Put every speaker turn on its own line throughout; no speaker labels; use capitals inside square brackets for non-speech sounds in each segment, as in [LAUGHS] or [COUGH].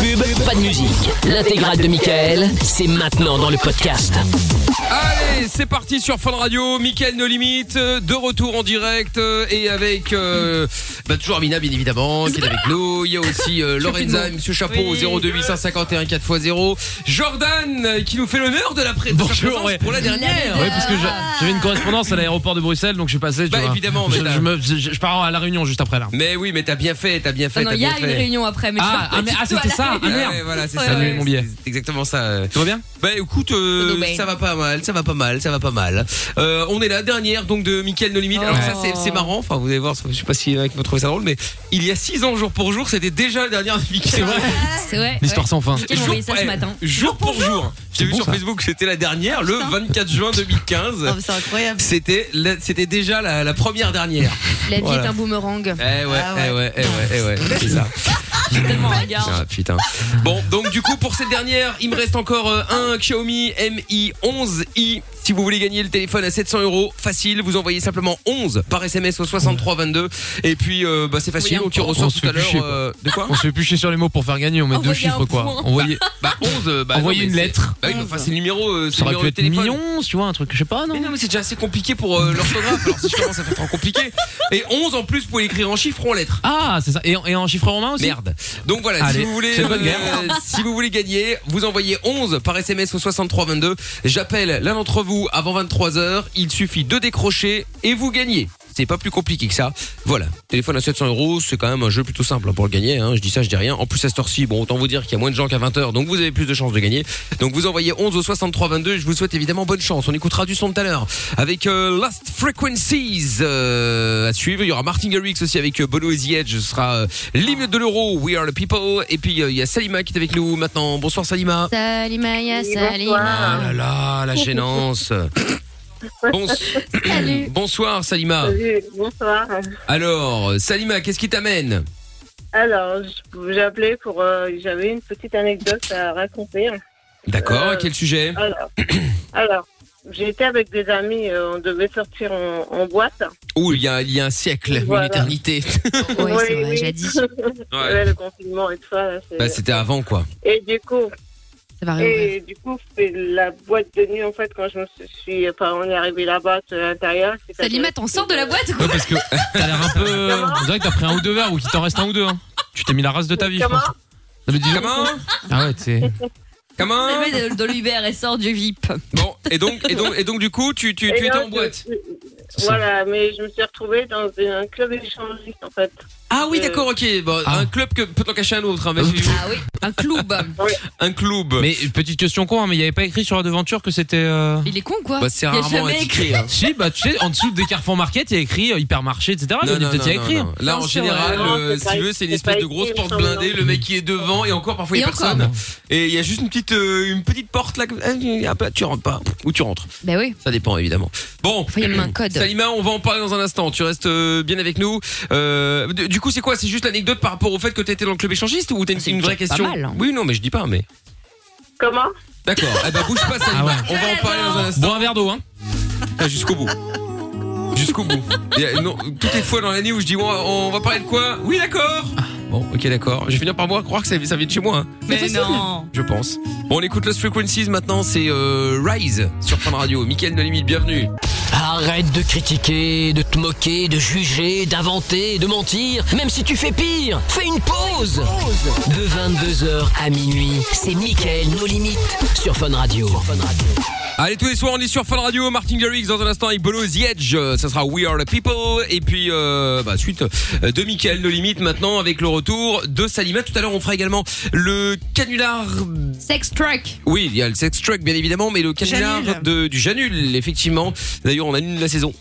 pub, pas de musique. L'intégrale de Michael, c'est maintenant dans le podcast.
Allez, c'est parti sur Fun Radio, Mickaël No Limite, euh, de retour en direct euh, et avec euh, bah, toujours Amina bien évidemment, qui est avec nous. Il y a
[LAUGHS]
aussi euh, Lorenza, et Monsieur Chapeau
Oui.
au 02851 4x0. Jordan euh, qui nous fait l'honneur de la pré- de sa présence
ouais.
pour la dernière.
Ouais, parce que j'a- j'avais une correspondance à l'aéroport de Bruxelles, donc je suis passé. Tu
Bah,
vois.
évidemment,
je,
mais t'as-
je me- je- je pars à la Réunion juste après là.
Mais oui, mais t'as bien fait, t'as bien fait,
Non, non,
t'as
il y
bien
a une
fait.
réunion après, mais je
Ah,
pars pas
ah, mais-
du
ah,
tout à
c'était
la
ça. Ah
réunion.
merde.
Ouais, voilà, c'est
Ouais,
ça.
ouais.
Annulé mon billet.
C'est exactement ça. euh.
Tout va bien
Bah écoute, euh,
Dodo Bain.
ça va pas mal, ça va pas mal, ça va pas mal. Euh, on est la dernière donc de Mickaël No Limite. Alors ça c'est- c'est marrant, enfin vous allez voir, je sais pas si il y en a qui vont trouver ça drôle, mais il y a 6 ans jour pour jour, c'était déjà la dernière de Mickaël.
C'est vrai.
L'histoire sans fin.
Mickaël m'a envoyé ça ce
eh,
matin.
[LAUGHS] jour pour jour. J'ai
C'est
vu
bon,
sur
ça.
Facebook que c'était la dernière, le 24 juin
Oh,
2015.
mais c'est incroyable.
C'était la- c'était déjà la, la première dernière.
La vie
Voilà.
est un boomerang.
Eh ouais,
Ah ouais.
eh
[LAUGHS]
ouais, eh ouais, eh ouais, c'est ça.
Tellement regarde.
Ah putain. Bon, donc du coup pour cette dernière, il me reste encore euh, un Xiaomi Mi 11i. Si vous voulez gagner le téléphone à 700 euros, facile, vous envoyez simplement 11 par SMS au 6322. Et puis euh, bah, c'est facile,
Envoyez un
on tire
point.
au sort
On se
tout à
fait
l'heure.
chier, quoi.
euh, de quoi
On se fait plus chier sur les mots pour faire gagner, on met deux
Envoyer un
chiffres quoi.
point.
Envoyez,
Bah 11, euh, bah,
envoyez
non, mais
une
c'est-
lettre.
Bah oui, mais enfin c'est le numéro, euh, c'est
Ça
le
aurait pu
numéro de
être
téléphone.
millions, tu vois, un truc, je sais pas, non
Mais non mais c'est déjà assez compliqué pour euh, l'orthographe, alors si je commence à faire trop compliqué. Et 11 en plus, vous pouvez l'écrire en chiffres ou en lettres.
Ah, c'est ça. Et en, et en chiffre romain aussi
Merde. Donc voilà, si
Allez,
vous voulez
c'est bonne
euh, si vous voulez gagner, vous envoyez 11 par SMS au 6322. J'appelle l'un d'entre vous avant 23h, il suffit de décrocher et vous gagnez. C'est pas plus compliqué que ça. Voilà. Téléphone à 700 euros, c'est quand même un jeu plutôt simple hein, pour le gagner. hein. Je dis ça, je dis rien. En plus, à cette heure-ci, bon, autant vous dire qu'il y a moins de gens qu'à 20h, donc vous avez plus de chances de gagner. Donc vous envoyez 11 au 6322. Je vous souhaite évidemment bonne chance. On écoutera du son tout à l'heure avec euh, Last Frequencies euh, à suivre. Il y aura Martin Garrix aussi avec euh, Bono et The Edge. Ce sera euh, l'hymne de l'euro, We Are the People. Et puis euh, il y a Salima qui est avec nous maintenant. Bonsoir Salima.
Salimaya,
Ah
Salima.
là là, la gênance. Bons-
[LAUGHS]
Salut.
Bonsoir Salima.
Salut, bonsoir.
Alors, Salima, qu'est-ce qui t'amène
Alors, je- j'ai appelé pour. euh, J'avais une petite anecdote à raconter.
D'accord,
Euh,
quel sujet
Alors, alors j'étais avec des amis, euh, on devait sortir en, en boîte.
Ouh, il y a, il y a un siècle,
Voilà. [LAUGHS]
une éternité.
Ouais, c'est vrai,
oui.
jadis.
Ouais, le confinement et tout ça. là, c'est-
Bah, c'était avant quoi.
et du coup,
Ça va réouvrir.
et du coup, c'est la boîte de nuit en fait quand je me suis, enfin, on est arrivé là-bas à l'intérieur. c'est-
Salima, t'en sors de la boîte ou quoi
Ouais, parce que t'as l'air un peu. On dirait que t'as pris un ou deux verres ou qu'il t'en reste un ou deux. hein. Tu t'es mis la race de ta vie, je
Comment
pense. Non, mais dis-
Comment
Ah ouais, c'est.
[LAUGHS] Comment
Salima de, de l'Uber, elle sort du VIP.
Bon, et donc, et donc, et donc du coup, tu, tu,
Et
tu étais
là,
en
je-
boîte
C'est ça.
Voilà, mais je me suis retrouvée dans un club échangiste en fait.
Ah oui,
Euh,
d'accord, ok. Bon,
Ah.
Un club que peut t'en cacher un autre, hein,
Bah,
mais-
Ah oui, un
[LAUGHS]
club.
un club.
Mais petite question con, hein, mais il y avait pas écrit sur la devanture que c'était. euh,
Il est con ou quoi
Bah, c'est
Il y a
rarement
jamais écrit.
indiqué. hein.
Si, bah tu sais, en dessous des Carrefour Market, il y a écrit euh, hypermarché, etc. Il y a peut-être y a écrit. hein.
Là, en
Non, c'est
général,
vrai.
euh,
Non, c'est
si
pas-
tu veux, c'est une
c'est
espèce
pas
de grosse
écrit,
porte
il me semble,
blindée.
non.
Le mec qui est devant et encore parfois il y a
Et encore.
personne. Et il y a juste une petite, euh, une petite porte là. que- eh, ah, bah, Tu rentres pas ou tu rentres.
Bah oui,
Ça dépend évidemment. Bon.
faut y mettre un code.
Salima, on va en parler dans un instant. Tu restes euh, bien avec nous. Euh, d- du coup, c'est quoi C'est juste l'anecdote par rapport au fait que t'étais dans le club échangiste ou t'as une,
Ah, C'est
une vraie
déjà pas
question
mal, hein.
Oui, non, mais je dis pas, mais.
Comment
D'accord. Eh ben, bouge pas, Salima.
Ah ouais.
On va en parler dans un instant.
Bois un verre d'eau, hein.
Ah, Jusqu'au bout. Jusqu'au bout. Il y a- non, toutes les fois dans l'année où je dis on va, on va parler de quoi Oui, d'accord. Ah, Bon, ok, d'accord. Je vais finir par moi croire que ça, ça vient de chez moi, hein,
Mais non.
je pense. Bon, on écoute Lost Frequencies maintenant, c'est euh, Rise sur Fun Radio. Mickaël de Limite, bienvenue.
Arrête de critiquer, de te moquer, de juger, d'inventer, de mentir, même si tu fais pire. Fais une pause. De 22h à minuit, c'est Michael nos limites sur Fun Radio.
Allez, tous les soirs, on est sur Fun Radio. Martin Garrix dans un instant avec Bolo The Edge. Euh, Ça sera We Are the People. Et puis, euh, bah, suite euh, de Mickaël de Limite maintenant avec le retour de Salima. Tout à l'heure, on fera également le canular
Sex track.
Oui, il y a le sex truck bien évidemment, mais le canular
Janul.
de, du Janul, effectivement. D'ailleurs, on annule la saison,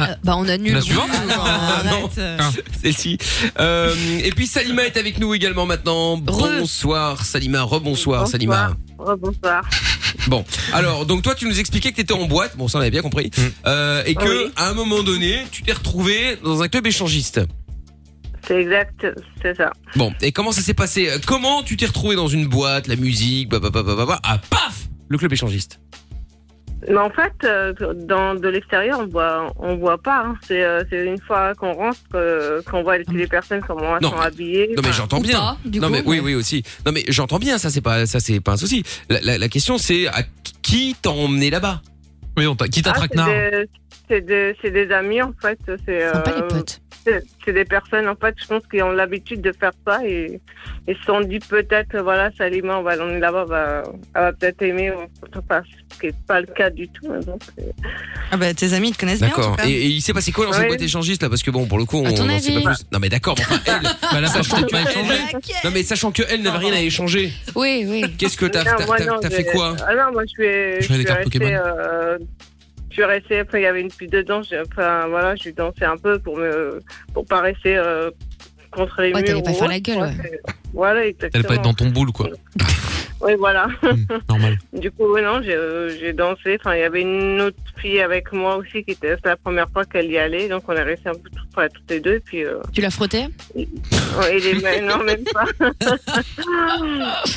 Euh, bah on annule.
La
[LAUGHS]
suivante
Ah non, arrête.
celle-ci. Euh, et puis Salima est avec nous également maintenant. Bonsoir Salima, rebonsoir Salima.
Rebonsoir.
Bon, alors donc toi tu nous expliquais que t'étais en boîte, bon ça on avait bien compris, Euh, et que
Oui.
à un moment donné tu t'es retrouvé dans un club échangiste.
C'est exact, c'est ça.
Bon, et comment ça s'est passé Comment tu t'es retrouvé dans une boîte, la musique, bah bah bah bah bah, bah, ah paf, le club échangiste.
Mais en fait, euh, dans, de l'extérieur, on voit, on voit pas. hein. C'est euh, c'est une fois qu'on rentre euh, qu'on voit les personnes comment elles
Non,
sont
mais-
habillées.
Non mais j'entends
ou
bien.
pas, du
non
coup,
mais oui
ouais.
oui aussi. Non mais j'entends bien ça c'est pas ça c'est pas un souci. La, la- la question c'est à qui t'a emmené là-bas
Oui, on t'a- quitte
Ah,
à
c'est
traquenard.
des- c'est des, c'est des amis en fait. C'est
Ils sont pas
euh,
les potes.
c'est- c'est des personnes en fait, je pense, qui ont l'habitude de faire ça et ils se sont dit peut-être, voilà, Salima, on va l'emmener là-bas, bah, elle va peut-être aimer, enfin, ce qui n'est pas le cas du tout. hein, donc, euh,
Ah bah tes amis ils te connaissent bien en tout
D'accord.
cas.
Et, et il s'est passé quoi dans cette
Ouais.
boîte échangiste là parce que bon pour le coup on
À ton
n'en sait
avis
pas plus. Non mais d'accord. mais enfin,
[LAUGHS]
elle-
Bah, là, sachant que tu vas
elle-
échanger.
non mais sachant que elle n'avait rien à échanger.
Oui, oui.
Qu'est-ce que t'as
Non,
t'as-
moi,
t'as-
non,
t'as
je-
fait quoi
Ah non, moi je suis,
Je vais aller
suis
faire Pokémon.
restée. euh, je suis restée, après il y avait une pluie dedans, j'ai- enfin voilà, je suis dansée un peu pour me, pour pas rester euh, contre les
Ouais,
murs.
t'allais pas
ou
faire la
autre,
gueule,
quoi,
ouais.
c'est- Voilà,
T'allais
exactement.
pas être dans ton boule, quoi.
Oui, voilà.
Hmm, Normal.
[LAUGHS] Du coup, ouais, non, j'ai euh, j'ai dansé. Enfin, il y avait une autre fille avec moi aussi qui était, c'est la première fois qu'elle y allait, donc on est resté un peu tout- enfin, toutes les deux, puis euh, [LAUGHS]
Tu l'as frotté
ouais, et les mecs, non, même pas.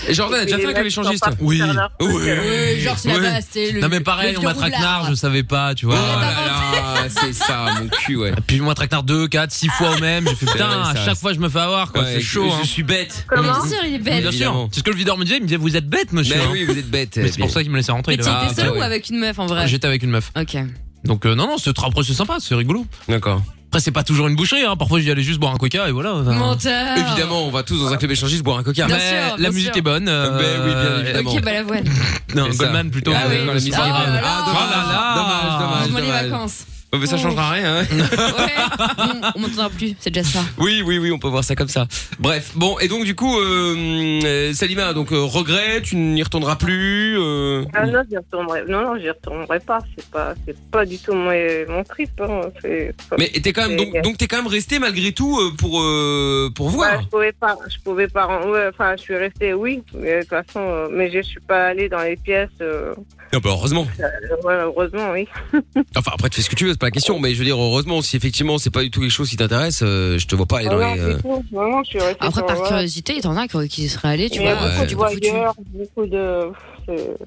Et Jordan a
Et
déjà
les
fait avec
mecs
l'échangiste
sont partis
Oui.
faire leur
Oui.
truc, euh,
Oui, genre, c'est la Ouais. base,
c'est le.
Non, mais pareil, on m'a traquenard, je savais pas, tu vois.
Oh là là, c'est ça mon cul ouais.
Et Puis moi, traquenard 2, 4, 6
Ah.
fois au même. J'ai fait
C'est
putain,
vrai,
à
ça.
chaque fois, je me fais avoir, quoi.
Ouais,
c'est chaud,
je,
hein.
je suis bête.
Comment
Bien sûr, il est
Mais
bête.
Bien sûr.
Évidemment.
C'est ce que le videur me disait. Il me disait, vous êtes bête, monsieur.
Mais
hein.
oui vous êtes bête.
Mais c'est pour ça qu'il me laissait rentrer.
Mais
il
tu
avait-
Ah,
étais seul
ouais.
ou avec une meuf en vrai
Ah, J'étais avec une meuf.
Ok.
Donc, euh, non, non, c'est après, c'est sympa, c'est rigolo.
D'accord.
Après, c'est pas toujours une boucherie, hein. Parfois, j'y allais juste boire un coca et voilà. enfin.
Menteur.
Évidemment on va tous dans un club échangiste boire un coca.
Bien
Mais
sûr, bien
la
sûr.
musique est bonne. euh,
Ben oui, bien évidemment.
Ok, bah la voix.
Non,
C'est ça.
Goldman plutôt.
Ah oui.
euh,
Dans la musique.
Star
Ah,
Goldman.
voilà.
Ah, dommage, dommage,
Vivement les
dommage.
vacances.
Oh, mais ça changera rien. hein.
Ouais. On- On m'entendra plus, c'est déjà ça.
oui, oui, oui, on peut voir ça comme ça. [LAUGHS] Bref, bon, et donc du coup, euh, euh, Salima, donc euh, regret, tu n'y retourneras plus. euh,
Ah non, j'y retournerai. Non, non, j'y retournerai pas. C'est pas, c'est pas du tout mon, mon trip. Hein. C'est-
Mais t'es quand même donc, donc t'es quand même resté malgré tout euh, pour euh, pour
Ouais,
voir.
je pouvais pas, je pouvais pas. ren- ouais, Enfin, je suis restée, oui. Mais de toute façon, euh, mais je suis pas allée dans les pièces. euh,
Non, bah, heureusement.
euh, voilà, heureusement, oui.
Enfin après tu fais ce que tu veux, c'est pas la question. Mais je veux dire heureusement si effectivement c'est pas du tout quelque chose qui t'intéresse, euh, je te vois pas aller dans
Ah non,
les. euh,
du tout, Vraiment, je suis restée.
Après,
sur-
par
voilà.
curiosité, il y en a qui- qui seraient allés, tu
Il y a
vois.
Ouais.
beaucoup
tu
de
vois, foutu.
voyeurs, beaucoup de. c'est-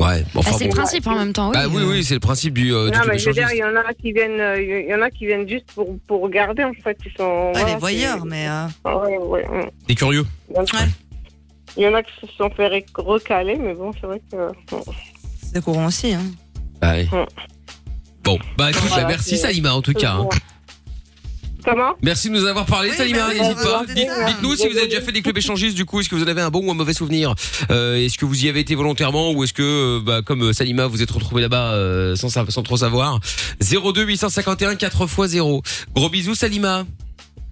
Ouais. Bon,
Ah,
Enfin
c'est le
bon.
principe en même temps, oui.
Bah oui, oui, c'est le principe du. euh, du
Ah non,
club
mais je veux dire,
échangiste.
il y en a qui viennent, euh, il y en a qui viennent juste pour pour regarder en fait. Ils sont.
Ouais,
voilà,
les voyeurs mais euh,
c'est- Ouais, ouais, ouais.
T'es curieux.
Il y en a qui se sont fait rec- recaler, mais bon, c'est vrai que.
c'est courant aussi. Hein.
Bah oui.
Ouais.
Bon, bah écoute,
Voilà,
bah, merci
c'est-
Salima en tout cas. hein.
Comment
Merci de nous avoir parlé,
Oui,
Salima.
bah oui,
N'hésite
on va
pas. Dites-
demander ça.
Dites-nous si vous avez déjà fait des clubs échangistes. Du coup, est-ce que vous en avez un bon ou un mauvais souvenir Euh, Est-ce que vous y avez été volontairement ou est-ce que, euh, bah, comme euh, Salima, vous êtes retrouvé là-bas euh, sans, sa- sans trop savoir 02 851 4 x 0. Gros bisous, Salima.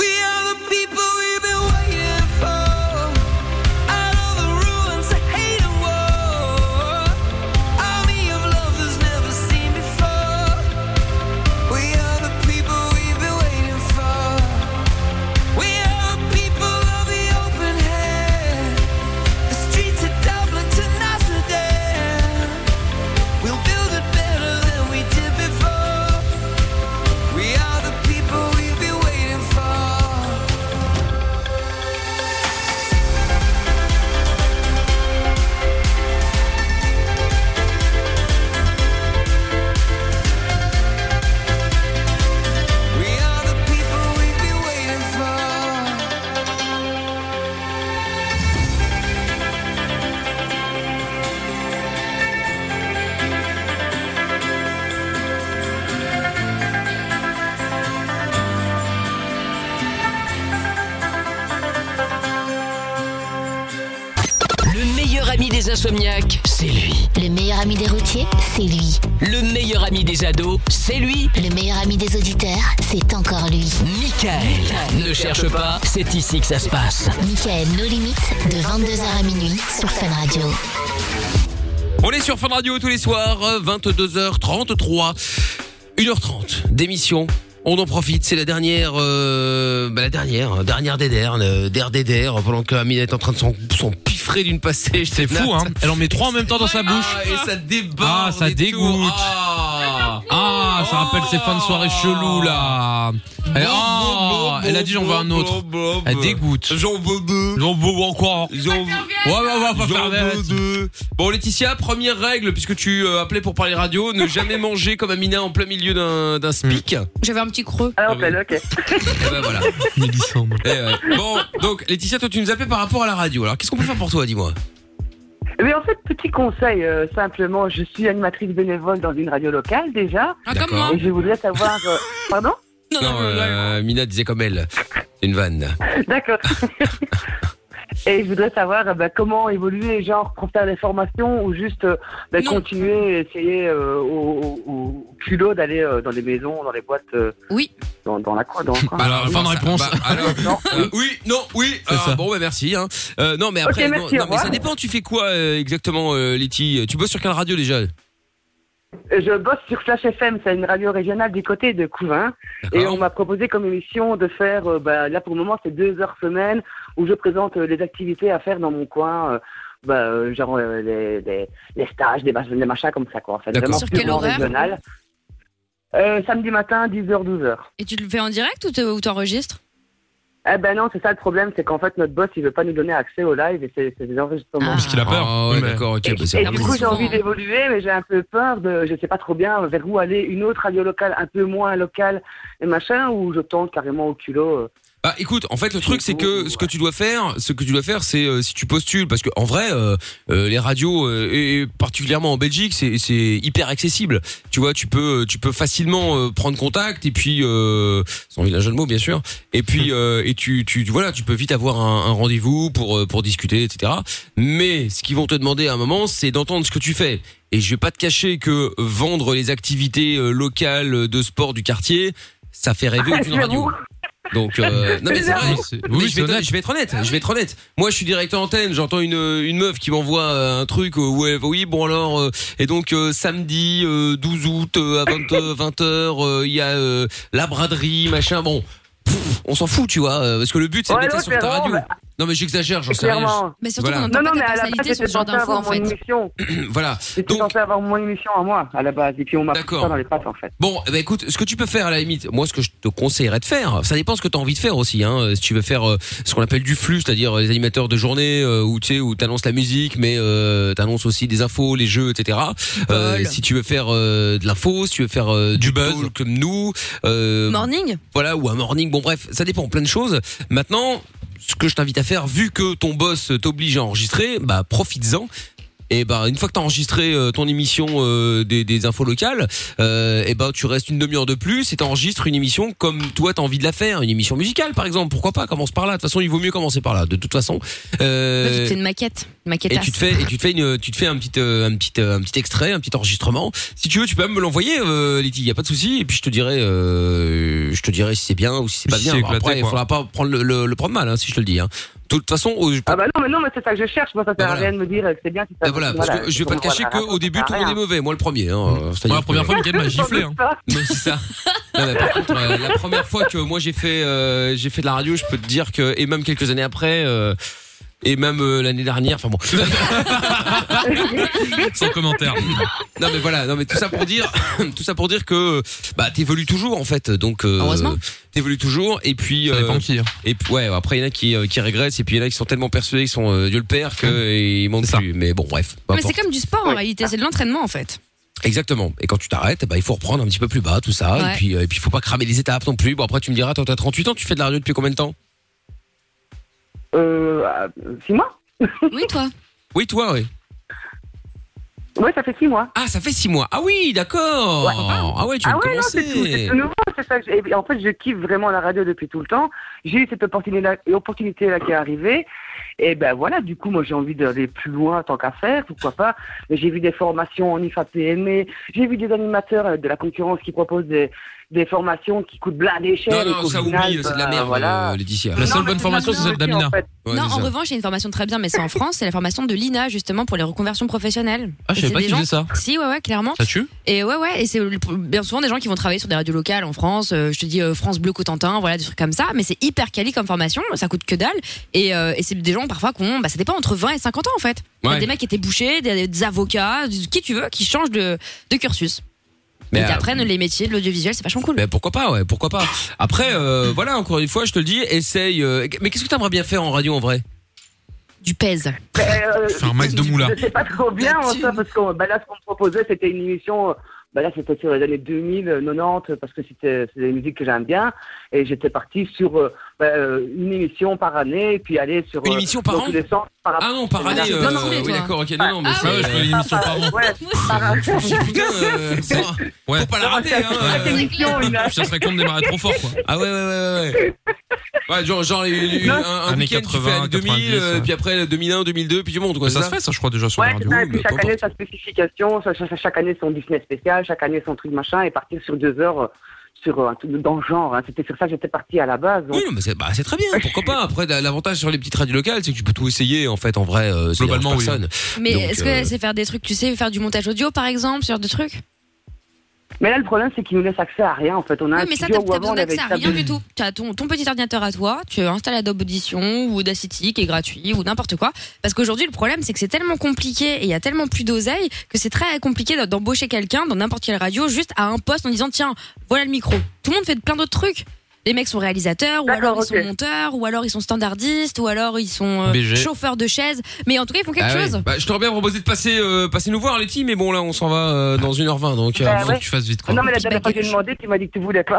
We are the people we've been waiting for. Out of the ruins of hate and war. Army of lovers never seen before. We are the people we've been waiting for. We are the people of the open hand. The streets of Dublin to Amsterdam. We'll build it better than we did before. We are the people we've been waiting for. We are the people we've been waiting for.
Le meilleur ami des insomniaques, c'est lui.
Le meilleur ami des routiers, c'est lui.
Le meilleur ami des ados, c'est lui.
Le meilleur ami des auditeurs, c'est encore lui.
Michael. Ne cherche pas, c'est ici que ça se passe.
Michael No Limites, de 22h à minuit sur Fun Radio.
On est sur Fun Radio tous les soirs, euh, 22h33, 1h30 d'émission. On en profite, c'est la dernière, euh, bah, la dernière, dernière des dernes, euh, der des der, pendant que Amine est en train de s'en s'en piffrer d'une passée.
C'est fou, hein. Elle en met trois en même temps dans sa bouche.
Ah, et ça déborde.
Ah, ça
et tout.
dégoûte.
Ah. Oh.
Ah, ça rappelle ses fins de soirée chelou là. Elle, Eh, ah, elle a dit j'en veux un autre. Elle dégoûte.
J'en veux deux.
J'en veux encore.
J'en veux-
Ouais, ouais, on va pas
J'en
faire
veux
d'arrêt.
deux. Bon Laetitia, première règle puisque tu euh, appelais pour parler
[LAUGHS]
radio, ne jamais manger comme Amina en plein milieu d'un d'un speak.
J'avais un petit creux.
Ah,
Ah oui.
ok, ok.
Eh ben voilà. Eh ouais. Bon, donc Laetitia, toi tu nous appelais par rapport à la radio. Alors qu'est-ce qu'on peut faire pour toi, dis-moi
Mais Eh ben, en fait, petit conseil, euh, simplement, je suis animatrice bénévole dans une radio locale déjà,
Ah,
D'accord.
comme moi.
et je voudrais savoir... euh, Pardon [LAUGHS]
Non, euh, Amina disait comme elle. C'est Une vanne.
D'accord.
Et je voudrais savoir
ben,
euh, bah, comment évoluer, genre faire des formations ou juste euh,
ben,
bah,
Non.
continuer, essayer euh, au, au- au culot d'aller euh, dans les maisons, dans les boîtes, euh,
Oui.
dans, dans la cour, dans le coin.
Alors, fin de réponse.
Bah, alors,
Non.
euh, oui, non, oui.
C'est
euh,
ça.
Bon, bah merci. Hein. Euh, non, mais après,
Ok,
non,
merci,
non,
au
mais ça
revoir.
dépend. Tu fais quoi euh, exactement, euh, Letty Tu bosses sur quelle radio déjà
Et Je bosse sur Flash FM, c'est une radio régionale du côté de Couvin. Et
D'accord.
on m'a proposé comme émission de faire, euh, bah, là pour le moment, c'est deux heures semaine où je présente euh, les activités à faire dans mon coin. euh, bah, euh, genre euh, les, les, les stages, des, mach- des machins comme ça quoi. En fait,
D'accord.
vraiment
Sur quel
purement
horaire
régional. Euh, samedi matin, 10h, 12h.
Et tu le fais en direct ou te- ou t'enregistres
Eh ben non, c'est ça le problème, c'est qu'en fait notre boss il veut pas nous donner accès au live et c'est c'est des enregistrements.
Ah.
Parce qu'il a peur.
Ah ouais,
Oui, mais-
d'accord, ok.
Et,
bah, c'est
et
bon.
du coup, j'ai
souvent.
envie d'évoluer, mais j'ai un peu peur de, je sais pas trop bien vers où aller, une autre radio locale, un peu moins locale et machin, ou je tente carrément au culot. euh.
Bah écoute, en fait le truc c'est que ce que tu dois faire, ce que tu dois faire c'est euh, si tu postules parce que en vrai euh, euh, les radios euh, et, et particulièrement en Belgique c'est c'est hyper accessible. Tu vois, tu peux tu peux facilement euh, prendre contact et puis euh, sans village de mots bien sûr. Et puis euh, et tu, tu tu- voilà, tu peux vite avoir un, un rendez-vous pour euh, pour discuter etc. Mais ce qu'ils vont te demander à un moment, c'est d'entendre ce que tu fais. Et je vais pas te cacher que vendre les activités euh, locales de sport du quartier, ça fait rêver
Ah,
aucune radio.
Ah, J'avoue.
Donc euh, non mais [LAUGHS] c'est vrai.
Oui, c'est-
Mais
oui, c'est
je, vais être,
honnête.
je vais être honnête, Ah je vais être honnête. Moi, je suis direct en antenne, j'entends une, une meuf qui m'envoie euh, un truc, euh, ouais, oui, bon alors, euh, et donc euh, samedi euh, 12 août euh, à 20, 20h, il y a euh, la braderie, machin, bon, pff, on s'en fout, tu vois, euh, parce que le but c'est
Ouais,
de mettre ça
l'autre,
sur ta
c'est
radio.
bon,
Non mais j'exagère, j'en sais rien.
Clairement.
Mais surtout qu'on
Voilà.
Non,
entend
non,
pas
mais
ta
à la
personnalité
base,
sur
j'étais
ce genre
censé
d'infos
avoir
en
mon
fait.
émission.
Voilà.
J'étais
Donc
censé avoir mon émission à moi, à la base, et puis on m'a pris
D'accord.
ça dans les pattes en fait.
Bon, eh ben, écoute, ce que tu peux faire à la limite, moi ce que je te conseillerais de faire, ça dépend ce que tu as envie de faire aussi. Hein, Euh, si tu veux faire euh, ce qu'on appelle du flux, c'est-à-dire euh, les animateurs de journée euh, où tu sais, où t'annonces la musique, mais euh, t'annonces aussi des infos, les jeux, etc. Euh,
Bol.
si tu veux faire euh, de l'info, si tu veux faire euh, du buzz comme nous, euh,
Morning
voilà ou un morning. Bon bref, ça dépend plein de choses. Maintenant, ce que je t'invite à faire, vu que ton boss t'oblige à enregistrer, bah profites-en. Et bah une fois que t'as enregistré euh, ton émission euh, des, des infos locales, euh, et bah tu restes une demi-heure de plus et t'enregistres une émission comme toi t'as envie de la faire, une émission musicale par exemple. Pourquoi pas Commence par là. De toute façon, il vaut mieux commencer par là. De toute façon.
Toi,
Euh,
tu te fais une maquette. une Maquette
et tu te fais et tu te fais une tu te fais un petit euh, un petit euh, un petit extrait un petit enregistrement si tu veux tu peux même me l'envoyer euh, Letty il y a pas de souci et puis je te dirai euh, je te dirai si c'est bien ou si c'est pas
Si
bien
c'est
Bon,
éclaté,
après il
quoi.
faudra pas prendre le, le, le prendre mal hein, si je te le dis hein. de toute façon au-
Ah bah non, mais non, mais c'est ça que je cherche, moi ça sert
Bah
à
voilà.
rien de me dire euh, que c'est bien si ça
Ah, voilà, parce que je vais pas te cacher qu'au début tout le monde est mauvais, moi le premier. Hein, euh, c'est-à-dire
Moi, la première
que-
fois, Mickaël m'a giflé. Hein.
Mais c'est ça. Non, mais par contre, euh, la première fois que moi j'ai fait, euh, j'ai fait de la radio, je peux te dire que et même quelques années après, euh, et même euh, l'année dernière, enfin bon. [LAUGHS]
euh,
Sans commentaire.
Non mais voilà, non mais tout ça pour dire, [COUGHS] tout ça pour dire que bah t'évolues toujours en fait, donc euh,
Heureusement.
t'évolues toujours et puis
Ça
euh,
dépend qui. hein.
et puis ouais après il y en a qui euh, qui régressent et puis il y en a qui sont tellement persuadés qu'ils sont euh, Dieu le père que euh, ils mentent
Hum. C'est ça.
plus. Mais bon bref, peu
Mais c'est
importe.
comme du sport en
Ouais.
réalité, c'est de l'entraînement en fait.
exactement. Et quand tu t'arrêtes, bah il faut reprendre un petit peu plus bas tout ça et
Ouais.
puis euh, et puis faut pas cramer les étapes non plus. Bon après tu me diras, toi t'as 38 ans, tu fais de la radio depuis combien de temps
Euh, ah, six mois
Oui, toi
Oui toi oui.
Ouais, ça fait six mois.
Ah ça fait 6 mois. Ah oui d'accord. Ah ouais tu
Ah
viens de
ouais, non, c'est tout, c'est
commencer.
tout nouveau, c'est ça. que j'ai- et en fait, je kiffe vraiment la radio depuis tout le temps. J'ai eu cette opportunité-là opportunité -là qui est arrivée. Et ben voilà, du coup, moi, j'ai envie d'aller plus loin tant qu'à faire, pourquoi pas. Mais j'ai vu des formations en IFA PME, j'ai vu des animateurs euh, de la concurrence qui proposent des, des formations qui coûtent blindé cher.
non
et
non
qu'au
ça
final,
oublie, c'est de la
ben,
merde
voilà.
euh, Laetitia.
La
Non,
seule
mais
bonne
c'est
formation, c'est
bien
celle
aussi, en
d'Amina.
fait.
Ouais,
non,
c'est
en
ça.
revanche, il y a une formation très bien, mais c'est en France, c'est la formation de l'INA justement pour les reconversions professionnelles.
Ah, je
Et c'est
savais pas
des
qu'ils
gens-
faisaient ça.
Si, ouais, ouais, clairement.
Ça tue
Et ouais, ouais, et c'est le- bien souvent des gens qui vont travailler sur des radios locales en France. euh, je te dis euh, France Bleu Cotentin, voilà, des trucs comme ça. Mais c'est hyper quali comme formation, ça coûte que dalle. Et, euh, et c'est des gens parfois qui ont, bah, ça dépend entre 20 et 50 ans en fait. Il y a
Ouais.
Des mecs qui étaient bouchés, des, des avocats, du- qui tu veux, qui changent de, de cursus.
Mais,
et
euh,
t'apprennent les métiers de l'audiovisuel, c'est vachement cool.
Ben pourquoi pas, ouais, pourquoi pas. Après, euh, voilà, encore une fois, je te le dis, essaye. euh, mais qu'est-ce que t'aimerais bien faire en radio en vrai
Du pèse.
Euh,
Faire un max de moula.
Je sais pas trop bien en soi, parce que bah, là, ce qu'on me proposait, c'était une émission. euh, Bah, là, c'était sur les années 2000, euh, 90, parce que c'était c'est des musiques que j'aime bien. Et j'étais parti sur euh, bah, euh, une émission par année et puis aller sur
Une
euh,
émission par
dans
an
tous les sens, par
Ah non, par année.
Voilà.
euh, oui, d'accord, ok. Non, non, mais c'est.
Ah
Ah,
je fais une émission par an.
Ouais, par an.
Putain, [LAUGHS] euh, ça,
Ouais.
faut pas la rater, hein.
Ouais.
euh.
Émission, une-
Ça serait con de démarrer trop fort, quoi.
Ah ouais, ouais, ouais, ouais, ouais. Ouais, genre, genre les- les-
Non.
un, un
Années
week-end, tu fais
80,
années 2000, euh,
90,
puis après le 2001, 2002, puis tu montes, quoi.
Ça
c'est
se fait, ça, je crois, déjà sur
Ouais,
la radio.
c'est ça, et
mais
puis
peu
chaque année
importe.
sa spécification, cha- cha- chaque année son Disney spécial, chaque année son truc machin, et partir sur deux heures euh, sur, euh, un truc dans le genre. hein. C'était sur ça que j'étais parti à la base. donc.
Oui, non, mais c'est bah, c'est très bien, pourquoi pas. Après, la- l'avantage sur les petites radios locales, c'est que tu peux tout essayer, en fait, en vrai, euh, ça
Globalement, hein.
dérange personne.
Mais
Donc,
est-ce
euh,
que c'est faire des trucs, tu sais, faire du montage audio par exemple, ce genre de trucs
Mais là, le problème, c'est qu'ils nous laissent accès à rien, en fait. On a
Oui,
un
mais ça, t'as
studio où
t'as
avant,
besoin
on avait
d'accès à
une
rien
table
du tout. T'as ton, ton petit ordinateur à toi, tu installes Adobe Audition ou Audacity qui est gratuit ou n'importe quoi. Parce qu'aujourd'hui, le problème, c'est que c'est tellement compliqué et il y a tellement plus d'oseille que c'est très compliqué d- d'embaucher quelqu'un dans n'importe quelle radio juste à un poste en disant tiens, voilà le micro. Tout le monde fait plein d'autres trucs. Les mecs sont réalisateurs, ou
D'accord,
alors ils
ok.
sont monteurs, ou alors ils sont standardistes, ou alors ils sont euh,
BG.
chauffeurs de chaises. Mais en tout cas, ils font quelque
ah oui.
chose.
Bah, je t'aurais bien proposé de passer, euh, passer nous voir, Letty, mais bon, là, on s'en va euh, dans 1h20, donc. euh,
Bah,
Faut que tu fasses vite,
de- [LAUGHS]
quoi.
Non, mais la
Petit
dernière fois que
bagage.
j'ai demandé, tu m'as dit que tu voulais pas.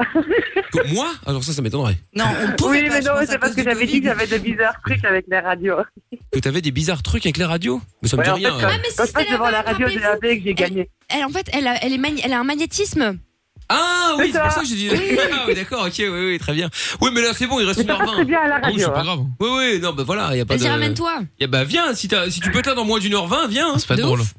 que- Moi Alors, ça, ça m'étonnerait.
Non, on pouvait
oui,
pas,
mais
je
non,
pense, à
c'est parce
cause
que
du
j'avais
Covid.
dit que j'avais des bizarres trucs avec les radios.
Que t'avais des bizarres trucs avec les radios Mais ça me
Ouais,
dit
en
rien.
fait,
euh.
quand-
Ah, mais si,
quand je
c'était
passe devant
là-bas,
la radio de la
rappelez-vous.
veille, j'ai gagné.
Elle, en fait, elle a, elle est magn- elle a un magnétisme.
Ah oui,
C'est
c'est pour
ça.
ça que j'ai dit. [LAUGHS] Ah oui, d'accord, ok, oui, oui, très bien. Oui, mais là, c'est bon, il reste
Mais ça passe très
1h20.
bien à la
Oh, c'est
radio.
pas
hein.
grave.
Ah Oui, oui, non, bah voilà, il y a pas de.
Vas-y, ramène-toi.
Y a- bah viens, si, t'as- si tu peux être là dans moins d'une heure vingt, viens. hein.
Ah, C'est pas
De
drôle.
ouf.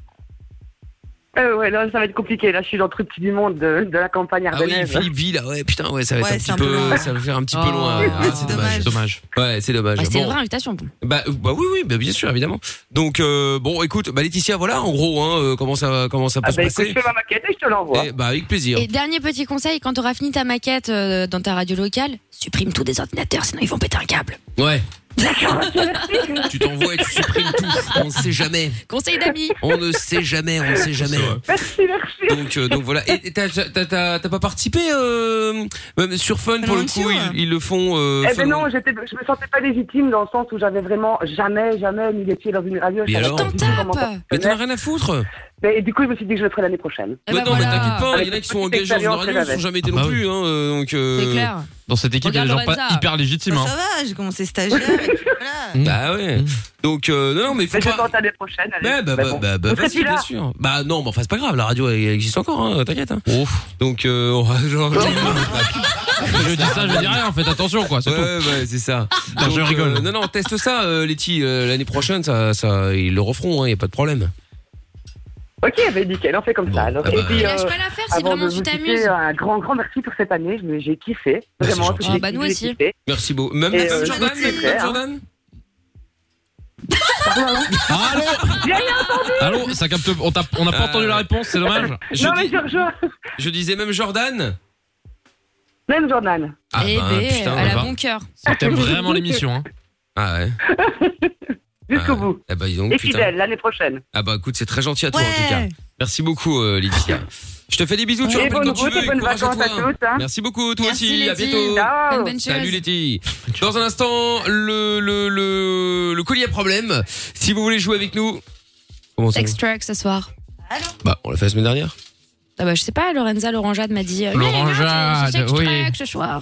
Euh, ouais, là, ça va être compliqué. Là, je suis dans le truc petit du monde de, de la campagne
Ah oui,
ardennaise.
Philippe Ville, ah ouais, putain, ouais, ça va être
Ouais,
un
c'est
petit
un
peu,
peu loin.
ça va faire un petit
Oh.
peu loin. ouais. Ah,
C'est dommage.
Dommage.
Ouais, c'est dommage.
Bah, C'était
Bon.
une vraie invitation.
Bah, euh, bah oui, oui, bah, bien sûr, évidemment. Donc euh, bon, écoute, bah Laetitia, voilà, en gros, hein, euh, comment ça, comment ça peut
Ah
se
bah écoute,
passer.
je fais ma maquette et je te l'envoie.
Eh, bah avec plaisir.
Et dernier petit conseil, quand tu auras fini ta maquette euh, dans ta radio locale, supprime tous des ordinateurs, sinon ils vont péter un câble.
Ouais. tu t'envoies et tu supprimes tout. On ne sait jamais.
Conseil d'amis.
On ne sait jamais. On ne sait jamais.
Merci, merci.
Donc, euh, donc voilà. Et et t'as t'as- t'as- t'as pas participé euh, même sur Fun pour le coup
L'aventure.
ils, ils le font. Euh,
Eh
Fun
ben non, j'étais, je me sentais pas légitime dans le sens où j'avais vraiment jamais, jamais mis les pieds dans une radio. Je
Mais
savais
alors
pas
T'en
du tout comment ça
tapes.
mais t'en as
fonctionnait.
rien à foutre.
Mais- et du coup, je me suis dit que je le ferai l'année prochaine.
Eh
Mais
ben
Bah non, mais
voilà.
t'inquiète pas. Il y en a
Avec
qui sont
toute
engagés dans une
l'expérience
radio,
que
ils
j'avais.
sont jamais été non
Bah oui.
plus. Hein, euh, donc. euh,
C'est clair.
Dans cette équipe, il y a des gens
Regarde
pas
Lorenza.
hyper légitimes.
Bah,
hein. Hmm.
ça va, j'ai commencé
[LAUGHS]
stagiaire. Euh, et puis voilà.
Bah ouais. Donc euh, non, non, mais faut
Mais je
pas.
tente l'année prochaine. allez.
Ouais, bah,
Bah
bah,
bon.
bah, bah,
Vous serez
vas-y,
plus là
bien sûr. Bah, non, mais enfin, c'est pas grave, la radio, elle existe encore, hein, t'inquiète, hein.
Ouf.
Donc, euh, on va- [LAUGHS] genre-
Je dis ça, je dis rien. Faites attention, quoi. C'est
Ouais,
tout.
ouais, ouais, c'est ça.
Non, je
Donc,
rigole.
euh, non, non, teste ça, euh, Letty. euh, L'année prochaine, ça, ça, ils le referont, hein, y a pas de problème.
Ok, bah nickel, on fait comme
Bon,
ça. alors.
ah bah,
et puis,
Et
euh,
Lâche pas l'affaire si
avant
vraiment
de
tu
vous
t'amuses.
quitter, un grand, grand merci pour cette année. Je- J'ai kiffé.
Bah, c'est
Vraiment,
gentil.
j'ai
Ah, bah, nous
kiffé,
aussi.
j'ai kiffé.
Merci beaucoup. Même,
Et,
même
euh,
Jordan,
je vous
même,
dis, hein.
Jordan.
Allô
J'ai rien
Allô Ça capte. On t'a- on n'a pas
Euh,
entendu la réponse, c'est dommage.
Je,
non, mais
dis-
je rejoins.
je disais même Jordan.
Même Jordan.
Ah,
eh
bah,
ben,
putain,
elle
elle va.
a bon cœur.
Ça capte vraiment l'émission.
[LAUGHS]
hein.
Ah ouais.
Jusqu'au
Ah,
bout.
Ah bah, dis donc,
Et
putain.
fidèle, l'année prochaine.
Ah bah, écoute, c'est très gentil à toi, en tout cas.
Ouais.
Merci beaucoup, euh,
[LAUGHS]
Laetitia. Je te fais des bisous, tu
et
rappelles
bonne
quand tu
route
veux.
et
et
bonnes
courage
vacances à,
toi.
tous. Hein.
Merci beaucoup, toi
Merci,
aussi. À
Letty.
bientôt.
Ciao.
Bonne bonne chose.
Salut Letty. Dans un instant, le, le, le, le collier à problème. Si vous voulez jouer avec nous. Comment ça
Sex track ce soir.
Bah, on l'a fait la semaine dernière.
Ah bah je sais pas, Lorenza Laurentjade m'a dit. euh,
Laurentjade,
Sex
oui.
track ce soir.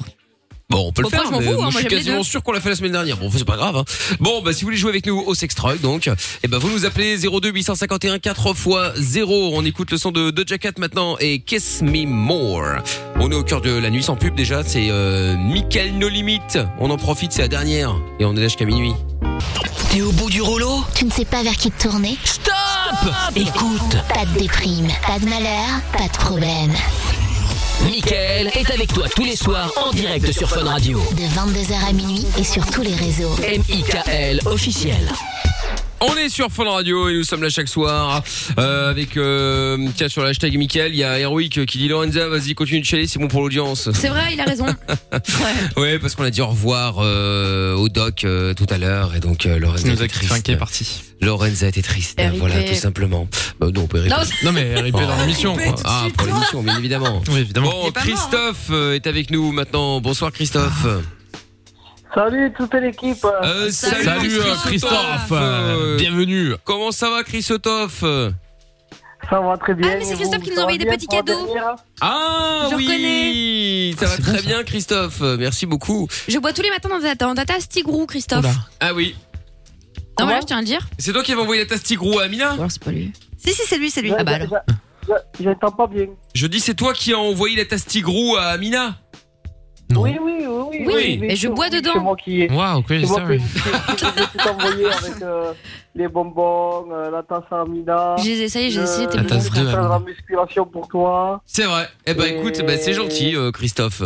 Bon, on peut le
Pourquoi
faire,
je m'en
mais
fous, hein,
moi,
moi,
je suis
j'aime les
quasiment
deux.
sûr qu'on l'a fait la semaine dernière. Bon, c'est pas grave. hein. Bon, bah si vous voulez jouer avec nous au sex truck, donc, eh ben vous nous appelez 02 851 4 x 0. On écoute le son de Doja Cat maintenant et Kiss Me More. On est au cœur de la nuit sans pub déjà. C'est euh, Michael No Limit. On en profite, c'est la dernière et on est là jusqu'à minuit.
T'es au bout du rouleau
Tu ne sais pas vers qui te tourner
Stop Écoute,
Pas de déprime, pas de malheur, pas de problème.
Mickaël est avec toi tous les soirs en direct sur Fun Radio.
De 22h à minuit et sur tous les réseaux.
M.I.K.L. officiel.
On est sur Fun Radio et nous sommes là chaque soir euh, avec euh, tiens sur le hashtag Michael, il y a Heroic qui dit Lorenza, vas-y continue de chialer, c'est bon pour l'audience.
C'est vrai, il a
[LAUGHS]
raison. Ouais.
Ouais, parce qu'on a dit au revoir euh, au doc euh, tout à l'heure et donc euh, Lorenza était triste.
parti.
Lorenza était triste,
RIP.
voilà tout simplement. Bah, non, on peut y
Non,
répondre.
Non, mais RIP dans l'émission, quoi.
Ah, pour l'émission, bien évidemment.
Oui, évidemment.
Bon,
est
hein.
pas mort,
Christophe euh, est avec nous maintenant. Bonsoir Christophe.
[LAUGHS]
Ah.
Salut toute l'équipe.
Euh,
Salut,
Salut euh,
Christophe.
Christophe,
Euh,
euh, bienvenue.
Comment ça va Christophe
Ça va très bien.
Ah, mais c'est Christophe qui nous envoyait des petits cadeaux.
Ah
Je
oui, ça
Ah,
va très bien, Christophe. Euh, Merci beaucoup.
Je bois tous les matins dans ta, dans ta Tastigrou, Christophe.
Ah oui.
Non, voilà, je tiens à le dire.
C'est toi qui avais envoyé la tastigrou à Amina
c'est pas lui.
Si, si, c'est lui, c'est lui.
Ah bah alors.
J'entends pas bien.
Je dis, c'est toi qui as envoyé la tastigrou à Amina
Oui, oui, oui. Oui,
Oui,
oui,
mais je bois dedans.
C'est moi qui ai.
Wow, crazy
C'est moi
story.
qui ai tout envoyé avec euh, les bonbons, euh, la tasse à Amina.
J'ai essayé, j'ai
le-
essayé, t'es
La
bon.
tasse
Je vais
2
faire la musculation pour toi.
C'est vrai. Eh ben
Et-
écoute, bah, c'est gentil, euh, Christophe.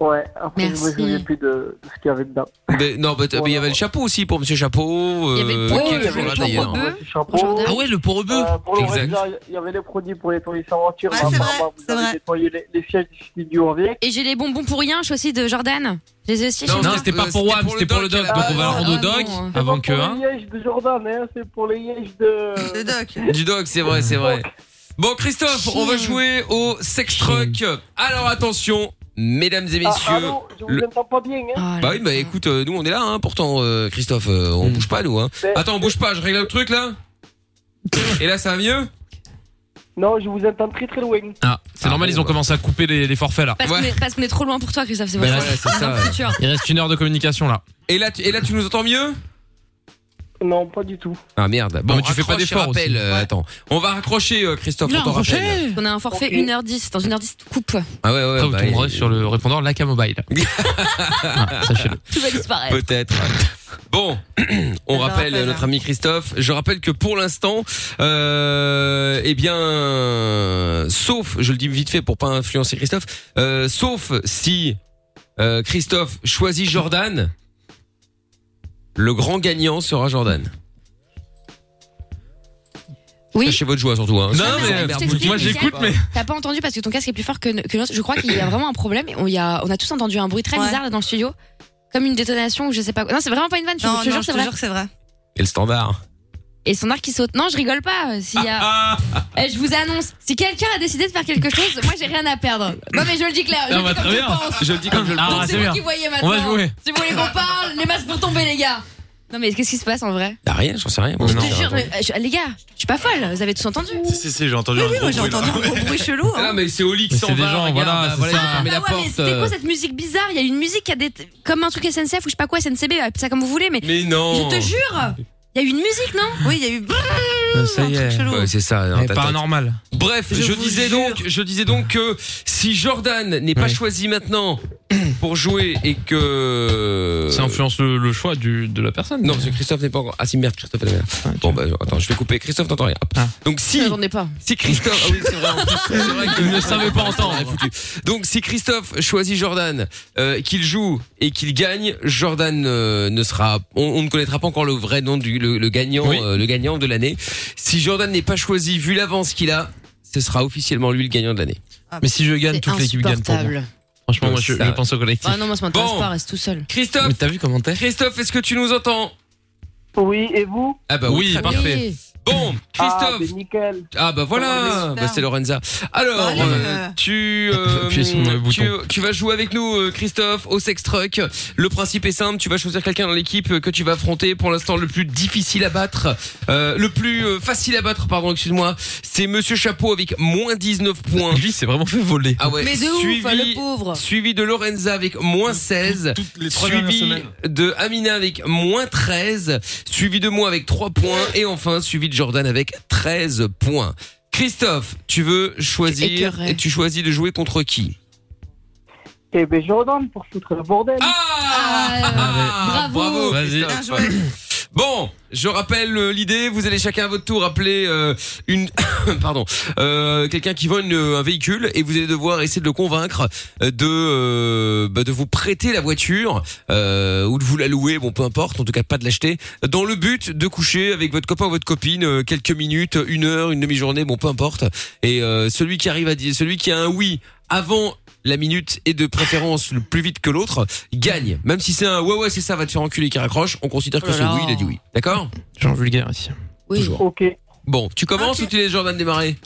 Ouais, après je me
Merci.
souviens plus de, de ce qu'il y avait dedans.
Mais, non, bah, t'as- mais il y avait le chapeau aussi pour Monsieur Chapeau.
Il y avait le
euh,
pot,
qui est
il y avait
toujours
le
là,
pot,
d'ailleurs.
le pot.
Le chapeau.
Bonjour,
Ah ouais, le porc au bœuf.
Euh, pour le
Exact.
reste, là, il y avait les produits pour nettoyer sa voiture.
Ouais,
là,
c'est
maman,
vrai,
vous
c'est
avez
vrai.
nettoyé les, les sièges du studio avec.
Et j'ai les bonbons pour rien choisis de Jordan. Je les ai aussi chez
Non,
moi.
c'était pas
Euh,
pour WAM, c'était pour le doc.
à la
Donc on va le
base.
rendre au
Ah,
doc
non, hein.
avant que.
C'est
hein.
pour les lièges de Jordan, hein, c'est pour les lièges de...
Le doc.
Du doc, c'est vrai, c'est vrai. Bon, Christophe, on va jouer au sex truck. Alors attention, mesdames et
Ah,
messieurs.
allô, je vous
le-
entends pas bien. Hein.
Oh là
Bah oui, bah
là.
écoute, euh, nous on est là, hein, pourtant, euh, Christophe, euh,
Hmm.
on bouge pas, nous. Hein.
Mais-
Attends, on bouge pas, je règle le truc là. Et là, ça va mieux
Non, je vous entends très très loin.
Ah, c'est
Ah,
normal,
bon,
ils ont
bah.
commencé à couper les, les forfaits là.
Parce
Ouais.
qu'on est- parce qu'on est trop loin pour toi, Christophe, c'est pour
Bah,
ça.
ouais,
c'est ça, ouais.
Futur.
Il reste une heure de communication là.
et là, tu, et là, tu nous entends mieux
Non, pas du tout.
Ah merde. Bon,
mais tu fais pas
raccroche et
d'efforts
rappelle, euh, Attends, on va raccrocher, euh, Christophe, on t'en rappelle.
On a un forfait
Ok.
1h10. Dans 1h10, tout
[LAUGHS]
coupe.
Ah ouais, ouais,
Après, vous
bah,
tomberez
et-
sur le répondeur Laka
[LAUGHS]
Mobile. Voilà, Sachez-le.
Tout va disparaître.
Peut-être. Bon, [CLEARS THROAT]
Eh ben,
on
Alors,
rappelle
rappelle.
notre ami Christophe. Je rappelle que pour l'instant, euh, eh bien, sauf, je le dis vite fait pour pas influencer Christophe, euh, sauf si euh, Christophe choisit Jordan, le grand gagnant sera Jordan.
Oui. Ah,
Sachez votre joie surtout. Hein.
Non,
mais
mais
je t'explique,
bah, moi
Mickaël.
j'écoute, mais.
T'as pas entendu parce que ton casque est plus fort que, que le nôtre. Je crois qu'il y a vraiment un problème. On, y a, on a tous entendu un bruit très
Ouais.
bizarre là dans le studio. Comme une détonation ou je sais pas quoi. Non, c'est vraiment pas une vanne. je-
Non,
je te
non,
jure,
je
c'est
te
vrai.
jure que c'est vrai.
Et le standard.
Et son arc qui saute. Non, je rigole pas. euh, S'il y a.
[LAUGHS] Ah,
Eh, je vous annonce, si quelqu'un a décidé de faire quelque chose, moi j'ai rien à perdre. Non mais je le dis clair, je
Ah,
le
bah,
dis comme
très
je
bien.
pense.
Je le dis comme je le
Ah,
Donc
pense.
c'est
c'est vous
bien.
qui voyez
on
maintenant.
va jouer.
Si vous voulez qu'on parle, les masques pour tomber les gars. Non mais qu'est-ce qui se passe en vrai
Bah, rien, j'en sais rien. moi.
Je te
Non.
Je jure, mais, euh, je- les gars, je suis pas folle, vous avez tous entendu.
Si, si, si, j'ai entendu
Oui,
un
oui,
gros
j'ai
bruit, là.
entendu un gros
[LAUGHS]
bruit chelou.
Ah,
hein.
mais c'est Oli qui
Mais
s'en
c'est des
va,
gens,
regarde,
voilà,
bah,
c'est
voilà,
ça.
il a fermé
Bah
la
ouais, mais
porte.
c'était quoi
euh.
cette musique bizarre Il y a une musique qui a des. comme un truc SNCF ou je sais pas quoi, SNCB, appelez ça comme vous voulez, mais.
Mais non.
Je te jure Il y a eu une musique, non
Oui, il y
[LAUGHS]
a eu
Ça
un
y
truc
est.
chelou.
Ouais, c'est ça. hein,
Mais
t'as- t'as-
Paranormal.
Bref, je,
Je vous
disais
jure.
donc, je disais donc que si Jordan n'est pas
Oui.
choisi maintenant [CLEARS THROAT] pour jouer et que
Ça influence le, le choix du, de la personne.
non, parce que Christophe n'est pas encore. Ah si merde, Christophe est là. Bon bah attends, je vais couper. Christophe t'entends rien. Hop.
Ah.
Donc si
ai pas.
si Christophe, ah oui c'est vrai, en plus, c'est vrai que
Il ne savait pas entendre.
Ouais, foutu. Donc si Christophe choisit Jordan, euh, qu'il joue et qu'il gagne, Jordan euh, ne sera, on, on ne connaîtra pas encore le vrai nom du le, le gagnant,
Oui.
euh, le gagnant de l'année. Si Jordan n'est pas choisi vu l'avance qu'il a, ce sera officiellement lui le gagnant de l'année.
Mais si je gagne,
C'est
toute l'équipe gagne pour moi.
insupportable.
Franchement, moi je,
Ça-
je pense au collectif.
Ah non, moi ça m'intéresse
Bon.
pas, reste tout seul.
Christophe,
t'as vu comment t'es
Christophe, est-ce que tu nous entends
Oui, et vous
Ah bah
Oui,
très bien.
parfait.
Oui.
Bon,
Ah,
Christophe.
ben, nickel.
Ah bah voilà,
Oh,
bah, c'est Lorenza. Alors,
Allez,
euh,
euh.
[LAUGHS]
tu, euh,
Appuyez sur le
tu,
bouton.
tu vas jouer avec nous, euh, Christophe, au sex truck. Le principe est simple, tu vas choisir quelqu'un dans l'équipe euh, que tu vas affronter. Pour l'instant, le plus difficile à battre, euh, le plus euh, facile à battre, pardon, excuse-moi, c'est Monsieur Chapeau avec moins 19 points.
Lui, il s'est vraiment fait voler.
Ah ouais,
Mais de ouf, hein. le
suivi,
pauvre
suivi de Lorenza avec moins 16.
Toutes les trois dernières
Suivi
semaines.
de Amina avec moins 13, suivi de moi avec 3 points et enfin suivi de Jordan avec 13 points. Christophe, tu veux choisir
écœurais.
et tu choisis de jouer contre qui
Eh ben Jordan, pour foutre le bordel.
Ah,
Ah,
bravo.
Vas-y.
Christophe. Bon, je rappelle euh, l'idée, vous allez chacun à votre tour appeler euh, une [COUGHS] pardon, euh, quelqu'un qui vend une- un véhicule et vous allez devoir essayer de le convaincre euh, de euh, bah, de vous prêter la voiture euh, ou de vous la louer, bon peu importe, en tout cas pas de l'acheter dans le but de coucher avec votre copain ou votre copine euh, quelques minutes, une heure, une demi-journée, bon peu importe et euh, celui qui arrive à dire celui qui a un oui avant la minute et de préférence le plus vite que l'autre gagne. Même si c'est un ouais ouais c'est ça va te faire enculer qui raccroche, on considère que
Oh là
c'est
là.
oui il a dit oui. D'accord
Genre vulgaire ici.
Oui.
Toujours.
Ok.
Bon, tu commences
Ok.
ou tu laisses Jordan démarrer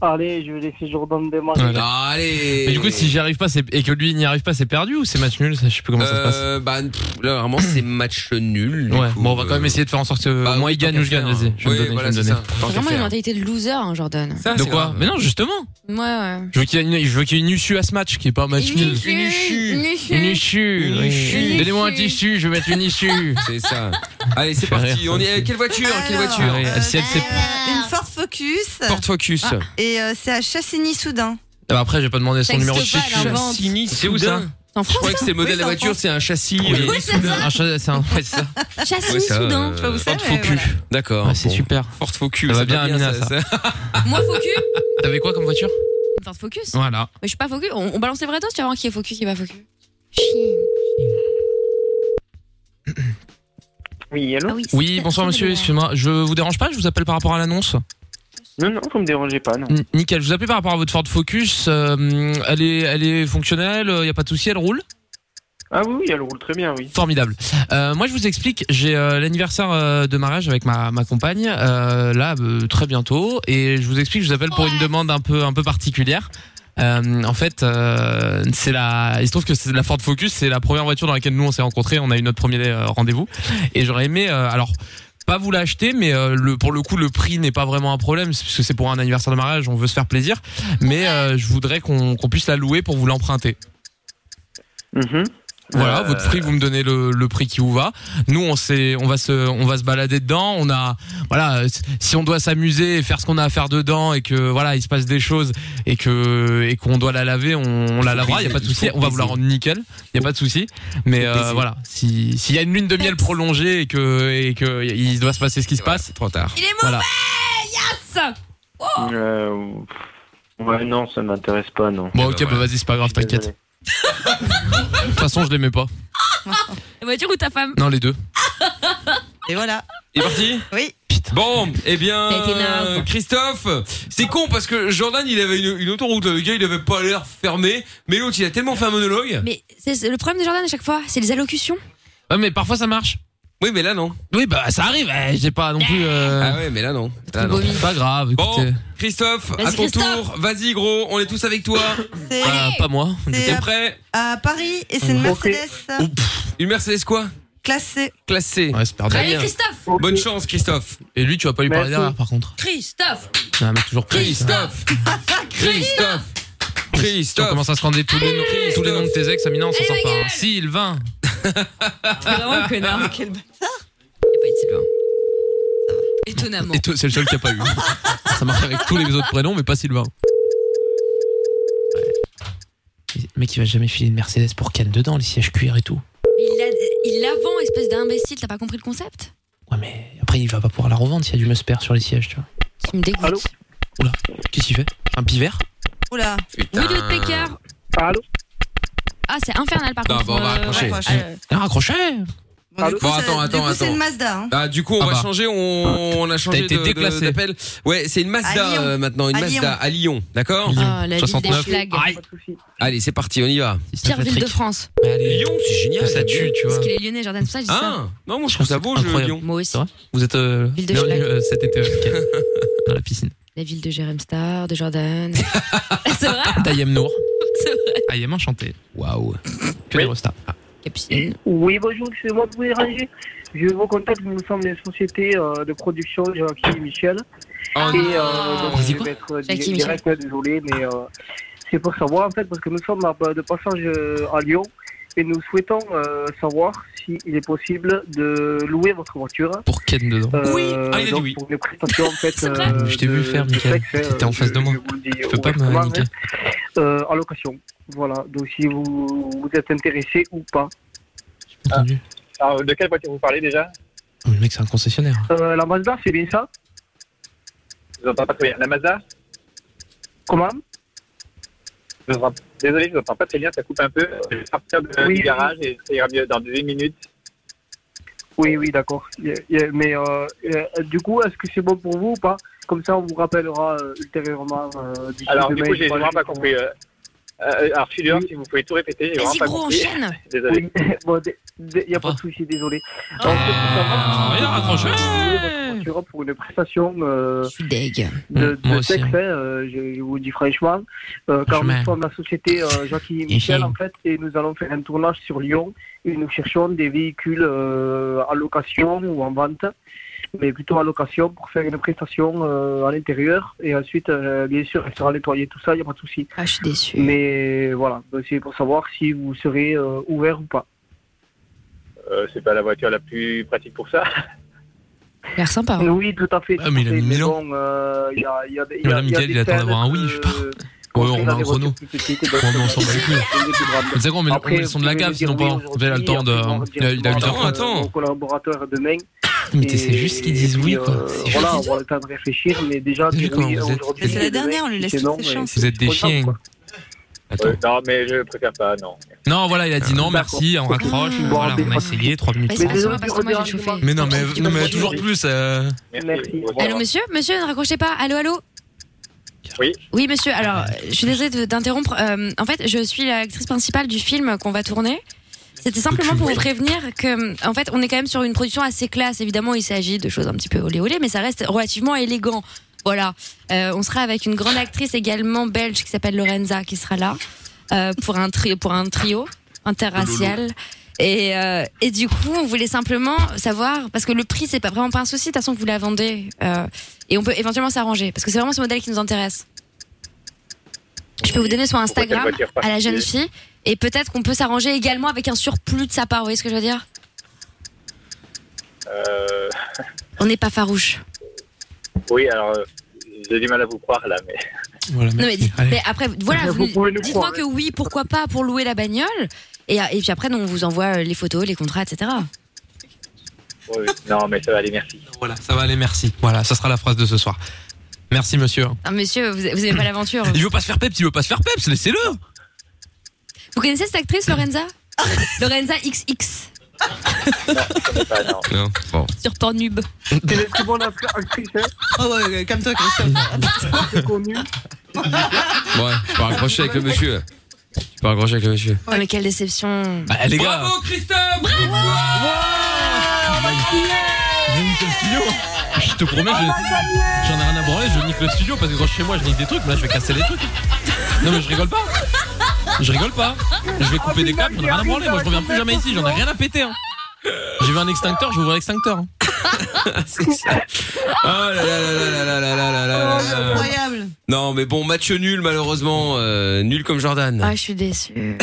Allez, je vais laisser Jordan démarrer.
allez.
Mais du coup, si j'y arrive pas, c'est- et que lui il n'y arrive pas, c'est perdu ou c'est match nul Ça, je sais plus comment ça se passe.
Euh, bah, pff, là, vraiment, c'est match nul. euh,
Ouais, bon, on va quand même essayer de faire en sorte
bah,
que moi il gagne ou je gagne. Vas-y, je vais me
Oui,
donner, je
voilà,
vais me donner.
c'est ça. Tant
C'est
qu'à
vraiment une
faire.
mentalité de loser, hein, Jordan.
De quoi Mais non, justement.
Ouais, ouais.
Je veux qu'il y ait une, je veux qu'il y ait une issue à ce match, qui est pas un match nul.
Une
Une issue. oui.
issue.
Donnez-moi un tissu, je vais mettre une issue.
[LAUGHS] C'est ça. Allez, c'est parti. On est. Quelle voiture Quelle voiture
Euh,
Une Ford Focus.
Ford Focus.
Ah, Et euh, c'est à Chassigny-Soudain.
Ah bah après, j'ai pas demandé son
Texte
numéro de
pas,
tissu.
l'invente.
C'est où ça
En
Je croyais que c'était le modèle de la voiture, c'est un châssis.
Oui,
euh,
c'est ça. Un châssis, c'est un- ouais, c'est ça.
[LAUGHS]
Chassis
Ouais, ça,
soudain.
euh,
Je sais pas où c'est,
Ford
mais
Focus. D'accord.
c'est super.
Fort Focus.
Ça va
c'est
bien,
pas
Amina, ça.
Moi, focus.
T'avais quoi comme voiture
Enfin, focus.
Voilà.
Mais je suis pas focus. On, on balance les vrais dos, tu vas voir qui est focus, qui est pas focus.
Oui,
Ah
allô
Oui, bonsoir monsieur, excusez-moi. Je vous dérange pas Je vous appelle par rapport à l'annonce
Non, non, vous me dérangez pas, non.
N- Nickel, je vous appelle par rapport à votre Ford Focus. euh, elle, est, elle est fonctionnelle, il n'y a pas de souci, elle roule
Ah oui, oui, elle roule très bien, oui.
Formidable. Euh, moi, je vous explique, j'ai euh, l'anniversaire euh, de mariage avec ma, ma compagne, euh, là, euh, très bientôt. Et je vous explique, je vous appelle pour une demande un peu, un peu particulière. Euh, en fait, euh, c'est la. Il se trouve que c'est la Ford Focus, c'est la première voiture dans laquelle nous on s'est rencontrés. On a eu notre premier euh, rendez-vous, et j'aurais aimé. euh, alors, pas vous l'acheter, mais euh, le pour le coup, le prix n'est pas vraiment un problème c'est- parce que c'est pour un anniversaire de mariage. On veut se faire plaisir, mais euh, je voudrais qu'on qu'on puisse la louer pour vous l'emprunter. Voilà,
Euh,
votre prix, vous me donnez le, le prix qui vous va. Nous, on s'est, on va se, on va se balader dedans. On a, voilà, euh, si on doit s'amuser et faire ce qu'on a à faire dedans et que voilà, il se passe des choses et que et qu'on doit la laver, on, on la lavera. Il y a pas de souci. On va vous la rendre nickel. Il y a pas de souci. Mais euh,
baiser.
voilà, si s'il y a une lune de miel prolongée et que et que il doit se passer ce qui se passe,
trop tard.
Il est mauvais
Voilà.
Yes
Euh, ouais, non, ça m'intéresse pas, non.
Bon, ok, bah vas-y, c'est pas grave, t'inquiète. De toute façon, je l'aimais pas.
La voiture ou ta femme
Non, les deux.
[LAUGHS] Et voilà.
Il est parti
Oui.
Bon, eh bien,
T'as été naze.
euh, Christophe, c'est con parce que Jordan, il avait une, une autoroute, le gars, il avait pas l'air fermé, mais l'autre, il a tellement fait un monologue.
Mais c'est c'est le problème de Jordan à chaque fois, c'est les allocutions.
Ouais, mais parfois ça marche.
Oui, mais là, non.
Oui, bah ça arrive. eh, J'ai pas non plus. euh,
Ah ouais, mais là, non. Là, non.
Ton vomi.
Pas grave.
Bon,
Écoutez.
Christophe,
Vas-y,
à ton
Christophe.
tour, vas-y, gros, on est tous avec toi.
C'est
Euh, pas moi.
c'est
T'es
à-
prêt
à, Paris et c'est une
Ok.
Mercedes
Oh, pff, Une Mercedes quoi
classée.
Classée.
Ouais, c'est perdu.
Très
Allez,
bien.
Christophe
Bonne chance, Christophe.
Et lui, tu vas pas lui parler
Merci.
derrière, par contre.
Christophe
Non, mais Ah, toujours plus.
Christophe Christophe
Tu
Christophe
commences à se rendre tous les, noms, tous les noms de tes ex, Amina, on s'en sort pas. hein. Sylvain.
Ah,
C'est vraiment un connard.
Mais quel bâtard.
Il a pas eu de Sylvain. Étonnamment.
Et toi, c'est le seul qui a pas eu. [LAUGHS] Ça marche avec tous les autres prénoms, mais pas Sylvain. Ouais. Le mec, il va jamais filer une Mercedes pour canne dedans, les sièges cuir et tout.
Il l'a- Il la vend, espèce d'imbécile, t'as pas compris le concept
Ouais, mais après, il va pas pouvoir la revendre s'il y a du musper sur les sièges, tu vois.
Qui me dégoûte.
Allô
Qu'est-ce qu'il fait Un pivert
Oula.
Oui, le Pecker.
Allô
Ah, c'est infernal par
Non,
contre.
bon, on va
Euh,
raccrocher.
ouais.
Raccroche.
Euh,
Ah, raccroché
Bon,
Allô
du coup,
Bon,
ça-
attends,
du coup,
attends,
c'est une
attends.
Mazda. hein.
Ah, du coup, on
Ah
va
bah.
changer, on, on a changé
été
de- de-
déclassé.
d'appel. Ouais, c'est une
À
Mazda
Lyon.
euh, maintenant, une
À
Mazda
Lyon.
à Lyon, d'accord
Ah, la ville des
69.
schlags.
Aïe.
Pas de soucis.
Allez, c'est parti, on y va.
Pire ville de France.
Mais allez,
Lyon, c'est génial.
ça tue, tu vois.
Parce qu'il est lyonnais, Jordan, c'est pour ça que je dis ça.
Hein Non, moi je trouve ça beau, je
Incroyable.
Lyon.
Moi aussi.
C'est vrai Vous êtes euh,
Ville de
Léon-
Schlack.
euh, cet été euh, ok. dans la piscine.
La ville de Jérém Star, de Jordan.
[LAUGHS]
c'est vrai
Ayem Nour.
C'est vrai.
Ayem enchanté.
Waouh.
Que des restas. euh,
Capucine.
Oui, bonjour, c'est moi de vous déranger. Je vous contacte, nous sommes une société euh, de production Jackie et Michel.
Oh,
Et euh, donc,
Vas-y,
je
quoi
vais être euh,
Jackie
di-
et
direct, ouais, désolé, mais euh, c'est pour savoir en fait, parce que nous sommes à- de passage euh, à Lyon et nous souhaitons euh, savoir s'il est possible de louer votre voiture.
Pour Ken dedans.
Euh,
Oui. Ah, il a
donc,
dit oui.
Pour les prestations en
[LAUGHS]
fait.
C'est vrai
euh,
Je t'ai vu
de-
faire,
de
Mickaël.
sexe,
T'étais en
euh,
face de
je-
moi.
je vous le dis
peux pas me
ouvertement,
niquer.
hein, euh, En location. Voilà, donc si vous, vous êtes intéressé ou pas.
Entendu.
Ah. Alors, de quelle voiture vous parlez déjà
Oh, Le mec, c'est un concessionnaire.
Euh, la Mazda, c'est bien ça
Je vous entends pas très bien. La Mazda
Comment
Je vous entends- Désolé, je vous entends pas très bien, ça coupe un peu. Je vais sortir de-
Oui.
du garage et ça ira mieux dans une minute.
Oui, oui, d'accord. Yeah, yeah, Mais euh, euh, du coup, est-ce que c'est bon pour vous ou pas Comme ça, on vous rappellera euh, ultérieurement. euh, d'ici
Alors, du
demain,
coup, j'ai
voilà.
vraiment pas compris. euh, euh, alors, je suis dehors, si vous pouvez tout répéter, j'ai vraiment
Vas-y,
pas
gros,
compris.
enchaîne.
[LAUGHS] Désolé.
[LAUGHS] Oui, bon, il n'y a pas de souci, désolé.
Ah, il a raccroché.
Si vous voulez votre voiture, Jura pour une prestation euh, de,
moi
de
aussi,
texte,
hein.
hein, euh, je, je vous dis franchement. Euh, car nous
Franchement.
sommes la société euh, Joachim Michel, en fait, et nous allons faire un tournage sur Lyon et nous cherchons des véhicules euh, en location ou en vente, mais plutôt en location pour faire une prestation euh, à l'intérieur. Et ensuite, euh, bien sûr, il sera nettoyé, tout ça, il n'y a pas de souci.
Ah, je suis déçu.
Mais voilà, donc c'est pour savoir si vous serez euh, ouvert ou pas.
Euh, c'est pas la voiture la plus pratique pour ça.
L'air sympa.
Oui, tout à fait.
Ah, mais il a mis mille ans.
bon, euh, il y a, il y a, il y
[LAUGHS] Mais là,
a, il y a
Mickaël,
des
il attend
scènes
d'avoir un oui, je sais pas. Ouais, on a un chrono. Ouais, mais on s'en bat
euh,
les couilles. Mais c'est con, mais
Après,
le son de la
vous
gaffe,
pouvez
sinon
dire oui
pas. Il a le temps de. Il a, il a eu le temps.
Mon collaborateur demain.
[LAUGHS] Mais t'es- c'est juste qu'ils disent oui, quoi. C'est juste
euh, Voilà,
qu'ils
on a le temps de réfléchir, mais déjà,
T'as vu
dire
comment
oui,
vous êtes
aujourd'hui,
C'est la dernière, on lui laisse
c'est
toutes
non,
ses
mais
chances.
Vous êtes des chiens.
Euh, non, mais je préfère pas, non.
Non, voilà, il a
Euh,
dit non, merci, on raccroche. Voilà, on a essayé, 3 minutes.
Mais c'est pas parce que moi j'ai chauffé.
Mais non, mais, non, mais toujours plus. euh.
Allô monsieur, monsieur ne raccrochez pas. Allô allô.
Oui.
Oui monsieur. Alors euh, je suis désolée de- d'interrompre. Euh, en fait, je suis l'actrice principale du film qu'on va tourner. C'était simplement pour vous prévenir que, en fait, on est quand même sur une production assez classe. Évidemment, il s'agit de choses un petit peu olé olé, mais ça reste relativement élégant. Voilà. Euh, on sera avec une grande actrice également belge qui s'appelle Lorenza qui sera là euh, pour un trio, pour un trio interracial. Et, euh, et du coup, on voulait simplement savoir parce que le prix c'est pas vraiment pas un souci. De toute façon, vous la vendez euh, et on peut éventuellement s'arranger parce que c'est vraiment ce modèle qui nous intéresse. Je peux vous donner son
Pourquoi
Instagram
quelle voiture
à la jeune
particulière
fille et peut-être qu'on peut s'arranger également avec un surplus de sa part. Vous voyez ce que je veux dire
Euh,
On n'est pas farouche.
oui, alors, euh, j'ai du mal à vous croire là, mais. [LAUGHS]
Non mais, dites- mais après voilà,
Vous
vous-
pouvez nous
dites-moi
croire,
que oui, pourquoi pas pour louer la bagnole et, et puis après, nous, on vous envoie euh, les photos, les contrats, etc.
Oui, oui. non, mais ça va aller, merci.
Voilà, ça va aller, merci. Voilà, ça sera la phrase de ce soir. Merci, monsieur.
Ah, monsieur, vous, vous aimez pas l'aventure
Il veut pas se faire peps, il veut pas se faire peps, laissez-le.
Vous connaissez cette actrice, Lorenza Lorenza XX
Non. Bon.
sur Pornhub.
C'est une très bonne actrice, hein.
Oh ouais, comme toi, Christophe.
[LAUGHS] C'est connu.
Ah,
Ouais, tu peux raccrocher avec le monsieur. Tu peux raccrocher avec le monsieur.
Oh, mais quelle déception.
Ah, les gars.
Bravo,
Christophe
Bravo
Je nique le studio. Je te promets, je-
Ah,
j'en ai rien à branler, je nique le studio parce que quand je suis chez moi, je nique des trucs, mais là je vais casser les trucs. Non mais je rigole pas. Je rigole pas. Je vais
Ah,
couper des câbles, j'en ai rien à branler. Moi je reviens plus jamais ici, j'en ai rien à péter. hein. J'ai vu un extincteur, je vais ouvrir l'extincteur. hein.
Oh là là là là là là là là là
Oh,
là là là.
Incroyable.
Non, mais bon, match nul, malheureusement. euh, nul comme Jordan.
Ah, je suis déçue.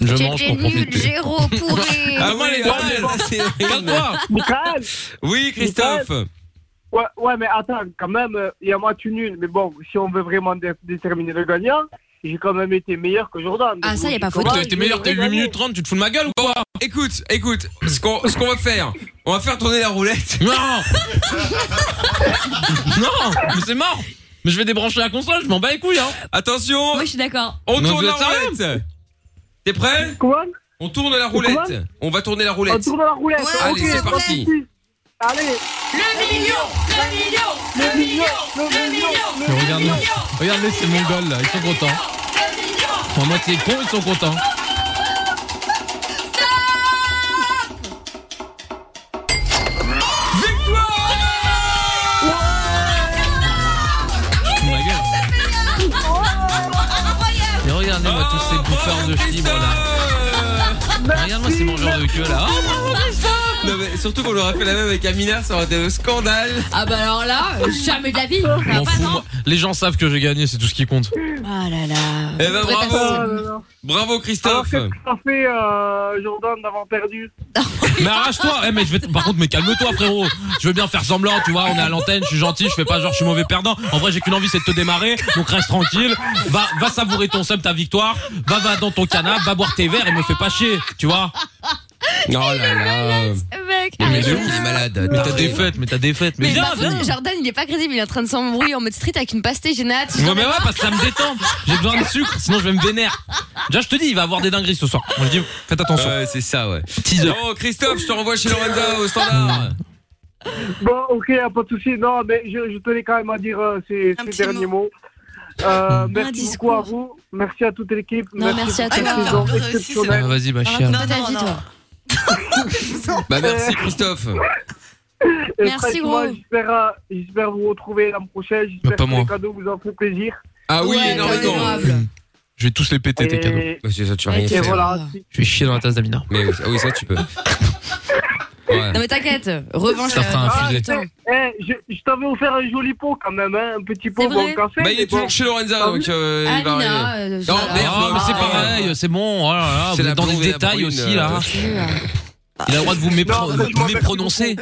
Je mange
J'étais
pour
nul,
profiter.
j'ai
[LAUGHS]
repourri.
Ah, moi, les gars, c'est
Calme-toi. Michael
Oui, Christophe.
Ouais, ouais, mais attends, quand même, euh, il y a match nul. Mais bon, si on veut vraiment dé- déterminer le gagnant, j'ai quand même été meilleur que Jordan.
Ah, ça, y a pas
faute.
T'as été meilleur, t'as eu 8 minutes 30, tu te fous de ma gueule ou quoi
Écoute, écoute, ce qu'on ce qu'on va faire, on va faire tourner la roulette.
Non Non Mais c'est mort Mais je vais débrancher la console, je m'en bats les couilles hein
Attention,
Moi, je suis d'accord.
on
Non,
tourne
vous
la
êtes sérieux
roulette. T'es prêt
Quoi
On tourne la
Comment
roulette. On va tourner la roulette.
On tourne la roulette.
Allez,
ok,
c'est
pas de
parti.
soucis. Allez. Le million, le million, le million, le million.
regarde regardez ces mongols là, ils sont contents. En moitié cons, ils sont contents. Mais regardez-moi tous ces bouffeurs de fibres là. Regarde-moi ces mangeurs de queue là. Oh,
Non, mais surtout qu'on aurait fait la même avec Amina, ça aurait été le scandale.
Ah, bah alors là, euh, jamais de la
[LAUGHS]
vie. Ça va
M'en
pas,
fous,
non
moi. Les gens savent que j'ai gagné, c'est tout ce qui compte.
Ah là là.
Eh ben,
Vraie
bravo.
passion.
Bravo Christophe.
Ça fait euh, Jordan d'avoir perdu.
Mais arrache-toi Eh, mais je vais t- Par contre, mais calme-toi, frérot Je veux bien faire semblant, tu vois, on est à l'antenne, je suis gentil, je fais pas genre je suis mauvais perdant. En vrai, j'ai qu'une envie, c'est de te démarrer, donc reste tranquille, va, va savourer ton somme, ta victoire, va, va dans ton canapé, va boire tes verres et me fais pas chier, tu vois
Oh là là.
Mec,
Mais
arrête.
de ouf, Ah, il est malade. bah,
Mais t'as
T'as des feux.
défaite, mais t'as défaite, mais,
Mais
viens,
par
viens
contre, Jordan, il est pas crédible, il est en train de s'embrouiller en mode street avec une pastée gênate.
Ouais, mais ouais, parce que ça me détend, j'ai besoin de sucre, sinon je vais me vénère. Déjà, je te dis, il va avoir des dingueries ce soir. Moi, je dis, faites attention.
Ouais, c'est ça, ouais.
Teaser.
Oh Christophe, je te renvoie chez Lorenza au standard.
Bon, ok, y a pas de souci. Non, mais je, je tenais quand même à dire euh, ces, ces
petit
derniers mots. Euh,
Un
merci beaucoup
discours.
à vous. Merci à toute l'équipe.
Non, merci à
pour
toi.
cette
Ah,
saison
non, aussi,
exceptionnelle.
Ah, Vas-y, bah,
Alors,
chiale.
[LAUGHS]
ta vie, toi.
Bah merci Christophe.
Et
Merci,
franchement,
gros.
J'espère, euh, j'espère vous retrouver l'an prochain. J'espère
Bah, pas
que
moi.
les cadeaux vous ont fait plaisir.
Ah oui, énormément.
Je vais tous les péter, tes
Et-
cadeaux.
Bah, c'est ça, tu vas rien
Et
faire.
voilà.
Je vais chier dans la tasse d'Amina.
Mais oui, ah oui, ça, tu peux. Ouais.
Non mais t'inquiète, revanche.
Ça fera un
euh,
fusil.
putain.
Eh, je, je t'avais offert un joli pot quand même, hein, un petit pot
C'est
bon
vrai
café.
Bah, il est
mais bon.
toujours chez Lorenza, donc euh, il va
Ah, Amina,
arriver.
euh,
Non,
ça-
merde,
Ah, mais c'est
putain.
pareil, c'est bon. oh là là,
C'est
vous
la
êtes dans les
blonde et la
détails
brune,
aussi,
euh,
là. Il a le droit de vous mépro-
Non, franchement,
méprononcer.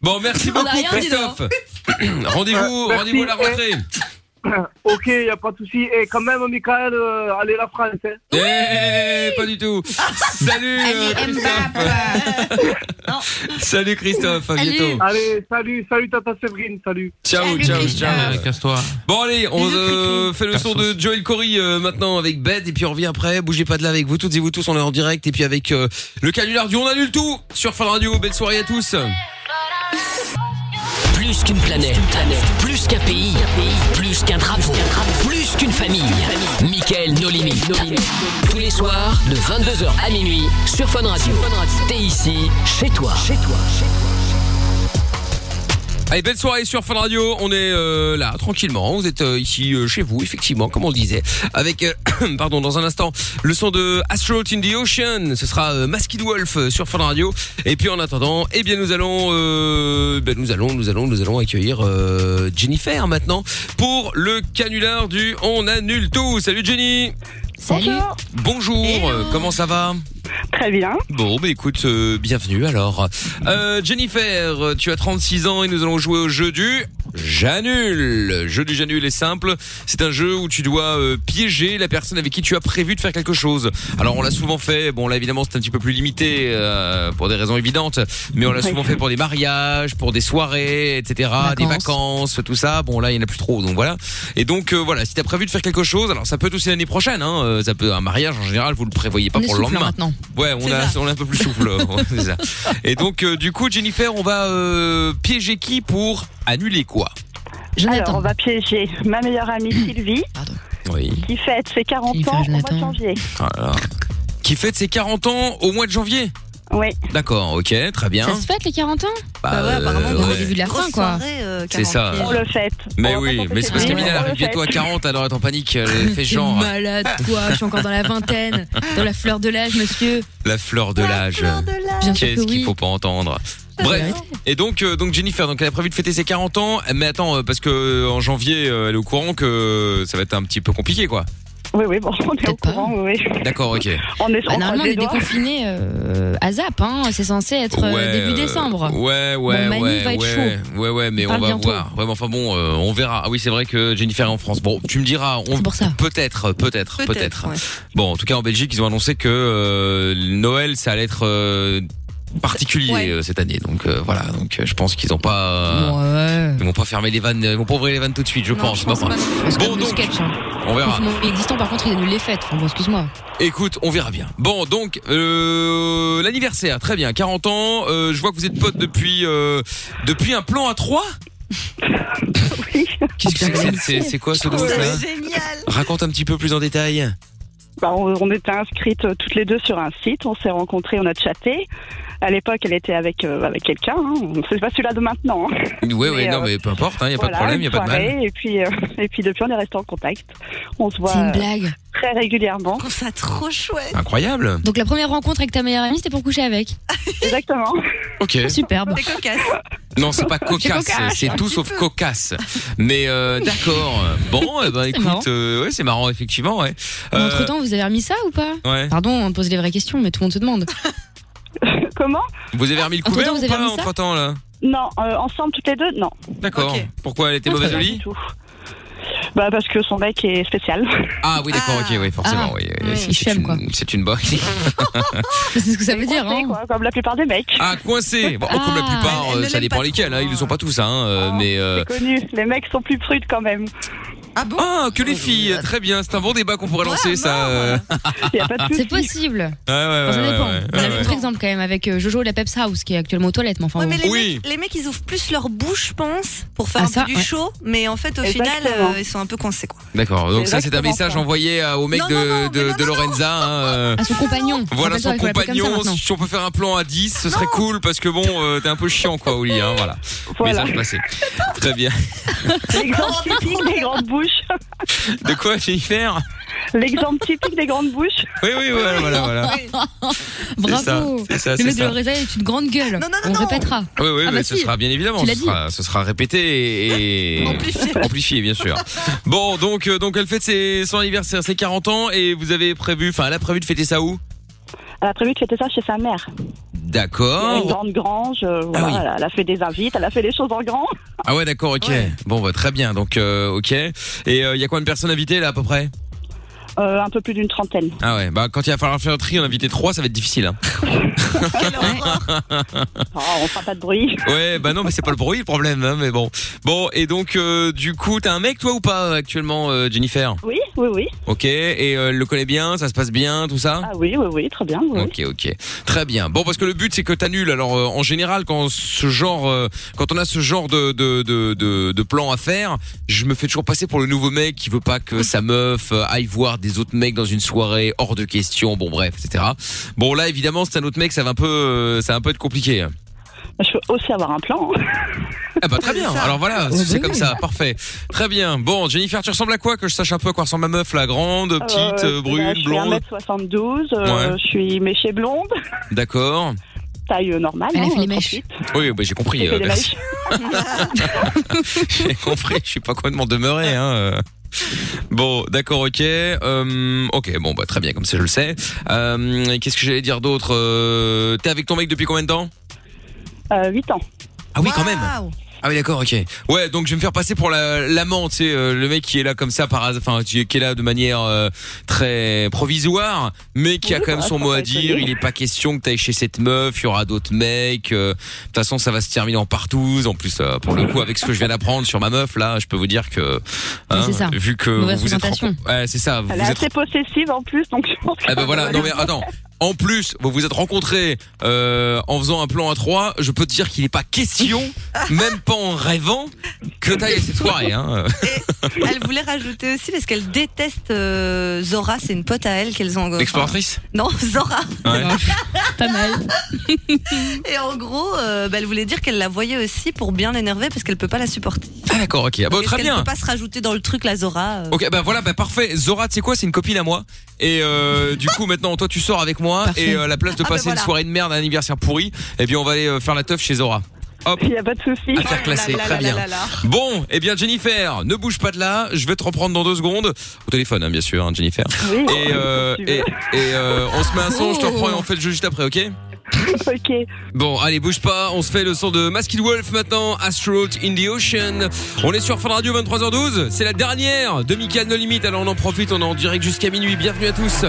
Bon, merci
On a
beaucoup,
rien dit,
Christophe. [CLEARS THROAT] rendez-vous,
Ouais, Euh, merci.
rendez-vous à la rentrée.
[COUGHS] Ok, y a pas de souci. Et quand même, Michael, euh, allez la France. Hein.
Eh, pas du tout. Salut, euh, Christophe. Salut, Christophe. À bientôt.
Allez, salut, salut Tata Séverine, salut.
Ciao, ciao, ciao.
Casse-toi.
Bon allez, on euh, fait le son
Perso.
de Joel Corey euh, maintenant avec Bed et puis on revient après. Bougez pas de là avec vous toutes et vous tous, on est en direct et puis avec euh, le canular du On annule tout sur Fun Radio. Belle soirée à tous.
Plus qu'une planète, plus qu'un pays, plus qu'un drapeau, plus qu'une famille. Mickaël nos limites. Tous les soirs, de 22h à minuit, sur Fun Radio. T'es ici, chez toi. Chez toi.
Allez, belle soirée sur Fun Radio. On est euh, là tranquillement. Vous êtes euh, ici euh, chez vous, effectivement, comme on le disait. Avec, euh, [COUGHS] pardon, dans un instant, le son de Astronaut in the Ocean. Ce sera euh, Masked Wolf euh, sur Fun Radio. Et puis en attendant, eh bien nous allons, euh, ben, nous allons, nous allons, nous allons accueillir euh, Jennifer maintenant pour le canular du On annule tout. Salut Jenny.
Salut.
Bonjour. euh, Comment ça va
Très bien.
Bon, bah écoute, euh, bienvenue alors. Euh, Jennifer, euh, tu as 36 ans et nous allons jouer au jeu du J'annule. Le jeu du J'annule est simple. C'est un jeu où tu dois euh, piéger la personne avec qui tu as prévu de faire quelque chose. Alors on l'a souvent fait, bon là évidemment c'est un petit peu plus limité euh, pour des raisons évidentes, mais on l'a souvent fait pour des mariages, pour des soirées, etc., des vacances, tout ça. Bon là il n'y en a plus trop, donc voilà. Et donc euh, voilà, si tu as prévu de faire quelque chose, alors ça peut être aussi l'année prochaine, hein, euh, ça peut un mariage en général, vous le prévoyez pas
On est
pour le
soufflant
lendemain.
maintenant.
Ouais, on
C'est
a,
ça.
on a un peu
[LAUGHS]
plus souffle. ouais, c'est ça. Et donc, euh, du coup, Jennifer, on va euh, piéger qui pour annuler quoi
Alors, on va piéger ma meilleure amie
Hmm.
Sylvie,
Oui. Ah.
qui fête ses 40 ans au mois de janvier.
Qui fête ses 40 ans au mois de janvier
Oui.
D'accord, ok, très [LAUGHS] bien.
Ça se fête les 40 ans
Bah, Bah ouais, apparemment, euh, on a ouais. des vues de
la
fin,
quoi.
euh,
C'est ça.
On le fête.
Mais oui, mais c'est parce
c'est
qu'Amina
vrai,
arrive
en
bientôt à
fait.
40, alors est en panique,
Ah,
elle fait genre.
malade, toi, je suis encore dans la vingtaine,
[LAUGHS]
dans la fleur de l'âge, monsieur.
La fleur de l'âge.
Bien sûr
Qu'est-ce
que
qu'il
oui.
faut pas entendre Bref, et donc euh, donc Jennifer, donc elle a prévu de fêter ses 40 ans, mais attends euh, parce que euh, en janvier, euh, elle est au courant que ça va être un petit peu compliqué quoi.
Oui, oui, bon, on est au courant, oui. oui.
D'accord, ok.
On est
Bah, normalement, on est déconfiné euh, à Zap, hein. c'est censé être euh,
Ouais,
début
euh,
décembre.
Ouais, ouais,
Bon, Manu
ouais,
va être
ouais,
chaud.
ouais, ouais, mais
Il
on
parle
va
bientôt.
voir. Ouais, mais enfin bon, euh, on verra. Ah oui, c'est vrai que Jennifer est en France. Bon, tu me diras. On... Peut-être, peut-être, peut-être.
Peut-être, ouais.
Bon, en tout cas, en Belgique, ils ont annoncé que euh, Noël, ça allait être euh, particulier euh, cette année. Donc euh, voilà, donc euh, je pense qu'ils ont pas, euh, ils vont pas fermer les vannes, ils vont pas ouvrir les vannes tout de suite, je pense. Mais enfin,
bon, donc, sketch, hein.
on verra.
Confinement existant, par contre, il annule les fêtes. Enfin, bon, excuse-moi.
Écoute, on verra bien. Bon, donc euh, l'anniversaire, très bien, 40 ans. euh, je vois que vous êtes potes depuis euh, depuis un plan à 3 Qu'est-ce que c'est que cette- c'est c'est quoi
Oh,
ce doigt là Raconte un petit peu plus en détail.
Bah, on, on était inscrites euh, toutes les deux sur un site, on s'est rencontrés, on a chatté. À l'époque, elle était avec, euh, avec quelqu'un, hein. c'est pas celui-là de maintenant. hein.
Ouais, ouais,
Mais,
non,
euh,
mais peu importe, il n'y a pas de
Voilà,
problème, il n'y a
une
pas de mal.
soirée, Et puis, euh, et puis depuis, on est resté en contact. On se voit
une
euh,
blague. Oh,
très régulièrement. ça trop chouette.
Incroyable.
Donc, la première rencontre avec ta meilleure amie, c'était pour coucher avec. Ah
Exactement.
Ok.
Superbe.
C'est cocasse.
Non, c'est pas
C'est
cocasse,
cocasse,
c'est
un
tout
petit
sauf
peu.
cocasse. Mais euh, d'accord. Bon, eh ben
marrant.
écoute, euh, ouais, c'est marrant effectivement, ouais. Euh,
Entre temps, vous avez remis ça ou pas
ouais.
Pardon, on pose les vraies questions, mais tout le monde se
[LAUGHS]
demande.
Comment
Vous avez remis le
Entre-temps,
couvert
vous
ou
avez
pas
remis ça
entre temps là
Non, euh, ensemble toutes les deux, non.
D'accord. Pourquoi elle était
Non,
mauvaise
très
au
bien
lit
du tout. Bah parce que son mec est spécial.
Ah oui, d'accord, ok, oui, forcément,
Ah.
oui.
Oui.
c'est-
Il
C'est une, c'est une boîte.
C'est ce que ça veut dire,
hein. comme la plupart des mecs.
[LAUGHS] ah, coincé. Bon, comme la plupart, euh, ça dépend lesquels. Hein, ils ne sont pas tous, hein. euh, mais euh, [LAUGHS]
Connu, les mecs sont plus prudes quand même.
Ah bon Ah, que les filles. Très bien, c'est un bon débat qu'on pourrait lancer, ça. euh. [LAUGHS]
C'est possible.
Ouais, ouais,
Enfin, ça
ouais,
dépend.
ouais,
On a
ouais,
vu
ouais.
d'autres exemples quand même avec euh, Jojo et la Peps House qui est actuellement aux toilettes, mais enfin.
Ouais,
bon.
mais
[LAUGHS]
les, mecs, les mecs, ils ouvrent plus leur bouche, je pense, pour faire
Ah,
un
ça,
peu du
ouais.
show, mais en fait, au final,
Exactement.
euh, ils sont un peu coincés, quoi.
D'accord, donc
C'est
ça c'est un
exactement
message
ça.
envoyé à- au mec de, de, de Lorenza. hein, euh,
Ah,
À Ah, son compagnon.
Voilà
Rappelle-toi,
son
il faut l'appeler comme ça
compagnon,
maintenant.
si on peut faire un plan à 10, ce serait cool parce que bon, euh, t'es un peu chiant quoi, Oli, hein, voilà.
Voilà.
Message passé. Très bien.
L'exemple typique des grandes bouches.
De quoi, Jennifer
L'exemple typique des grandes bouches.
Oui, oui, voilà, voilà, voilà.
[LAUGHS] Bravo.
C'est
le
ça, c'est ça,
mec
c'est
de
ça.
Lorenza est une grande gueule. On répétera.
Oui, oui,
Ah
mais
bah
ce
si,
sera bien évidemment,
tu
ce
l'as dit.
sera, ce sera
[LAUGHS]
répété et amplifié. bien sûr. Bon, donc euh, donc elle fête ses, son anniversaire, ses 40 ans et vous avez prévu, enfin elle a prévu de fêter ça où
Elle a prévu de fêter ça chez sa mère.
Oh.
Une
D'accord.
grande grange. euh, voilà, elle a- Elle a fait des invites, elle a fait des choses en grand.
Ah ouais, d'accord, ok. Bon, bah, très bien. Donc euh, ok. Et il y a combien de personnes invitées là à peu près
Euh, un peu plus d'une trentaine.
Ah ouais, bah quand il va falloir faire un tri, en inviter trois, ça va être difficile.
[LAUGHS]
Hein.
Oh, on fera pas de bruit.
ouais, bah non, mais c'est pas le bruit le problème, hein, mais bon. Bon, et donc euh, du coup, t'as un mec toi ou pas actuellement, euh, Jennifer
Oui, oui, oui.
Ok, et euh, elle le connaît bien, ça se passe bien, tout ça
Ah oui, oui, oui, très bien. oui.
Ok, ok, très bien. Bon, parce que le but c'est que t'annules. Alors, euh, en général, quand ce genre, euh, quand on a ce genre de de, de de de plan à faire, je me fais toujours passer pour le nouveau mec qui veut pas que sa meuf euh, aille voir des autres mecs dans une soirée hors de question. Bon, bref, etc. Bon, là, évidemment, c'est un autre mec, ça va un peu, euh, ça va un peu être compliqué.
Je peux aussi avoir un plan.
Ah bah très bien.
ça.
Alors voilà,
Ouais,
c'est
bah
comme
oui.
ça, parfait. Très bien. Bon, Jennifer, tu ressembles à quoi que je sache un peu à quoi ressemble ma meuf, la grande, petite,
Euh,
euh, brune,
je suis
blonde.
1m72, euh,
Ouais.
je suis méchée blonde,
D'accord.
taille euh, normale. Elle fait les mèches.
Oui, bah, j'ai compris.
Elle fait
euh,
les
merci.
mèches.
[LAUGHS] J'ai compris, je suis pas complètement demeuré. Hein. euh. Bon, d'accord, ok. Euh, ok, bon, bah très bien, comme ça je le sais. Euh, et Qu'est-ce que j'allais dire d'autre Euh, T'es avec ton mec depuis combien de temps
8 euh, ans.
Ah oui, quand même ah oui d'accord ok ouais donc je vais me faire passer pour la- l'amant tu sais euh, le mec qui est là comme ça par hasard- enfin qui qui est là de manière euh, très provisoire mais qui a
Oui,
quand même
bah,
son
ça
mot
va
à
être
dire
lui.
il est pas question que t'ailles chez cette meuf il y aura d'autres mecs euh, de toute façon ça va se terminer en partouze en plus euh, pour le coup avec ce que je viens d'apprendre sur ma meuf là je peux vous dire que hein,
Oui, c'est ça.
vu que
Mauvaise
vous vous êtes
présentation.
rencontrés- ouais c'est ça vous
Elle
vous
est
êtes
assez possessive en plus, donc je pense que-
ah bah voilà, non mais attends. En plus, vous vous êtes rencontrés euh, en faisant un plan à 3 Je peux te dire qu'il n'est pas question, même pas en rêvant, que t'ailles à cette soirée. Hein.
[LAUGHS] Elle voulait rajouter aussi parce qu'elle déteste euh, Zora, c'est une pote à elle qu'elles ont.
L'exploratrice
Non, Zora.
Ouais.
Pas mal. [LAUGHS] Et en gros, euh, bah, elle voulait dire qu'elle la voyait aussi pour bien l'énerver parce qu'elle peut pas la supporter.
Ah d'accord, ok. Ah, bah,
Donc, est-ce
très
qu'elle
bien.
peut pas se rajouter dans le truc la Zora. euh,
Ok, bah voilà, bah parfait. Zora, tu sais quoi, c'est une copine à moi. Et
[LAUGHS]
euh, du coup, maintenant, toi, tu sors avec moi. Et euh, à la place de
Ah, bah,
passer
voilà.
une soirée de merde, un anniversaire pourri, eh bien, on va aller euh, faire la teuf chez Zora. Hop.
Il n'y a pas de souci.
À faire classer,
Ah, là là
très
là
bien.
là là.
Bon, eh bien Jennifer, ne bouge pas de là, je vais te reprendre dans deux secondes. Au téléphone, hein, bien sûr, hein, Jennifer.
Oui.
Et, euh, et, et, euh, on se met
[LAUGHS]
un son, je te reprends et on fait le jeu juste après, ok
Ok.
Bon, allez, bouge pas, on se fait le son de Masked Wolf maintenant, Astronaut in the Ocean. On est sur Fun Radio 23h12, c'est la dernière de Michael No Limit, alors on en profite, on est en direct jusqu'à minuit, bienvenue à tous.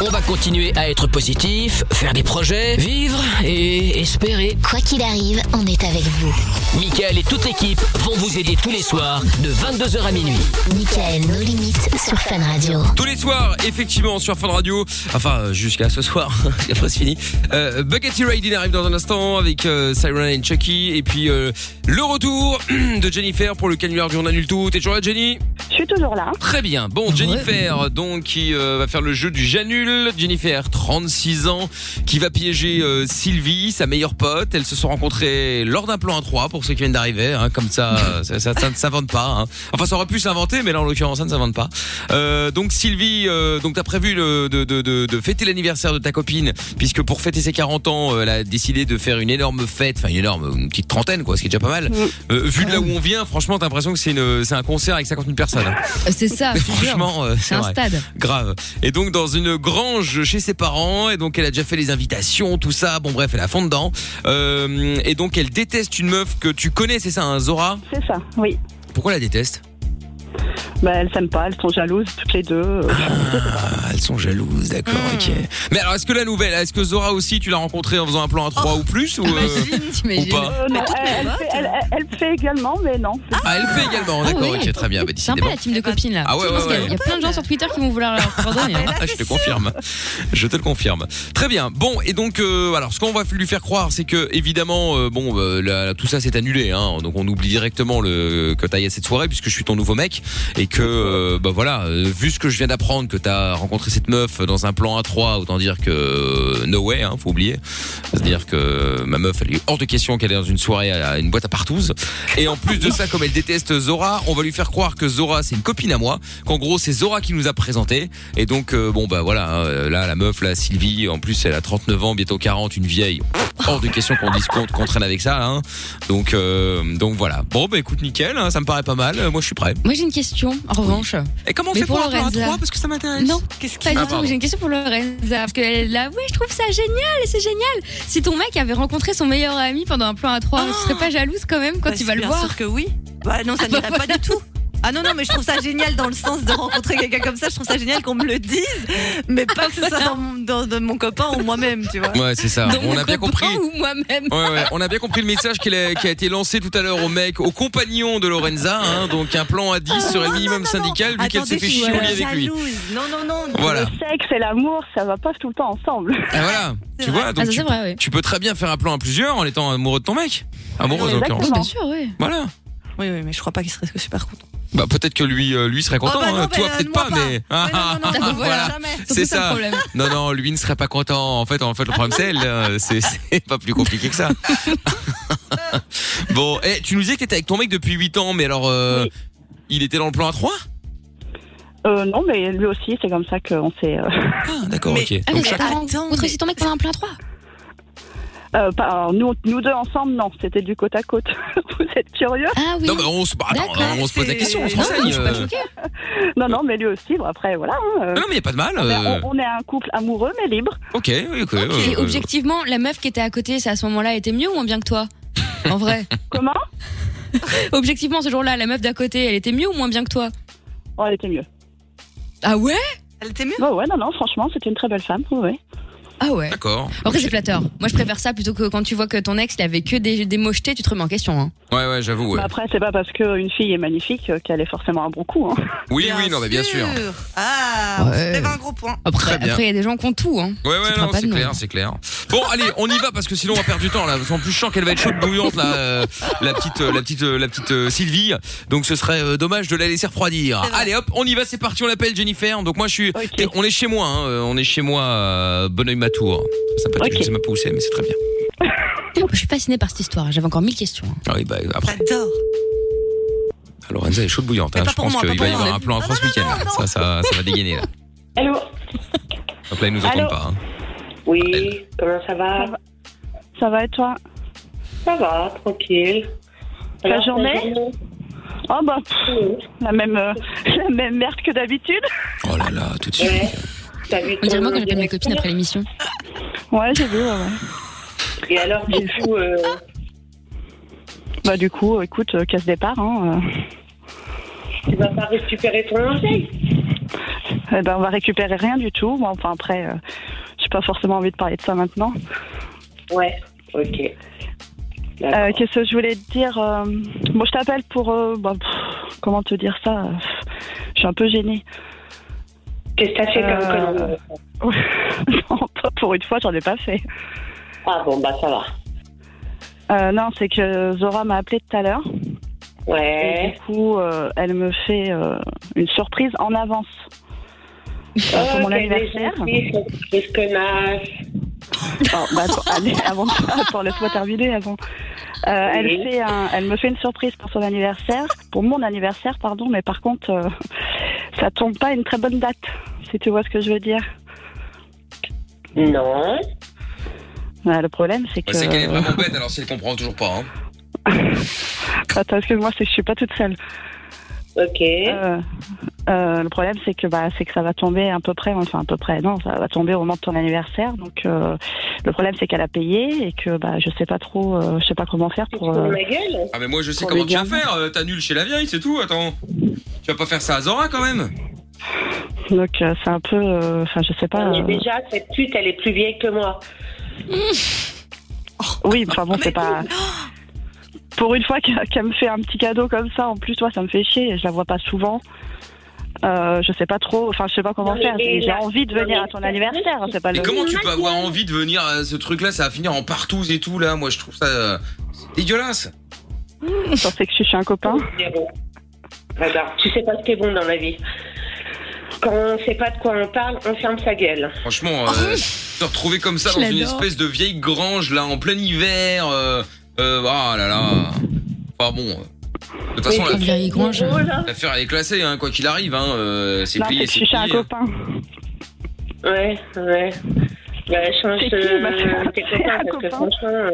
On va continuer à être positif, faire des projets, vivre et espérer.
Quoi qu'il arrive, on est avec vous.
Michael et toute l'équipe vont vous aider tous les soirs de 22h à minuit.
Michael, nos limites sur Fun Radio.
Tous les soirs, effectivement, sur Fun Radio, enfin euh, jusqu'à ce soir, [LAUGHS] parce qu'après c'est fini. Euh, Bugatti Ride, il arrive dans un instant avec euh, Siren et Chucky, et puis euh, le retour [CLEARS THROAT] de Jennifer pour le canular du On annule tout. T'es toujours là, Jenny
Je suis toujours là.
Très bien. Bon, Jennifer, donc qui euh, va faire le jeu du Janul. Jennifer, 36 ans, qui va piéger euh, Sylvie, sa meilleure pote. Elles se sont rencontrées lors d'un plan à 3 pour ceux qui viennent d'arriver. hein. comme ça, euh, ça, ça- ça ne s'invente pas. hein. Enfin, ça aurait pu s'inventer, mais là, en l'occurrence, ça ne s'invente pas. Euh, donc, Sylvie, euh, donc t'as prévu le- de, de- de- de fêter l'anniversaire de ta copine, puisque pour fêter ses 40 ans, euh, elle a décidé de faire une énorme fête, enfin une énorme, une petite trentaine, quoi, ce qui est déjà pas mal. Euh, vu de là où on vient, franchement, t'as l'impression que c'est une- c'est un concert avec 50 000 personnes. hein.
C'est
[LAUGHS]
ça.
Mais
je te jure.
franchement, euh,
c'est un
vrai.
stade.
Grave. Et donc dans une grange chez ses parents, et donc elle a déjà fait les invitations, tout ça. Bon bref, elle a fond dedans. Euh, et donc elle déteste une meuf que tu connais, c'est ça, un hein, Zora
C'est ça, oui.
Pourquoi elle la déteste
Bah, elles s'aiment pas, elles sont jalouses toutes les deux. euh.
Ah, elles sont jalouses,
[LAUGHS]
d'accord,
Hmm.
ok. Mais alors, est-ce que la nouvelle, est-ce que Zora aussi, tu l'as rencontrée en faisant un plan à
Oh.
3 ou plus
Ah,
ou, euh, ou pas
Euh, non, elle, elle fait, elle- elle- elle fait également, mais non.
Ah, elle fait également,
Ah
d'accord,
oui.
ok, très bien. Bah,
C'est sympa
décidément.
la team de copines là.
Ah ouais,
Je pense
ouais,
qu'il y a-
ouais.
Il y a plein de gens sur Twitter qui vont vouloir leur coordonner. [LAUGHS]
Ah, [LAUGHS] je te confirme. Je te le confirme. Très bien. Bon, et donc, euh, alors, ce qu'on va lui faire croire, c'est que, évidemment, euh, bon, euh, la- la- tout ça c'est annulé. Hein, donc, on oublie directement le, que t'as à cette soirée, puisque je suis ton nouveau mec, et que, euh, bah voilà, euh, vu ce que je viens d'apprendre, que t'as rencontré cette meuf dans un plan A3, autant dire que euh, no way, hein, faut oublier. C'est-à-dire que ma meuf, elle est hors de question qu'elle est dans une soirée à une boîte à partouze. Et en plus de ça, comme elle déteste Zora, on va lui faire croire que Zora, c'est une copine à moi, qu'en gros, c'est Zora qui nous a présenté. Et donc, euh, bon, bah voilà, hein, là, la meuf, là, Sylvie, en plus, elle a 39 ans, bientôt 40, une vieille. Hors de question qu'on discompte, qu'on traîne avec ça, hein. Donc, euh, donc voilà. Bon, bah écoute, nickel, hein, ça me paraît pas mal, Euh, moi je suis prêt.
Moi j'ai une question en revanche.
Et comment on
Mais
fait pour avoir un
Lorenza
trois Parce que ça m'intéresse.
Non, qu'est-ce
Ah,
pas du tout.
pardon.
J'ai une question pour Lorenza parce qu'elle là, ouais, je trouve ça génial, et c'est génial. Si ton mec avait rencontré son meilleur ami pendant un plan à 3 tu
Ah
serais pas jalouse quand même quand
Bah,
tu vas le
bien
voir
sûr que oui. Bah non, ça n'irait pas du tout. Ah non, non, mais je trouve ça génial dans le sens de rencontrer quelqu'un comme ça. Je trouve ça génial qu'on me le dise, mais pas que ce soit dans mon, dans- dans mon copain ou moi-même, tu vois.
Ouais, c'est ça. on a bien compris.
moi-même.
Ouais, ouais, on a bien compris le message qu'il a- qui a, été lancé tout à l'heure au mec, au compagnon de Lorenza, hein, donc un plan à 10 sur le minimum syndical vu qu'elle s'est fait chier au lit avec lui.
Non, non, non.
Voilà.
Le sexe et l'amour, ça va pas tout le temps ensemble.
Ah, voilà, tu vois, donc
Ah, ça,
tu,
c'est vrai, oui.
tu peux très bien faire un plan à plusieurs en étant amoureux de ton mec. Amoureuse en l'occurrence.
bah, Bien
sûr, oui.
Voilà.
Oui, oui, mais je crois pas qu'il serait super content.
Bah peut-être que lui, euh, lui serait content.
bah non,
hein.
bah,
Toi
euh,
peut-être
moi
pas,
pas.
mais Ah, ah,
non, non, bah,
ah,
voilà,
voilà,
jamais. C'est
c'est
ça, le
ça.
problème.
[LAUGHS] Non, non, lui ne serait pas content. En fait, en fait, le problème c'est elle. euh, C'est c'est pas plus compliqué que ça. [LAUGHS] bon, eh, tu nous disais que t'étais avec ton mec depuis 8 ans, mais alors, euh, il était dans le plan à 3
Euh, non, mais lui aussi, c'est comme ça qu'on s'est. euh,
D'accord, ok.
Ah, mais
Donc,
c'est
chaque-
pas Contre si ton mec pendant un plan à 3
[LAUGHS] euh, pas- alors, nous, nous deux ensemble, non, c'était du côte à côte. [LAUGHS] Vous êtes curieux
Ah
Non, mais on se, bah, attends,
D'accord,
on se pose la
c'est-
question, on se
Non,
renseigne.
je suis pas
euh.
choquée. Non, non, mais lui aussi, bon, après, voilà. hein, euh,
Non, mais y a pas de mal.
on est-
euh.
on, on est un couple amoureux, mais libre.
Ok, oui, ok. euh,
Et
euh,
objectivement, la meuf qui était à côté, ça à ce moment-là était mieux ou moins bien que toi En vrai.
Comment
[LAUGHS] Objectivement, ce jour-là, la meuf d'à côté, elle était mieux ou moins bien que toi
Oh, elle était mieux.
Ah ouais
Elle était mieux
Ouais, ouais, non, non, franchement, c'était une très belle femme, ouais, ouais.
Ah ouais.
D'accord.
Après, c'est flatteur. Moi, je préfère ça plutôt que quand tu vois que ton ex, il avait que des, des mots jetés, tu te remets en question.
[LAUGHS]
Hein.
Ouais, ouais, j'avoue. ouais.
Bah,
Mais après, c'est pas parce qu'une fille est magnifique euh, qu'elle est forcément un bon coup. Hein.
Oui, oui, non, mais bien sûr.
Ah,
Ouais.
c'est un gros point.
Très
Après,
bien.
après, il y a des gens qui ont tout. Hein.
Ouais, ouais, non, c'est clair, c'est clair. Bon, allez, on y va parce que sinon on va perdre du temps là. En plus, je sens qu'elle va être chaude bouillante là, euh, la petite, euh, la petite, euh, la petite euh, Sylvie. Donc, ce serait euh, dommage de la laisser refroidir. Allez, hop, on y va, c'est parti. On l'appelle Jennifer. Donc moi, je suis, on est chez moi, hein, euh, on est chez moi, euh, Bonneuil-Matour. Ça peut je sais même pas où c'est, mais c'est très bien.
Je suis fascinée par cette histoire. J'avais encore mille questions. hein.
Ah oui, bah après.
J'adore.
Alors, Renza est chaude bouillante. Hein. Je
pour
pense
moi, pas
qu'il
pour
va y
moi,
avoir
on
un plan à France week-end. là. Ça, ça, ça va dégainer là.
Allô
Donc là, ils nous entendent
Allô
pas. hein.
Oui, comment ça va
Ça va et toi
Ça va, tranquille.
Ta
Alors,
journée Oh bah, pff, la, même, euh, [LAUGHS] la même merde que d'habitude.
Oh là là, tout de
suite.
On dirait moi qu'on appelle mes copines après l'émission.
Ouais, j'ai vu, ouais, ouais.
[LAUGHS] Et alors, du
Ah.
coup, euh,
Bah, du coup, écoute, euh, casse départ. Hein,
tu vas pas récupérer ton linge
euh. Eh ben, on va récupérer rien du tout. Bon, enfin, après, euh, j'ai pas forcément envie de parler de ça maintenant.
Ouais, ok.
Euh, Qu'est-ce que je voulais te dire euh, Bon, je t'appelle pour. euh, bah, pff, comment te dire ça Je suis un peu gênée.
Qu'est-ce que t'as fait comme
[LAUGHS] Euh, Non, pas pour une fois, j'en ai pas fait.
Ah bon, bah ça va.
Euh, non, c'est que Zora m'a appelé tout à l'heure. Et
Ouais.
du coup, euh, elle me fait euh, une surprise en avance. Euh, pour mon anniversaire.
Qu'est-ce connasse.
Oh, bah,
[LAUGHS]
attends, allez, avant, attends, laisse-moi terminer avant. Euh,
Oui.
elle, fait un- elle me fait une surprise pour son anniversaire, pour mon anniversaire, pardon, mais par contre, euh, ça tombe pas à une très bonne date, si tu vois ce que je veux dire.
Non.
Bah, le problème, c'est que.
Bah, c'est qu'elle est vraiment bête alors si elle comprend toujours pas. Hein.
Attends, excuse-moi, c'est que je suis pas toute seule.
Ok.
Euh, euh, le problème, c'est que bah, c'est que ça va tomber à peu près, enfin à peu près, non, ça va tomber au moment de ton anniversaire. Donc euh, le problème, c'est qu'elle a payé et que bah je sais pas trop, euh, je sais pas comment faire pour. euh,
gueule
Ah mais moi je sais
Pour
comment
les
tu vas
garder.
faire, euh, t'annules chez la vieille, c'est tout, attends. Tu vas pas faire ça à Zora quand même
Donc euh, c'est un peu, euh, enfin je sais pas.
Mais
euh,
déjà, cette pute, elle est plus vieille que
[LAUGHS]
moi.
Oui, enfin bon, c'est pas. Pour une fois qu'elle qu'elle me fait un petit cadeau comme ça, en plus, toi, ça me fait chier. Je la vois pas souvent. Euh, je sais pas trop. Enfin, je sais pas comment
Non, mais
faire. J'ai
mais
j'ai
là-
envie de
non,
venir
mais
à ton
c'est-
anniversaire. C'est pas
Mais
le.
comment tu peux avoir envie de venir à ce truc-là Ça va finir en partouze et tout, là. Moi, je trouve ça euh, c'est dégueulasse.
Je pensais que je suis chez un copain.
Zéro. Regarde, tu sais pas ce qui est bon dans la vie. Quand on sait pas de quoi on parle, on ferme sa gueule.
Ah
Franchement, euh, se retrouver comme ça
Je
dans une
l'adore.
espèce de vieille grange, là, en plein hiver. euh, euh, ah là là. Enfin bon. euh, De toute façon,
Oui, la
la-
vieille grange.
l'affaire, elle est classée, hein, quoi qu'il arrive. Hein, euh, c'est
Non,
plié,
c'est que je suis
c'est
chez un
plié.
copain.
Ouais, ouais. Bah, change
C'est qui,
euh,
ma-
tes
[LAUGHS]
copains parce que franchement. euh,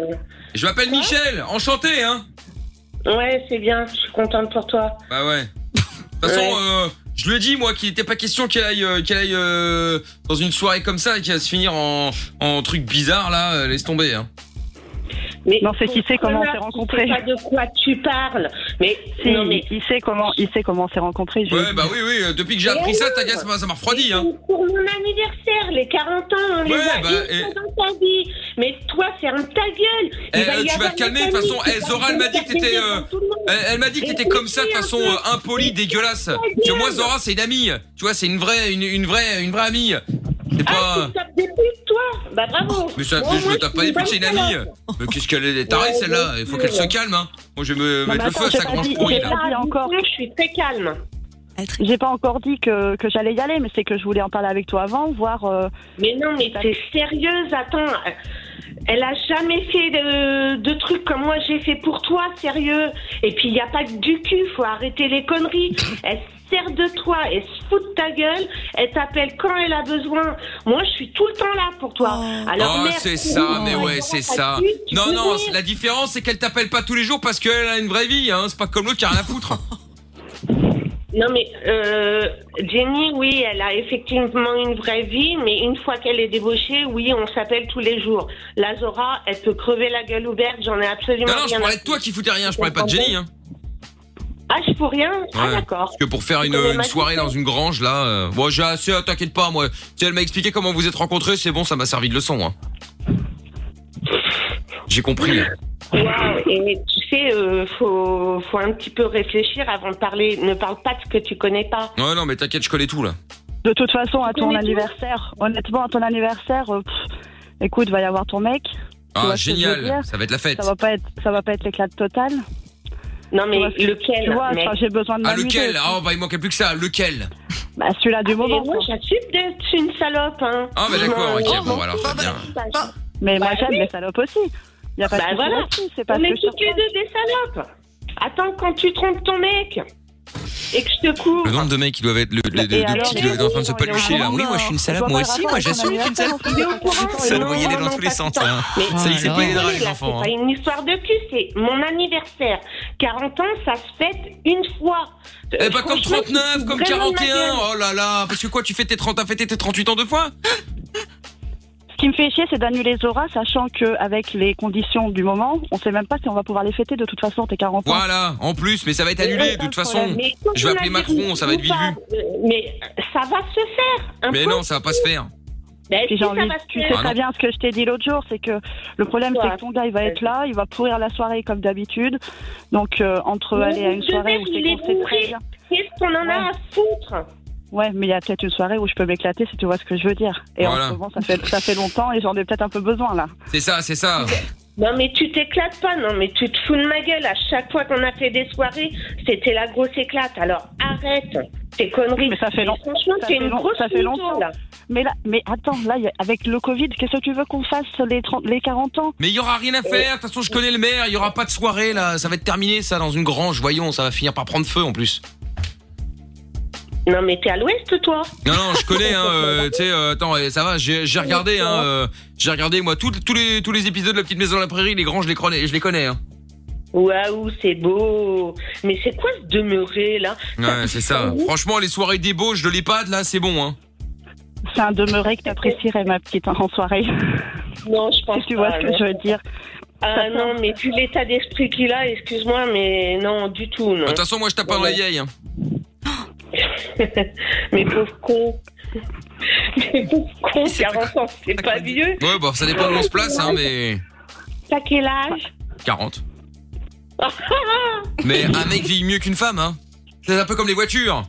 Je m'appelle Michel, enchanté, hein.
Ouais, c'est bien, je suis contente pour toi.
Bah ouais. De toute façon, euh, je lui ai dit, moi, qu'il n'était pas question qu'elle aille, euh, qu'elle aille euh, dans une soirée comme ça et qu'elle va se finir en, en truc bizarre, là. euh, laisse tomber, hein.
non, c'est qu'il sait comment on s'est
Connard, tu sais
rencontrés.
pas de quoi tu parles. Mais
Si,
non, mais
il sait comment, il sait comment on s'est rencontrés. je-
Ouais, bah oui, oui, euh, depuis que j'ai appris ça, ta gueule, ça m'a- ça m'a refroidi, hein.
pour mon anniversaire, les 40 ans, on les
Ouais,
a
bah,
une
et-
fois dans ta vie. Mais toi, ferme ta gueule. Il
Eh,
va
euh,
y
tu vas
avoir
te calmer,
des
de toute façon.
familles
eh,
qui
Zora, elle m'a dit
vont
que
faire
t'étais.
plaisir
euh,
pour tout le monde.
elle, elle m'a dit que
Et
t'étais
puis,
comme ça, de toute façon, euh, impolie, dégueulasse. Parce que moi, Zora, c'est une amie. Tu vois, c'est une vraie, une, une vraie, une vraie amie. C'est
Ah,
pas.
tu tapes des putes, toi Bah bravo
Mais ça,
Bon,
mais je
moi,
me
je
tape
suis
pas les putes,
bonne
c'est une amie. euh,
calotte.
Mais qu'est-ce qu'elle est tarée,
Ouais,
celle-là.
bien
Il faut
sûr.
qu'elle se calme, hein. Moi, je vais me
Non, mais
mettre le
attends,
feu à
j'ai
sa
pas
grange
dit-
pourrie,
j'ai
là.
pas dit encore.
Je suis très calme.
J'ai pas encore dit que, que j'allais y aller, mais c'est que je voulais en parler avec toi avant, voir. euh,
Mais non, mais t'es sérieuse, attends. Elle a jamais fait de, de trucs comme moi j'ai fait pour toi, sérieux. Et puis il n'y a pas que du cul, faut arrêter les
[LAUGHS]
conneries. Elle se sert de toi, elle se fout de ta gueule, elle t'appelle quand elle a besoin. Moi je suis tout le temps là pour toi. Alors
oh,
merde,
c'est
tu-
ça, mais
tu-
ouais, c'est ça.
tu-
Non,
tu-
non, la différence, c'est qu'elle t'appelle pas tous les jours parce qu'elle a une vraie vie, hein. C'est pas comme l'autre qui a rien à
[LAUGHS]
foutre.
Non mais euh, Jenny, oui, elle a effectivement une vraie vie, mais une fois qu'elle est débauchée, oui, on s'appelle tous les jours. La Zora, elle peut crever la gueule ouverte, j'en ai absolument
Non, non, je
rien
parlais
à
de toi qui foutais rien, je parlais pas de Jenny, hein.
Ah, je fous rien Ah
Ouais.
d'accord.
Parce que pour faire une,
connais
une
ma
soirée dans une grange, là, euh, bon, j'ai assez, euh, t'inquiète pas, moi. Si elle m'a expliqué comment vous êtes rencontrés, c'est bon, ça m'a servi de leçon, hein. J'ai compris. hein.
Waouh, et tu sais, euh, faut, faut un petit peu réfléchir avant de parler. Ne parle pas de ce que tu connais pas.
Ouais, non, mais t'inquiète, je connais tout, là.
De toute façon, à ton
connais tout
anniversaire, honnêtement, à ton anniversaire, euh, pff, écoute, va y avoir ton mec.
Ah,
Tu vois ce que je veux
génial,
dire
ça va être la fête.
Ça va pas être, ça va pas être l'éclat total.
Non mais
Tu vois ce que-
lequel,
Tu vois,
mec
enfin, j'ai besoin de
Ah,
m'amuser.
lequel Ah, bah, il manquait plus que ça, lequel
Bah, celui-là du moment.
Et moi, j'assume d'être une salope, hein.
Ah, bah, d'accord,
Vraiment,
ok, bon, bah, alors, très bien.
Mais moi, j'aime les salopes aussi. Y a pas de
bah
souci
voilà,
là-dessus, c'est pas
on
ce
est
que je te
toutes les deux des salopes. Attends, quand tu trompes ton mec et que je te couvre.
Le nombre de mecs qui doivent être, le, le-
Et
de- de
alors,
petits qui doivent être en train de se
on est
palucher là.
au
Oui, moi je suis une salope, moi aussi, moi j'assume que je suis une salope. Ça le voyait aller dans tous les sens. hein. Ça il s'est pas aidé dans les
Là,
enfants.
C'est pas
hein.
une histoire de cul, c'est mon anniversaire. 40 ans, ça se fête une fois.
Eh bah comme
Euh, Franchement,
39, comme
vraiment de ma
41,
gueule.
oh là là, parce que quoi, tu fais tes 30, t'as fêté tes 38 ans
[LAUGHS]
deux fois
Ce qui me fait chier, c'est d'annuler Zora, sachant que avec les conditions du moment, on sait même pas si on va pouvoir les fêter. De toute façon, t'es 40 ans.
Voilà, en plus, mais ça va être annulé de toute façon.
Mais quand
Je vais
on
appeler
a
Macron,
des-
ça va être vite vu.
Mais ça va se faire. un
Mais
peu.
non, ça va pas se faire.
Ben,
Puis
si,
j'ai
ça
envie-
va se
tu
faire.
sais
Ah non.
très bien ce que je t'ai dit l'autre jour, c'est que le problème c'est que ton gars il va être là, il va pourrir la soirée comme d'habitude. Donc euh, entre
Mais
aller à une
vous devez
soirée où
vous
c'est
les
qu'on sait très
bourrer.
bien.
Qu'est-ce qu'on en a à foutre
Ouais, mais il y a peut-être une soirée où je peux m'éclater si tu vois ce que je veux dire. Et
Voilà.
en ce moment ça fait ça fait longtemps et j'en ai peut-être un peu besoin là.
C'est ça, c'est ça.
Non mais tu t'éclates pas, non mais tu te fous de ma gueule. À chaque fois qu'on a fait des soirées, c'était la grosse éclate. Alors arrête tes conneries.
Mais ça fait
Mais
long-
Franchement,
ça
t'es
fait
une
long-
grosse
ça fait
mytho,
longtemps.
là.
Mais là, mais attends, là il y a- avec le Covid, qu'est-ce que tu veux qu'on fasse les 30, les 40 ans
Mais il y aura rien à faire, de toute façon je connais le maire, il y aura pas de soirée là, ça va être terminé ça dans une grange, voyons, ça va finir par prendre feu en plus.
Non mais t'es à l'ouest toi.
Non, non, je connais, hein, euh, tu sais, euh, attends, eh, ça va, j'ai j'ai regardé, hein, euh, j'ai regardé, moi, tous- tous les, tous les épisodes de La Petite Maison de la Prairie, les grands, je les connais, je les connais, hein.
Waouh, c'est beau. Mais c'est quoi ce demeurer là
Ouais, c'est ça. Franchement, les soirées débauches de l'EHPAD, là, c'est bon, hein.
C'est un demeuré que t'apprécierais ma petite hein, en soirée. [LAUGHS]
Non, je pense
si tu
pas,
vois ce que
non.
je veux dire.
Ah
[LAUGHS]
non, mais vu l'état d'esprit qu'il a, excuse-moi, mais non, du tout, non.
De toute façon, moi, je tape pas dans les vieilles, hein.
Mais pauvre con. [LAUGHS] Mais pauvre con, 40 ans, c'est pas vieux.
Ouais, bon, ça dépend où on se place, hein, mais.
T'as quel âge [LAUGHS] Ah
40. Mais un mec vit mieux qu'une femme, hein. C'est un peu comme les voitures.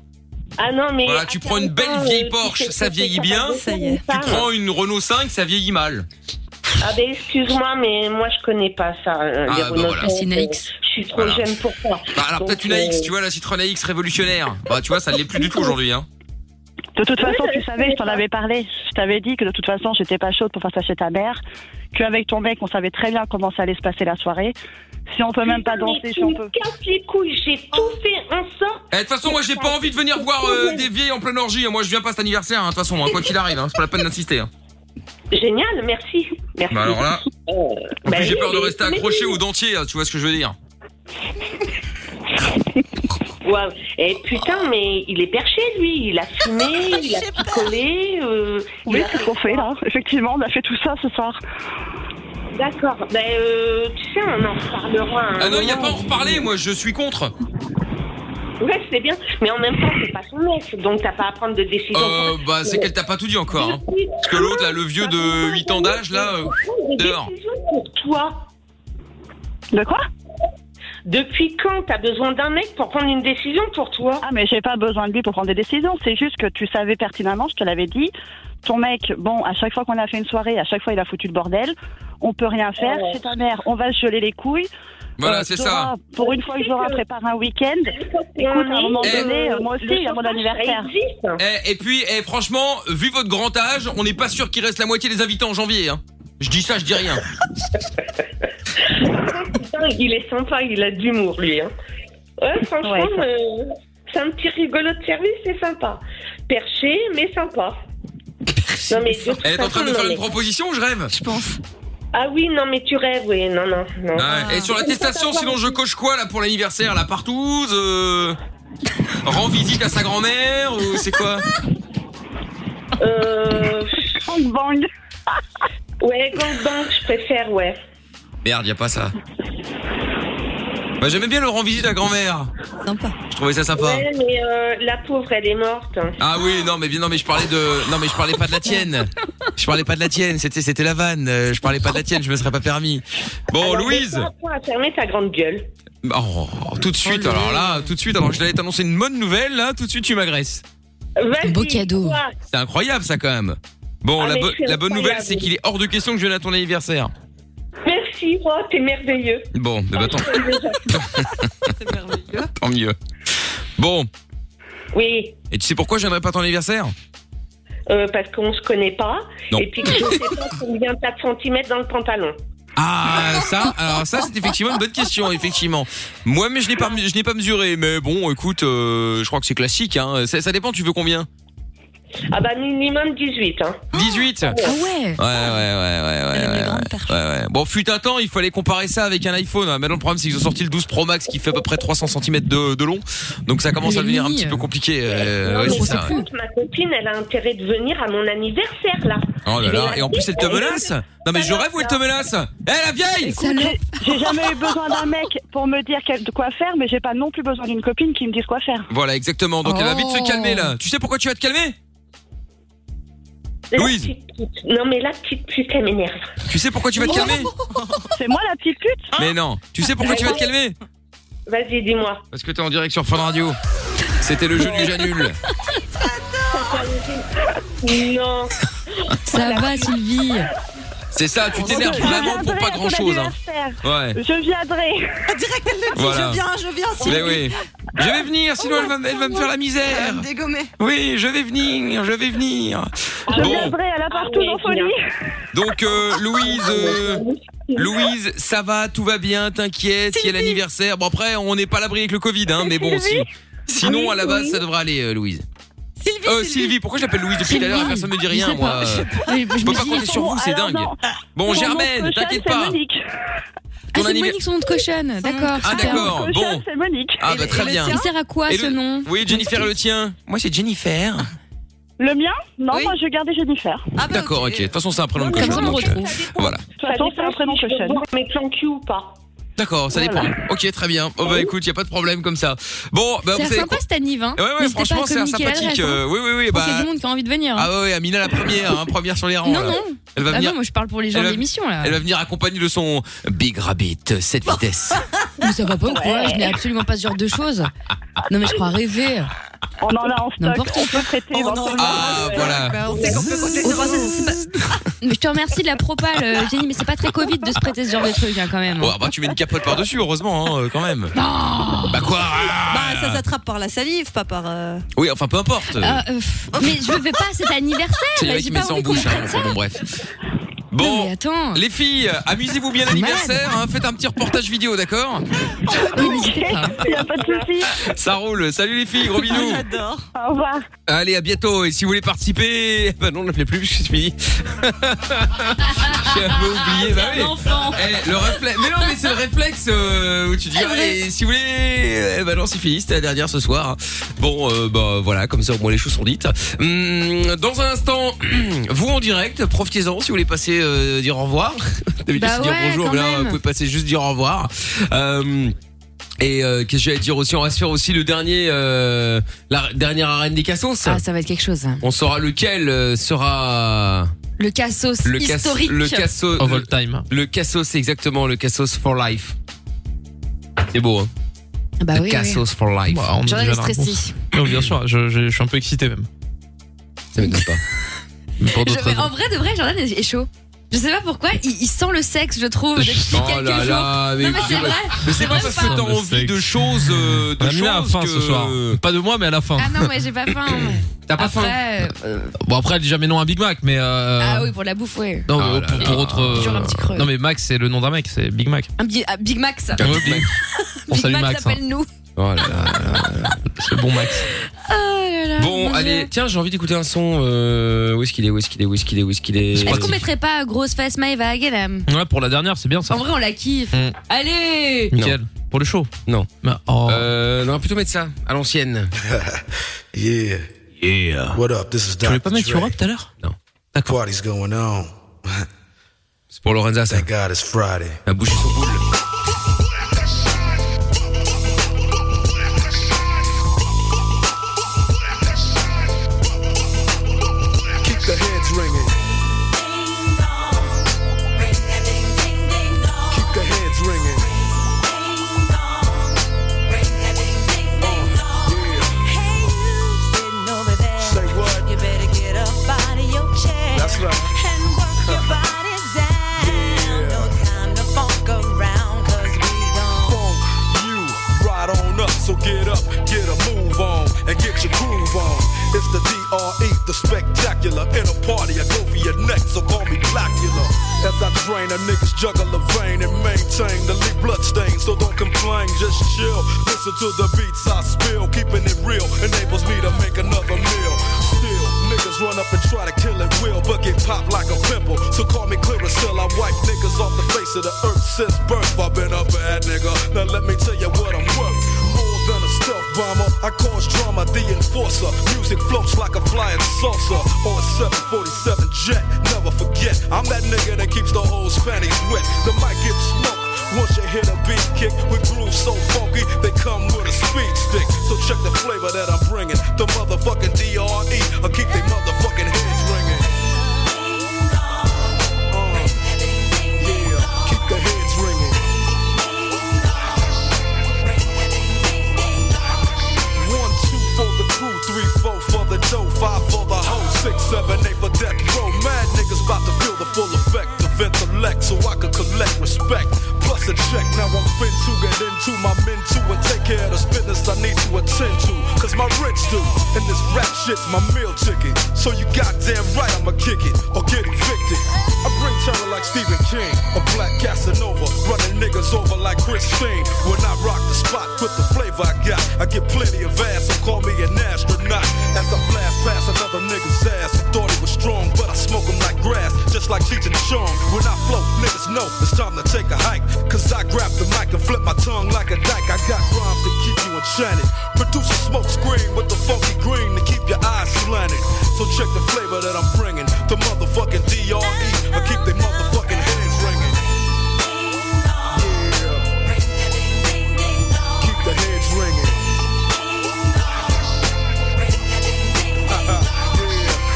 Ah non, mais. euh,
Voilà, tu prends une belle vieille Porsche, ça vieillit bien. Tu prends une Renault 5, ça vieillit mal.
Ah ben excuse-moi, mais moi je connais pas ça. euh,
Ah,
les
bah
Renault
voilà.
Zoé.
Une AX.
Je suis trop
Voilà.
jeune pour ça.
Bah, alors
Donc,
peut-être une
euh,
AX, tu vois, la Citroën AX révolutionnaire. Bah, tu vois, ça ne l'est plus du tout aujourd'hui, hein.
De toute façon, tu savais, je t'en avais parlé. Je t'avais dit que de toute façon, j'étais pas chaude pour faire ça chez ta mère. Qu'avec ton mec, on savait très bien comment ça allait se passer la soirée. Si on peut même pas
mais
danser,
tu
si on
me
peut.
casses les couilles, j'ai tout fait en sorte.
Eh, De toute façon, moi j'ai pas envie de venir voir euh, des vieilles en pleine orgie. Moi je viens pas cet anniversaire, hein, de toute façon, hein, quoi qu'il arrive, hein, c'est pas la peine d'insister. hein.
Génial, merci. Merci.
Bah alors là.
Euh,
En
bah
plus, j'ai
oui,
peur de
mais-
rester accroché au dentier, hein, tu vois ce que je veux dire.
Waouh. Eh putain, mais il est perché lui. Il a
[LAUGHS]
fumé, il a picolé. Euh,
Oui, c'est ce qu'on fait là. Effectivement, on a fait tout ça ce soir.
D'accord. Ben, euh, tu sais, on en reparlera.
Ah non, y a pas à en reparler, moi je suis contre.
Ouais, c'est bien. Mais en même temps, c'est pas son mec, donc t'as pas à prendre de décision.
Euh, bah, c'est qu'elle t'a pas tout dit encore. hein. Parce que l'autre, là, le vieux de 8 ans d'âge, là, euh, dehors.
pour toi.
De quoi
Depuis quand t'as besoin d'un mec pour prendre une décision pour toi
Ah, mais j'ai pas besoin de lui pour prendre des décisions. C'est juste que tu savais pertinemment, je te l'avais dit. Ton mec, bon, à chaque fois qu'on a fait une soirée, à chaque fois, il a foutu le bordel. On peut rien faire.
Ouais.
Chez ta mère, on va se geler les couilles.
Voilà,
Euh,
c'est
Zora,
ça.
Pour une fois que Zora prépare un week-end, écoute, à un moment
Eh.
donné, euh, moi aussi, il y a mon anniversaire.
Eh, et puis, eh, franchement, vu votre grand âge, on n'est pas sûr qu'il reste la moitié des invités en janvier. Hein. Je dis ça, je
[LAUGHS]
dis rien.
Putain, [LAUGHS] il est sympa, il a de l'humour, lui. hein. Ouais, franchement,
Ouais, ça-
euh, c'est un petit rigolo de service, c'est sympa. Perché, mais sympa. Non, mais de toute
Elle est en train
façon,
de me faire
non,
une
mais-
proposition ou je rêve Je pense. Ah
Ah oui, non, mais tu rêves, oui, non, non. non.
Et
Ah.
sur
[LAUGHS]
l'attestation, sinon je coche quoi là pour l'anniversaire La partouze euh... Rends visite à sa grand-mère ou c'est quoi
Euh.
Gangbang.
ouais, gangbang, je préfère, ouais.
Merde, y a pas ça. Bah j'aimais bien le rend visite à grand-mère.
Sympa.
Je trouvais ça sympa.
Ouais, mais euh, la pauvre, elle est morte.
Ah oui, non mais bien non mais je parlais de non mais je parlais pas de la tienne. Je parlais pas de la tienne, c'était c'était la vanne, Euh, je parlais pas de la tienne, je me serais pas permis. Bon,
Alors,
Louise.
laisse-moi apprendre à fermer ta grande gueule.
Oh, tout de suite alors là, tout de suite alors que je t'allais t'annoncer une bonne nouvelle là, tout de suite tu m'agresses.
Beau cadeau.
C'est incroyable ça quand même. Bon,
Ah,
la,
mais
bo-
c'est
la bonne nouvelle
incroyable.
c'est qu'il est hors de question que je vienne à ton anniversaire.
Merci, oh, t'es merveilleux.
Bon, mais bah,
[LAUGHS]
tant, [LAUGHS]
Déjà.
tant mieux. Bon,
Oui,
et tu sais pourquoi je viendrai pas à ton anniversaire
euh, parce qu'on se connaît pas.
Non.
Et puis que je sais
[LAUGHS]
pas combien t'as de centimètres dans le pantalon.
Ah
[LAUGHS]
ça, alors ça c'est effectivement une bonne question, effectivement. Moi mais je n'ai pas je n'ai pas mesuré, mais bon écoute, euh, je crois que c'est classique hein. Ça, ça dépend, tu veux combien
Ah bah minimum 18. Hein.
18
Ah ouais.
Ouais ouais ouais ouais ouais, ouais, ouais, ouais, ouais. Bon fut un temps il fallait comparer ça avec un iPhone. hein. Maintenant le problème c'est qu'ils ont sorti le 12 Pro Max qui fait à peu près 300 cm de, de long, donc ça commence à devenir un petit peu compliqué. euh, ouais,
mais
c'est
par
ça.
contre, ma copine, elle a intérêt de venir à mon anniversaire là.
Oh là là, et en plus elle te menace Non mais je rêve où elle te menace Eh la vieille
Écoute, eh, j'ai- J'ai jamais eu besoin d'un mec pour me dire quel- de quoi faire, mais j'ai pas non plus besoin d'une copine qui me dise quoi faire.
Voilà, exactement. Donc elle va vite se
Oh.
calmer là. Tu sais pourquoi tu vas te calmer
La
Louise.
petite pute. Non mais la petite pute, elle m'énerve.
Tu sais pourquoi tu vas te
[LAUGHS]
calmer
C'est moi la petite pute
Mais non. Tu sais pourquoi tu vas te calmer
Vas-y, dis-moi.
Parce que t'es en direct sur Fun Radio. C'était le jeu du j'annule.
Non.
Ça va, Sylvie.
C'est ça, tu t'énerves
Je
vraiment pour
viendrai à
pas
ton
grand chose. Hein.
anniversaire.
Ouais.
Je viendrai.
Ah, Direct, elle le dit,
Voilà.
je viens, je viens.
Mais
Sylvie. Oh,
oui. Je vais venir, sinon elle va, elle va me faire la misère.
Dégommé.
Oui, je vais venir, je vais venir.
Je
Bon,
viendrai à la partout en
Ah,
folie.
donc euh, Louise, euh, Louise, ça va, tout va bien, t'inquiète, il y a l'anniversaire. Bon après, on n'est pas à l'abri avec le Covid, hein, mais [LAUGHS] bon, si. Sinon, à la base, ça devrait aller, euh, Louise.
Sylvie,
euh, Sylvie, pourquoi je l'appelle Louise depuis tout à l'heure et Personne ne me dit rien, moi.
Oui,
Je peux
me
pas
dis,
compter sur vous, c'est dingue. Bon, Germaine, t'inquiète pas.
Ah,
Ton
c'est
anniver-
Monique, son nom de cochonne. D'accord.
Ah,
super.
d'accord, Son nom de cochonne, bon.
C'est Monique.
Ah, bah, très bien.
Il sert à quoi
Et
ce
le-
nom
Oui, Jennifer, le tien. Moi, c'est Jennifer.
Le mien Non, moi je vais garder Jennifer.
Ah, bah, D'accord, ok. De toute façon, c'est un prénom de
Ah, bah, Comme
cochon.
ça, on
donc,
retrouve.
euh, Voilà.
De toute façon, c'est un prénom
Je
cochon.
veux voir mes plans cul ou pas.
D'accord, ça
Voilà.
dépend. Ok, très bien. Oh bah écoute, y a pas de problème comme ça. Bon, bah vous
c'est
savez
sympa cette anniv, hein.
Ouais, ouais,
N'hésitez pas à
franchement, c'est
communiquer
sympathique,
l'adresse, hein.
euh, oui, oui, oui,
Je pense
bah-
qu'il y a du monde qui a envie de venir. hein.
Ah ouais, ouais, Amina la première, hein, première sur les rangs.
non,
là.
non.
Elle va
ah
venir.
non, moi je parle pour les gens
elle
de
va-
l'émission là. Oh.
Elle va venir accompagnée de son Big Rabbit,
[LAUGHS]
cette vitesse.
Mais ça va pas ou quoi Je n'ai absolument pas ce genre de choses. Non mais je crois rêver.
On en a en stock.
N'importe Oh,
on peut prêter. éventuellement.
Ah, voilà.
Bah,
On sait qu'on peut compter sur un- c'est pas-
Mais je te remercie de la propale, euh, Jenny, mais c'est pas très Covid de se prêter ce genre de truc hein, quand même.
Bon, bah tu mets une capote par-dessus, heureusement, hein, euh, quand même. Bah quoi
Bah,
Ah.
ça s'attrape par la salive, pas par. euh,
Oui, enfin, peu importe.
Ah, euh, pff, mais je vais pas à cet
C'est les
anniversaire.
mecs qui
bah, J'ai
mettent
pas
ça en
envie qu'on me
bouche. hein,
prête ça.
enfin, bon, bref. Bon,
attends.
les filles, euh, amusez-vous bien
C'est
l'anniversaire, hein, faites un petit reportage
[LAUGHS]
vidéo, d'accord
Il y a pas de souci.
Ça roule, salut les filles, gros
[LAUGHS]
bisous
J'adore. Au revoir.
Allez, à bientôt. Et si vous voulez participer, [LAUGHS] bah non, ne l'appelez plus, parce que c'est fini. [LAUGHS] J'avais oublié, bah oui. Eh, le réflexe, mais non, mais c'est le réflexe euh, où tu dis,
C'est vrai.
allez, si vous voulez, eh, bah non, c'est fini, c'était la dernière ce soir. Bon, euh, bah voilà, comme ça au moins les choses sont dites. Hum, dans un instant, [CLEARS THROAT] vous en direct, profitez-en si vous voulez passer euh, dire au revoir. [LAUGHS] D'habitude,
Bah
c'est dire
ouais,
bonjour,
quand
mais là,
même.
vous pouvez passer juste dire au revoir. Euh, et euh, qu'est-ce que j'allais dire aussi On va se faire aussi le dernier, euh, la dernière arène des Cassos.
Ah, ça va être quelque chose. hein.
On saura lequel euh, sera
Le cassos
le cas-
historique.
le Cassos
Of all
time. Le Cassos exactement, le Cassos for life. C'est beau. Hein
Bah
The
oui, oui.
Cassos for life.
Bah, on
J'aurais
a déjà
les
la
stressés.
réponse. Non, bien sûr, je, je- je suis un peu excité même.
Ça m'étonne
[LAUGHS]
pas. pour
Je-
d'autres
mais en
raisons.
vrai, de vrai, Jordan est est chaud. Je sais pas pourquoi, il, il sent le sexe, je trouve, depuis
Oh
quelques
là
jours.
là, mais
non, mais c'est
tu-
vrai.
mais c'est
c'est
pas
vrai
parce
ou
que t'as
pas
envie de choses, euh, de
On a mis la
choses
fin
que-
ce soir. Pas de moi, mais à la fin.
[LAUGHS] Ah non, ouais, j'ai pas faim.
[LAUGHS] T'as pas
Après, euh,
Bon, après, elle dit jamais non à un Big Mac, mais. euh,
Ah oui, pour la bouffe, ouais.
Non,
Ah
mais pour, pour autre. euh,
Toujours un petit creux.
non, mais Mac, c'est le nom d'un mec, c'est Big Mac.
Un Bi- ah, Big Mac, ça.
Ouais,
[LAUGHS]
Big Mac. On
Big
salue
Mac
Max. hein.
s'appelle nous.
Oh là là là
[LAUGHS]
là là.
C'est bon, Max.
Oh là là, mon
Bon,
Dieu.
allez, tiens, j'ai envie d'écouter un son. Euh, où est-ce qu'il est Où est-ce qu'il est Où est-ce qu'il est Où est-ce qu'il est
Est-ce qu'on mettrait pas grosse face Maeva Guélam
Ouais, pour la dernière, c'est bien ça.
En vrai, on la kiffe.
Mm.
Allez
Mickaël, pour le show
Non.
Euh,
non, plutôt mettre ça, à l'ancienne.
yeah. Yeah. What up? This is
Tu voulais pas
Dr.
mettre Europe
Dre.
tout à l'heure
Party's going on.
C'est pour Lorenza, ça.
Thank God it's Friday.
La bouche sur boule.
Keep the heads ringing. Keep the heads ringing. Say what?
You better get up out of your chair.
That's right.
And work your body down. No time to funk around, cause we don't.
Funk you right on up, so get up, get a move on, and get your groove on. It's the DRE, the spectacular. In a party, I go for your neck, so call me Blackula. As I drain, a niggas juggle a vein and maintain the leak blood stain, so don't complain, just chill. Listen to the beats I spill, keeping it real enables me to make another meal. Still, niggas run up and try to kill it will, but get popped like a pimple. So call me clear as hell. I wipe niggas off the face of the earth since birth. I've been a bad nigga. Now let me tell you what I'm worth. More than a stealth bomber, I cause drama, the enforcer. Music floats like a flying saucer on a 747 jet. Never forget, I'm that nigga that keeps the whole panties wet. The mic gets smoked. Once you hit a beat kick with grooves so funky, they come with a speed stick. So check the flavor that I'm bringing. The motherfucking DRE, I'll keep they motherfucking heads ringing. Uh, yeah, keep the heads ringing. One, two for the crew, three, four for the dough, five for the hoe, six, seven, eight for death row. Mad niggas about to feel the full effect of intellect so I can collect respect. Plus a check, now I'm fin to get into my men too and take care of this business I need to attend to. Cause my rich do, and this rap shit's my meal ticket. So you goddamn right I'ma kick it or get evicted. I bring terror like Stephen King, a black Casanova, running niggas over like Christine. When I rock the spot with the flavor I got, I get plenty of ass, so call me an astronaut. As I blast past another nigga's ass, who thought he was strong, but I smoke him like grass, just like Cheech and Chong. When I float, niggas know it's time to take a hike, cause I grab the mic and flip my tongue like a dyke. I got rhymes to keep you enchanted, produce a smoke screen with the funky green to keep your eyes slanted. So check the flavor that I'm bringing, the motherfucking E, DRE, I keep they motherfucking hands ringing. Yeah.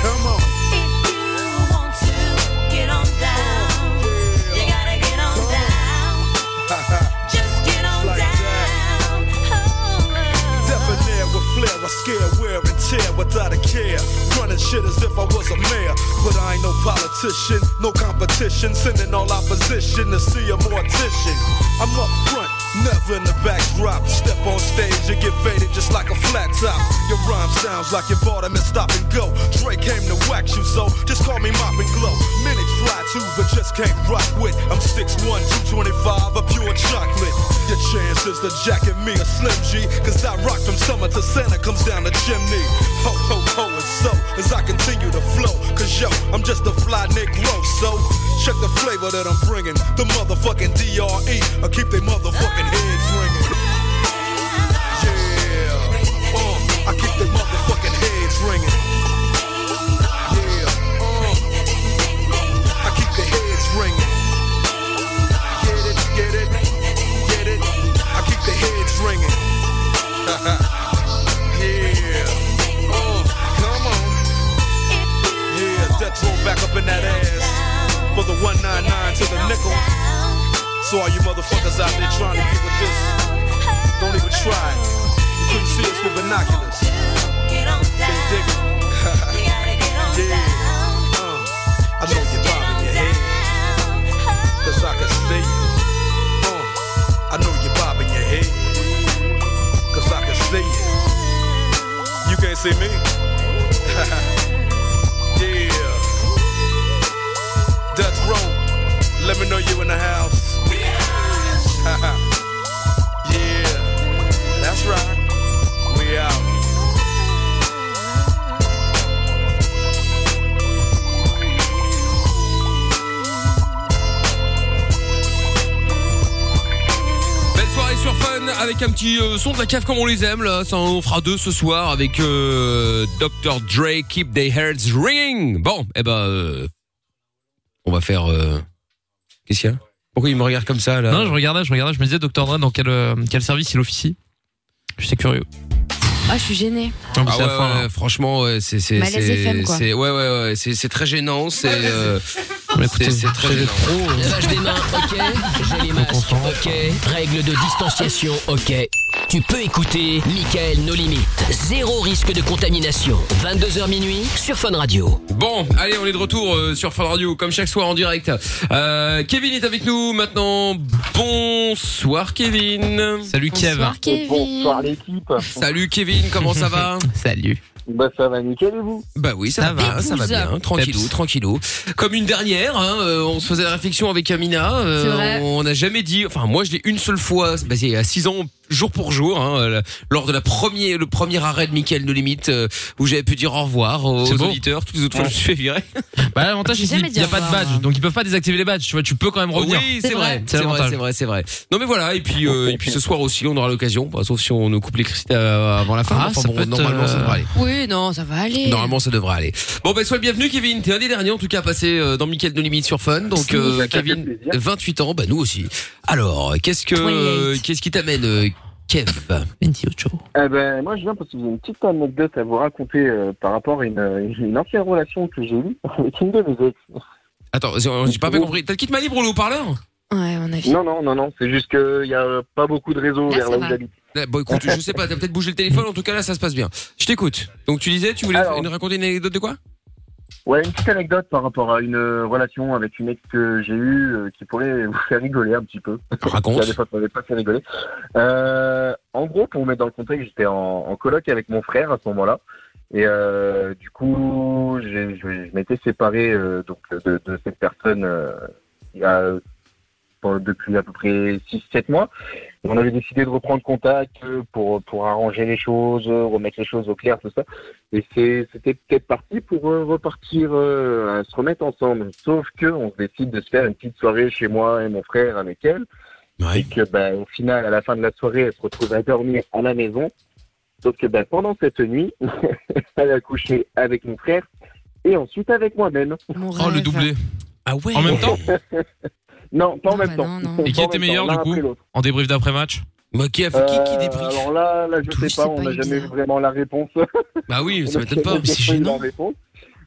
[LAUGHS] shit as if I was a mayor. But I ain't no politician, no competition. Sending all opposition to see a mortician. I'm up front, never in the backdrop. Step on stage and get faded just like a flat top. Your rhyme sounds like you bought 'em at stop and go. Dre came to whack you, so just call me Mop and Glow. Many try to, but just can't rock with. I'm 6'1, 225, a pure chocolate. Your chances to jacket me a Slim G, cause I rock from summer to Santa comes down the chimney. Ho, ho, ho, and so as I continue to flow, cause yo, I'm just a fly Negro, so check the flavor that I'm bringing. The motherfucking DRE, I keep they motherfucking heads ringing. Yeah, uh, I keep they motherfucking heads ringing. Yeah, uh, I keep the heads ringing. Get it, get it, get it. I keep the heads ringing. [LAUGHS] yeah, uh, come on. Yeah, death roll back up in that ass. For the 199 to the nickel. So all you motherfuckers out there trying to get with this, don't even try it. You couldn't see us with binoculars. They dig it. [LAUGHS] yeah. Uh, I know you're bobbing your head. Cause I can see it. Uh, I know you're bobbing your head. Cause I can see it. You can't see me. [LAUGHS] yeah. Death Row, let me know you in the house. [LAUGHS] yeah, that's right. We out.
Belle soirée sur Fun avec un petit euh, son de la cave comme on les aime là. Ça, on fera deux ce soir avec euh, Dr Dre Keep Their Heads Ringing. Bon, eh ben, euh, on va faire. euh, Qu'est-ce qu'il y a Pourquoi il me regarde comme ça là
Non, je regardais, je regardais, je me disais, Docteur Dre, dans quel, euh, quel service il officie J'étais curieux.
Ah, je suis gênée.
Non, mais
Ah
c'est la
ouais,
fin,
ouais,
là.
franchement, ouais, c'est c'est
Malaise FM,
c'est
quoi.
c'est- ouais ouais ouais, c'est c'est très gênant, c'est euh, c'est c'est très gênant.
Lavage des mains, ok. J'ai les masques, ok. Règles de distanciation, ok. Tu peux écouter Michael No Limites. Zéro risque de contamination. 22h minuit sur Fun Radio.
Bon, allez, on est de retour euh, sur Fun Radio comme chaque soir en direct. Euh, Kevin est avec nous maintenant. Bonsoir Kevin. Salut
Bonsoir, Kevin. Bonsoir, l'équipe.
Salut Kevin, comment ça va
Salut.
Bah ça va nickel et vous
Bah oui, ça, va, ça va bien, tranquillou, tranquillou. Comme une dernière, hein, euh, on se faisait la réflexion avec Amina. euh,
C'est vrai.
on n'a jamais dit, enfin moi je l'ai une seule fois, bah, c'est à 6 ans, jour pour jour, hein, euh, lors de la première, le premier arrêt de Michael de Limite, euh, où j'avais pu dire au revoir aux,
C'est beau.
auditeurs. Toutes les autres fois,
Ouais.
je me suis fait virer.
[LAUGHS] Bah, l'avantage, c'est
J'ai jamais
qu'il n'y a
dit
pas de
au revoir.
badge, donc ils peuvent pas désactiver les badges, tu vois, tu peux quand même revenir.
Oui, c'est vrai,
C'est
c'est vrai,
l'avantage.
c'est vrai, c'est vrai. Non mais voilà, et puis euh, et puis ce soir aussi, on aura l'occasion, bah, sauf si on nous coupe l'électricité euh, avant la fin.
Ah,
enfin,
ça
bon,
peut être, euh,
normalement, ça devrait aller.
Oui, non, ça va aller.
Normalement, ça devrait aller. Bon, ben, sois le bienvenu, Kevin. T'es un des derniers, en tout cas, à passer euh, dans Michael de Limite sur Fun. Donc,
Oui.
euh,
Ça fait
Kevin, 28 ans, bah, nous aussi. Alors, qu'est-ce que, qu'est-ce qui t'amène, euh, Kev?
Eh ben, moi, je viens parce que j'ai une petite anecdote à vous raconter euh, par rapport à une, euh, une ancienne relation que j'ai eue [LAUGHS] avec une de mes ex.
Attends, j'ai pas bien compris. T'as le kit Mali pour le haut-parleur?
Ouais, on a
Non, non, non, non. C'est juste qu'il n'y a pas beaucoup de réseaux
Là,
vers
ça
là où
va.
j'habite.
Eh, Bon, écoute, je sais pas, t'as peut-être bougé le téléphone. En tout cas, là, ça se passe bien. Je t'écoute. Donc, tu disais, tu voulais nous raconter une anecdote de quoi?
Ouais, une petite anecdote par rapport à une euh, relation avec une ex que j'ai eue euh, qui pourrait [LAUGHS] vous faire rigoler un petit peu.
Raconte.
Qui, à l'époque, m'avait pas fait rigoler. Euh, en gros, pour vous mettre dans le contexte, j'étais en, en coloc avec mon frère à ce moment-là. Et euh, du coup, j'ai- je, je m'étais séparé euh, donc, de, de cette personne euh, il y a pour- depuis à peu près 6-7 mois. Et On avait décidé de reprendre contact euh, pour, pour arranger les choses, euh, remettre les choses au clair, tout ça. Et c'est- c'était peut-être parti pour euh, repartir, euh, à se remettre ensemble. Sauf que on se décide de se faire une petite soirée chez moi et mon frère avec elle. Et que, bah, au final, à la fin de la soirée, elle se retrouve à dormir à la maison. Sauf que bah, pendant cette nuit, [LAUGHS] elle a couché avec mon frère et ensuite avec moi-même.
oh, le
doublé.
Ah ouais
En même temps [LAUGHS] Non, pas en même temps.
Et qui
Pas en
était
même
meilleur,
temps,
du
l'un après
coup,
l'autre.
en débrief d'après-match
Bah, qui
Euh, Alors là, là je sais pas, on n'a jamais eu vraiment la réponse. [LAUGHS]
Bah oui, ça
On a
m'étonne pas,
jamais
mais c'est
eu la
gênant.
réponse.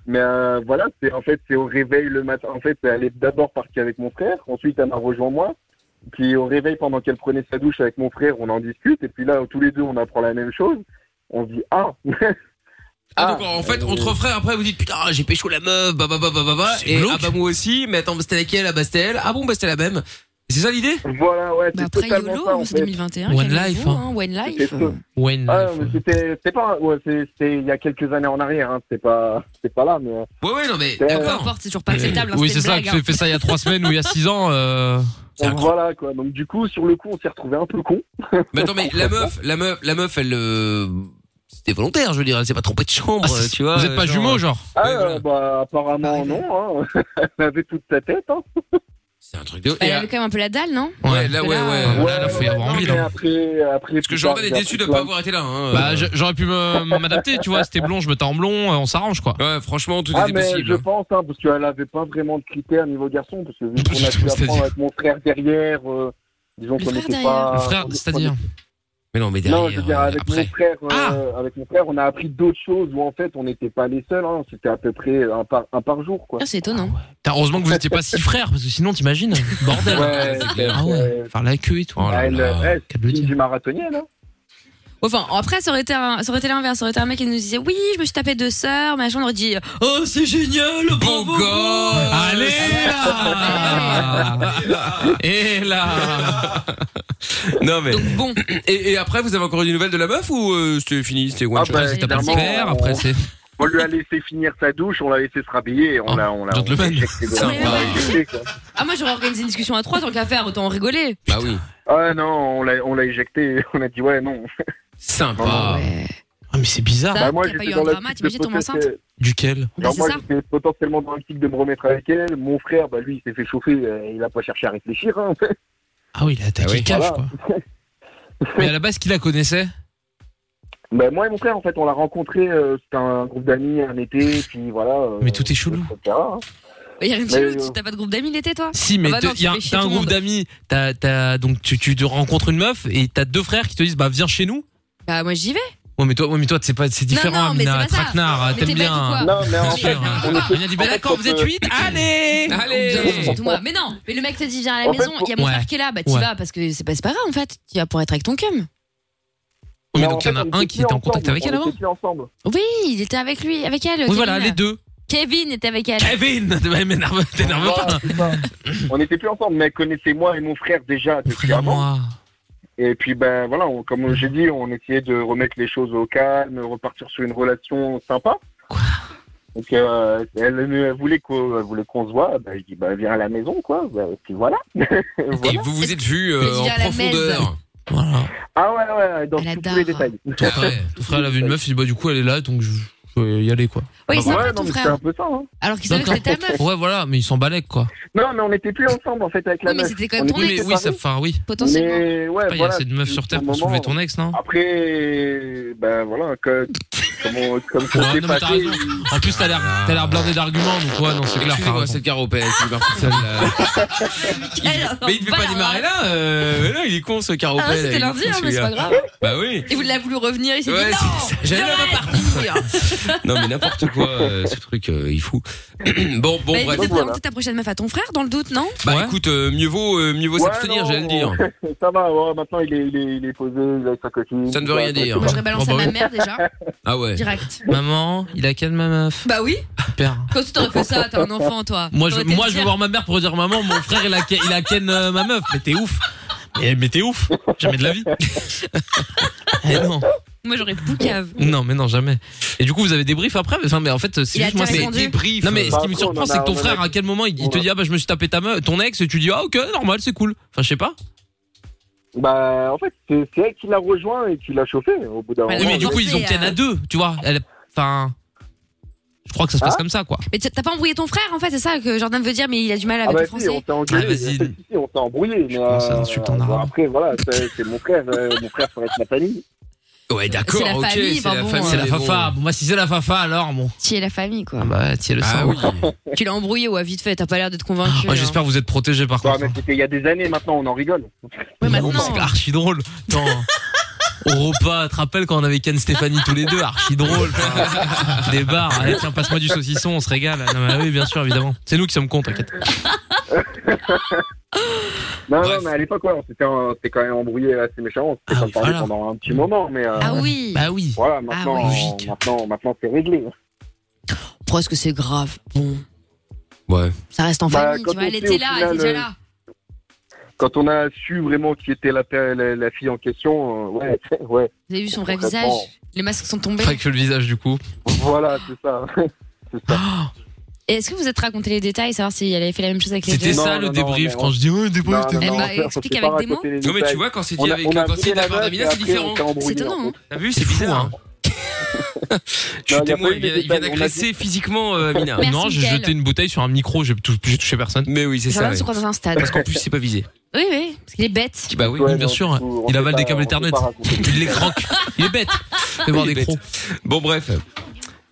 Mais euh, voilà, c'est en fait c'est au réveil le matin. En fait, elle est d'abord partie avec mon frère, ensuite elle m'a rejoint moi. Puis au réveil pendant qu'elle prenait sa douche avec [LAUGHS] mon frère, on en discute et puis là tous les deux on apprend la même chose. On se dit ah
Ah, donc en fait, entre frères, après, vous dites putain, j'ai pécho la meuf, bah bah bah bah bah bah.
C'est
Et
glauque.
ah bah moi aussi, mais attends, bah, c'était laquelle Ah bah c'était elle. Ah bon, bah c'était la même. C'est ça l'idée
Voilà, ouais,
Bah après YOLO, hein, c'est 2021.
One
calmez-vous,
life,
hein, One life.
C'était- Ah, mais c'était c'était pas ouais, c'est- c'était il y a quelques années en arrière hein, c'était pas c'était pas là mais euh,
Ouais ouais non mais
Peu importe, c'est toujours pas acceptable. hein,
Oui,
c'était
c'est
une
ça,
blague,
que j'ai
hein.
fait ça il y a trois semaines ou il y a six ans. euh,
voilà quoi donc du coup sur le coup on s'est retrouvé un peu con
Mais attends, mais la meuf, la meuf, la meuf, elle. euh, C'était volontaire, je veux dire, elle s'est pas trompée de chambre,
Ah,
tu vois.
vous êtes
euh, Ah,
pas jumeaux, genre
ah, euh, bah apparemment non hein. [LAUGHS] elle avait toute sa tête hein.
c'est un truc de. euh,
Bah, Elle avait quand même un peu la dalle, non
Ouais, là, ouais, ouais, là, là, faut y avoir envie,
mais
là.
après après
Parce que Jordan est déçu de pas avoir été là, hein.
Bah, je- j'aurais pu me- [LAUGHS] m'adapter, tu vois. C'était blond, je me en blond, euh, on s'arrange, quoi.
Ouais, franchement,
ah mais je pense hein, parce qu'elle avait pas vraiment de critères niveau garçon parce que
[LAUGHS]
vu qu'on a pu apprendre avec mon frère derrière euh, disons qu'on n'était pas
Le frère,
on-
c'est-à-dire
Mais non, mais [LAUGHS]
non, je veux dire, avec mon, frère, euh,
Ah
avec mon frère, on a appris d'autres choses où en fait on n'était pas les seuls. Hein. C'était à peu près un par, un par jour. Quoi.
Ah, C'est étonnant.
Putain, heureusement que vous étiez pas six frères, parce que sinon, t'imagines Bordel
Ouais, c'est clair.
Ah ouais, faire la queue et tout.
Ah, elle, elle,
Qu'à le dire.
du marathonien, là
Enfin, après, ça aurait été, un- ça aurait été l'inverse. Ça aurait été un mec qui nous disait Oui, je me suis tapé deux sœurs, machin. On aurait dit Oh, c'est génial, bravo
vous.
Allez
[LAUGHS]
là Et là
[LAUGHS] Non mais. bon. Et, et après, vous avez encore eu des nouvelles de la meuf ou euh, c'était fini, c'était one
Ah,
shot
bah, clairement, on-
c'est. Oh,
On lui a laissé finir sa douche, on l'a laissé se rhabiller, et on l'a. on l'a- on l'a éjecté de-
Sympa.
on l'a éjecté, quoi.
Ah, moi, j'aurais organisé une discussion à trois, tant qu'à faire, autant en rigoler.
Bah oui.
Ah non, on l'a- on l'a éjecté, on a dit ouais, non.
Sympa.
Ah, mais c'est bizarre.
Bah, moi,
t'as pas
j'étais
eu
dans
un
la
drama,
petite
t'imagines, tombe
hypothèse
enceinte
que-
Duquel
Bah,
Alors moi, j'étais potentiellement dans l'optique de me remettre avec elle. Mon frère, bah, lui, il s'est fait chauffer. euh, il a pas cherché à réfléchir. Hein, en fait.
Ah oui, il a attaqué le cash,
Voilà.
quoi. Mais à la base, qui la connaissait
[LAUGHS] Bah, moi et mon frère, en fait, on l'a rencontré. euh, C'était un groupe d'amis un été. Puis voilà. euh,
Mais tout est chelou.
etc., hein.
Il y a rien de
Mais,
chelou,
euh,
tu- t'as pas de groupe d'amis l'été, toi
Si, mais
Ah bah
te-
non, tu
y a
fais
un-
chier
t'as
tout
un
le
groupe
monde.
d'amis, t'as- t'as- donc tu, tu te rencontres une meuf et t'as deux frères qui te disent bah viens chez nous.
Bah, moi, j'y vais.
Ouais, mais toi, ouais, mais toi, c'est pas, c'est
Non,
différent,
non, mais
Amina,
c'est pas ça.
traquenard,
Mais
t'aimes
t'es bête ou
bien.
quoi
Non, mais en fait, on était-
Amina dit bah
en fait,
d'accord, vous êtes
[LAUGHS]
[LAUGHS]
euh,
8 allez,
Bien,
allez.
surtout moi. Mais non, mais le mec te dit Viens à la
En fait,
maison, il y a mon
ouais.
frère qui est là, bah, t'y
Ouais.
vas, parce que c'est pas, c'est pas grave, en fait. Tu vas pour être avec ton cum.
Oui, mais
Non,
donc
en
il y en
fait, on
a un
était
qui
plus
était en contact
ensemble,
avec elle
on
avant.
était plus ensemble.
Oui, il était avec lui, avec elle.
Oui, voilà,
Kevin.
les deux.
Kevin était avec elle.
Kevin, [LAUGHS] hein. m'énerve t'énerve pas.
[LAUGHS] on n'était plus ensemble, mais connaissait moi et mon frère déjà depuis avant. Et puis ben voilà, on- comme j'ai dit, on essayait de remettre les choses au calme, repartir sur une relation sympa. Donc euh, elle, elle voulait qu'on elle voulait qu'on se voit, ben, je dis ben, viens à la maison quoi. Ben, et puis voilà. [LAUGHS]
Et vous vous êtes vus euh,
Je
en
viens à la
profondeur.
Ah ouais ouais, dans tous les détails.
Ton
Ah
frère, ton frère, il a vu une meuf, il dit bah du coup elle est là, donc je je vais y aller quoi. Bah,
Oui, c'est
Ouais,
sympa
non,
ton
mais
frère.
c'était un peu ça. hein.
Alors qu'il savait que c'était ta meuf.
Ouais, voilà, mais ils s'en balèquent quoi.
Non mais on n'était plus ensemble en fait avec la
Oui, mais
meuf.
c'était quand même
On
ton
était
ex.
Mais oui, ça,
séparés.
enfin oui.
Potentiellement.
Mais ouais,
Pas, il y a
voilà,
assez de meufs
c'est-
sur Terre
c'est
pour
le moment.
soulever ton ex, non
Après, ben voilà,
[LAUGHS]
que- comme on- comme ça
Ouais,
s'est
non, mais t'as
passé.
raison. En plus, t'as l'air, t'as l'air blindé d'arguments, donc ouais, non, c'est clair.
Excusez-moi, c'est le caropet, c'est le Marcel, [LAUGHS] là. Mais il ne peut pas démarrer là. euh, mais non, il est con ce caropet.
Ah, c'était
là,
lundi,
il est con,
hein, mais c'est
celui-là.
pas grave.
Bah oui.
Et vous l'avez voulu revenir, il s'est
Ouais,
dit non
J'allais la
repartir.
Non mais n'importe quoi, euh, ce truc, euh, il fout. [CLEARS THROAT] bon, bon,
Bah,
bref.
peut-être présenter ta prochaine meuf à ton frère, dans le doute, non
Bah écoute, euh, mieux vaut, euh, mieux vaut
Ouais,
s'abstenir,
non,
j'allais le dire.
[LAUGHS] Ça va, ouais, maintenant il est, il, est, il est posé, il est avec sa copine.
Ça ne veut rien dire. bah,
Moi, j'aurais balancé à
bah
ma mère déjà,
Ah ouais.
direct.
Maman, il a calme ma meuf.
Bah oui.
Père.
Quand tu t'aurais fait ça, t'as un enfant, toi.
Moi, je,
T'aurais été
moi, je
fier.
veux voir ma mère pour dire maman, mon frère, il a, ken- il a ken euh, ma meuf. Mais t'es ouf. Mais, mais t'es ouf. Jamais
[LAUGHS]
de la vie. Eh non.
Moi, j'aurais boucave.
Non, mais non, jamais. Et du coup, vous avez des briefs après Enfin, mais en fait, c'est
Il a
juste moi,
déjà
c'est
répondu. Des briefs.
Non, mais ce
Bah,
qui me
après, on
surprend,
en
c'est que
a-
ton
on en a-
frère, à quel moment il, il te dit ah bah je me suis tapé ta meuf, ton ex, et tu dis ah ok, normal, c'est cool. Enfin, je sais pas.
Bah en fait, c'est c'est elle qui l'a rejoint et qui l'a chauffé au bout d'un
Oui,
moment.
mais du coup, ils ont ken
euh.
à deux, tu vois. Elle- Enfin, je crois que ça se passe
Ah.
comme ça, quoi.
Mais t'as t'as pas embrouillé ton frère, en fait, c'est ça que Jordan veut dire, mais il a du mal
Ah
avec
bah
euh, le
si, on
français.
s'est engueulé,
Ah, vas-y.
si, si, on s'est embrouillé, mais euh, bah, après voilà, c'est c'est mon frère, euh, mon frère ça reste ma famille.
Ouais, d'accord,
C'est la
ok,
famille,
c'est
enfin
la
Ah ben bon, hein. euh,
famille.
C'est la fafa. Bon, moi, si c'est la fafa, alors, bon.
Tu es la famille, quoi.
[LAUGHS]
Ah bah, tiens le sang.
Tu l'as embrouillé ou à vite fait, t'as pas l'air d'être convaincu.
Ah, Moi, j'espère que vous êtes protégés par contre.
mais c'était il y a des années maintenant, on en rigole.
Ouais, maintenant. C'est archi drôle. Non. Au repas, tu te rappelles quand on avait Ken Stéphanie tous les deux, archi drôle. enfin, Des bars, allez tiens, passe-moi du saucisson, on se régale. Non, mais oui, bien sûr, évidemment. C'est nous qui sommes cons, t'inquiète.
Non, non, mais à l'époque, ouais, on s'était on s'était quand même embrouillé assez méchant. On
Ah
s'était pas parlé pendant un petit moment, mais. euh,
Ah oui. Ah
Bah oui.
Voilà, maintenant,
oui.
maintenant, maintenant, c'est réglé.
Pourquoi est-ce que c'est grave Bon.
Ouais.
Ça reste en
Bah,
famille,
quand
tu vois.
on
Elle
sait,
était
au
là,
final,
elle était déjà
euh,
là.
Quand on a su vraiment qui était la, pe- la, la fille en question, euh, ouais, [LAUGHS] ouais.
Vous avez vu son vrai visage
Concrètement.
Les masques sont tombés.
Pas que le visage du coup.
Voilà, c'est ça. [LAUGHS]
Oh Et est-ce que vous êtes raconté les détails, savoir si elle avait fait la même chose avec les deux
C'était ça le débrief quand je dis ouais, débrief,
non,
débrief.
non, Bah, on explique s'est pas avec des raconté mots. les
Non, mais tu
détails.
vois, quand c'est
On
dit
a-
avec.
on a
Quand
bouillé
c'est
la
avec
meuf,
Amina,
et
c'est
après,
différent.
on s'est embrouillé,
C'est étonnant, hein.
T'as vu, c'est bizarre. hein. Je suis
Non, il y a
témoin,
pas eu
il
de
vient, il
détails,
vient
on a
d'agresser
dit.
physiquement euh, Amina.
Merci, Non, j'ai Mickaël. jeté
une bouteille sur un micro, j'ai touché personne. Mais oui, c'est
Jordan
ça. ouais.
se croit dans un stade.
Parce qu'en plus, c'est pas visé.
Oui, oui, parce qu'il est bête.
Bah oui, bien sûr. Il avale des câbles Ethernet. Il les croque. Il est bête. Il est bête. Bon, bref.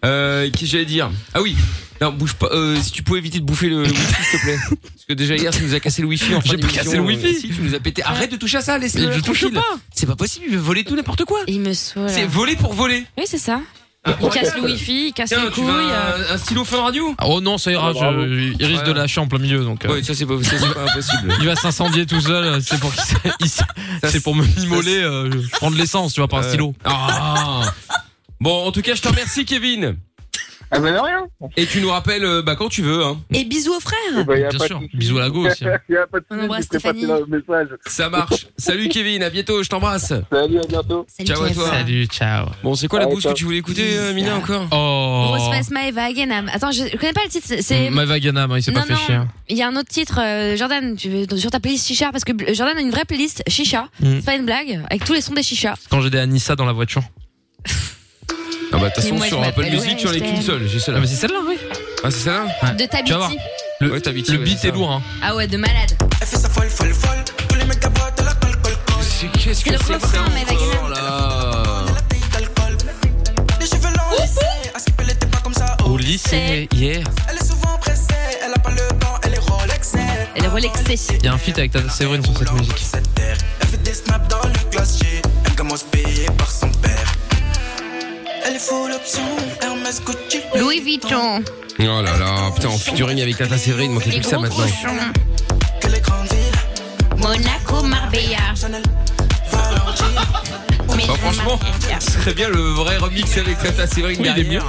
Euh, Qu'est-ce que j'allais dire Ah oui. Non, bouge pas. Euh, si tu pouvais éviter de bouffer le, le wifi, s'il te plaît. Parce que déjà hier, tu nous as cassé le wifi. En fin
J'ai pas
d'émission.
cassé le wifi. Ah.
Euh, si, tu nous as pété. Arrête de toucher à ça. Laisse-le.
Je touche
tranquille.
pas.
C'est pas possible. Il veut voler tout n'importe quoi.
Il me saoule.
C'est voler pour voler.
Oui, c'est ça.
Ah,
Il
ouais.
casse le wifi, il casse
Tiens,
les
tu
couilles.
veux
euh,
un, un stylo fun radio
Oh non, ça ira,
Ah, bravo.
je- il risque
Ouais.
de lâcher en plein milieu donc. euh,
Oui, ça c'est pas, ça, c'est pas impossible.
[LAUGHS] Il va s'incendier tout seul, euh, c'est pour qu'il s- il s- c'est pour me mimoler, euh, je- prendre l'essence, tu vois, par un
Euh,
stylo.
Ah. Bon, en tout cas, je te remercie, Kevin.
Ah ben rien. Eh
Et tu nous rappelles euh, bah, quand tu veux. Hein.
Et bisous aux frères.
ben,
Bien sûr. Bisous à la go aussi.
[LAUGHS]
On embrasse
je ferai passer
Stéphanie.
le message.
Ça marche. Salut Kevin, à bientôt, je t'embrasse.
Salut, à bientôt.
ciao à toi.
Salut, ciao.
Bon, c'est quoi la
Allez,
bouse que
ciao.
tu voulais écouter, euh, Mina, encore
Oh.
Grosse my Wagenham. Attends, je je connais pas le titre. c'est- C'est.
Ma Vaganam, il s'est pas
Non,
fait
non.
chier. hein.
Il y a un autre titre, euh, Jordan, tu veux, sur ta playlist Chicha, parce que euh, Jordan a une vraie playlist Chicha.
Mm.
C'est pas une blague, avec tous les sons des Chicha.
Quand j'ai des Anissa dans la voiture.
Ah bah de
toute façon, Et moi, je sur Apple m'appelle Music,
tu en es qu'une seule, j'ai celle-là.
Ah, mais c'est celle-là, oui.
Ah, c'est celle-là
De
Tu vas voir.
Tabiti.
Le, le
ouais,
beat
c'est
est
ça.
lourd, hein.
Ah ouais, de malade.
Qu'est-ce
C'est le refrain, My
Oh
Wagenham.
Les cheveux longs laissés, à skipper l'été pas comme ça. oh.
Au lycée, hier,
Elle est souvent pressée, elle a pas le temps, elle est relaxée.
Elle est relaxée.
il y a un feat avec Tata Séverine sur cette musique.
Elle fait des snaps dans le glacier. Elle commence payée par son père. Elle est full option, Hermès Gucci.
Louis Vuitton.
Oh là là, putain, en featuring avec Tata Séverine, moi qui ai
Les
plus que ça
gros
maintenant.
cochons. Monaco, Marbella. [LAUGHS]
Bah, franchement, ce serait bien le vrai remix avec Tata Séverine derrière.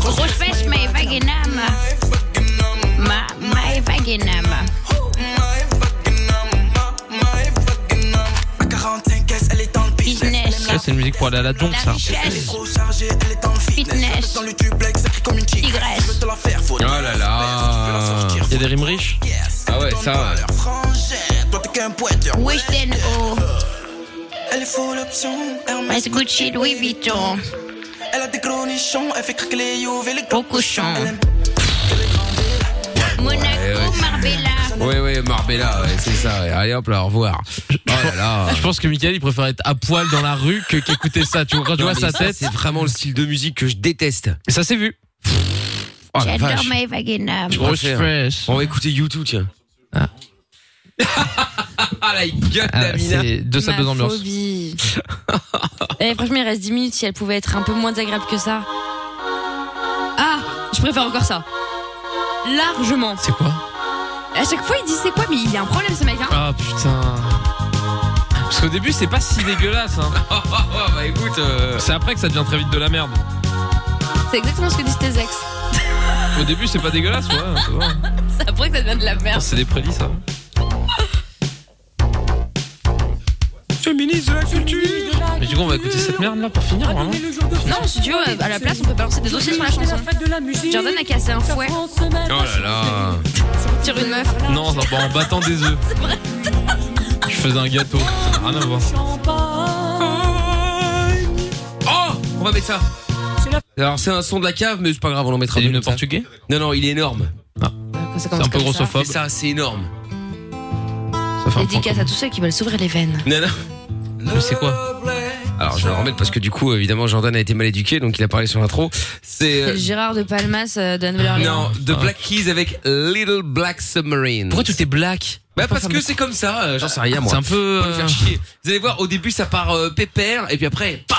Grosse pêche, My Wagenham. Ma, My Wagenham.
À 45 caisses, elle est dans le business.
Ça, c'est une musique pour aller à la donk, ça.
Elle est trop chargée, elle est dans le fitness. Dans le duplex, elle crie comme une tigresse. Je veux te la faire, faut
Oh là là.
Il y a des rimes riches.
Ah ouais, ça.
frangère. Toi, t'es qu'un pointeur.
Wishden O.
Elle est full option, Hermès
Mas Gucci, Louis Vuitton.
Elle a des gros nichons, elle fait craquer les youves et les
Au cochon.
Elle aime
Monaco, Marbella.
Ouais, ouais, Marbella, ouais, c'est ça. ouais. Allez hop là, au revoir. Oh là là.
Je pense que Michael, il préfère être à poil dans la rue que qu'écouter ça. Tu vois, quand tu
Non,
vois
mais
sa
ça,
tête.
C'est vraiment le style de musique que je déteste.
Et ça s'est vu.
Oh la
J'adore
vache.
My Wagenham.
Je préfère.
fresh.
On va écouter YouTube, tiens. [LAUGHS] Ah la gueule
Ah, c'est deux salles, deux
Ma
ambiances. [LAUGHS]
phobie. Eh, franchement, il reste 10 minutes si elle pouvait être un peu moins désagréable que ça. Ah, je préfère encore ça. Largement.
C'est quoi
À chaque fois, il dit c'est quoi, mais il a un problème ce mec. Hein.
Ah putain. Parce qu'au début, c'est pas si dégueulasse. Hein.
[LAUGHS] bah écoute. euh,
C'est après que ça devient très vite de la merde.
C'est exactement ce que disent tes ex.
Au début, c'est pas dégueulasse, ouais. ça va.
C'est après que [LAUGHS] ça devient de la
Putain,
merde.
C'est des prédits, ça.
Monsieur le ministre de la Culture
Mais du coup, on va écouter cette merde là pour finir, vraiment.
Non, si tu veux, à la place, on peut balancer des dossiers sur la chanson. Jordan a cassé un fouet
Oh là là
sur une
[LAUGHS]
meuf.
Non, ça- bon, en battant des œufs. Je faisais un gâteau. Ça n'a rien à voir.
Oh On va mettre ça Alors c'est un son de la cave mais c'est pas grave on en mettra
C'est
deux
l'hymne
comme ça.
portugais
Non non il est énorme
C'est un peu
Mais
grossophobe.
ça c'est énorme
Ça fait un point.
Dédicace à tous ceux qui veulent s'ouvrir les veines.
Non non
Mais c'est quoi
Alors je vais le remettre parce que du coup évidemment Jordan a été mal éduqué donc il a parlé sur l'intro C'est
C'est le
euh,
Gérard de Palmas euh, de la Nouvelle-Orléans.
Non The Black Keys avec Little Black Submarine
Pourquoi tout est black
Bah parce que c'est comme ça euh, j'en sais rien moi
Ah, C'est un peu.
Faut le faire chier. Vous allez voir, au début ça part euh, pépère, et puis après, bah,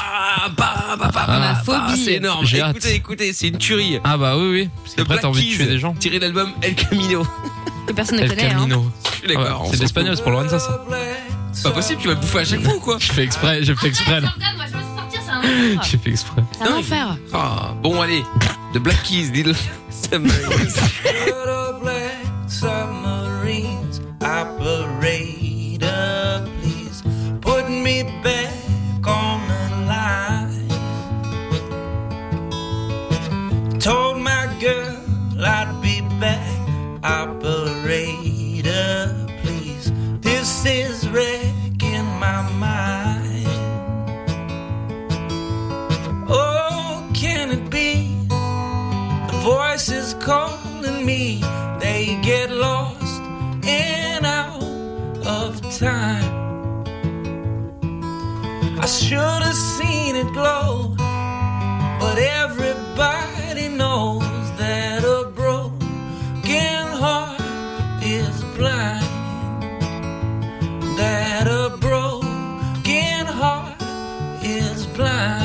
bah, bah, bah, bah, bah,
phobie.
c'est énorme.
Ah. J'ai hâte.
Écoutez, écoutez, c'est une tuerie.
Ah bah oui, oui. Parce qu'après, t'as envie de tuer des gens.
Tiré de l'album El Camino.
Que personne ne connaît. hein.
Ouais, c'est de l'espagnol, c'est pour Lorenza ça.
C'est pas possible, tu vas le bouffer à chaque fois ou quoi
[LAUGHS] Je fais exprès, j'ai fait exprès
Ah.
là.
hein.
J'ai fait exprès.
C'est un enfer.
Ah, bon, allez. The Black Keys, Little [LAUGHS] Submarines.
submarines operator please put me back on the line told my girl i'd be back operator please this is wrecking my mind oh can it be the voice is calling me. They get lost and out of time. I should have seen it glow, but everybody knows that a broken heart is blind. That a broken heart is blind.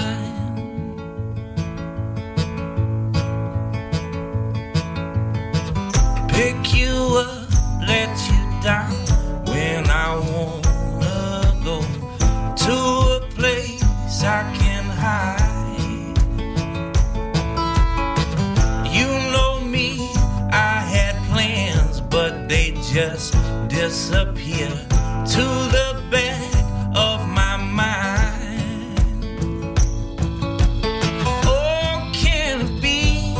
pick you up, let you down when I wanna go to a place I can hide. You know me, I had plans, but they just disappear to the back of my mind. Oh, can it be?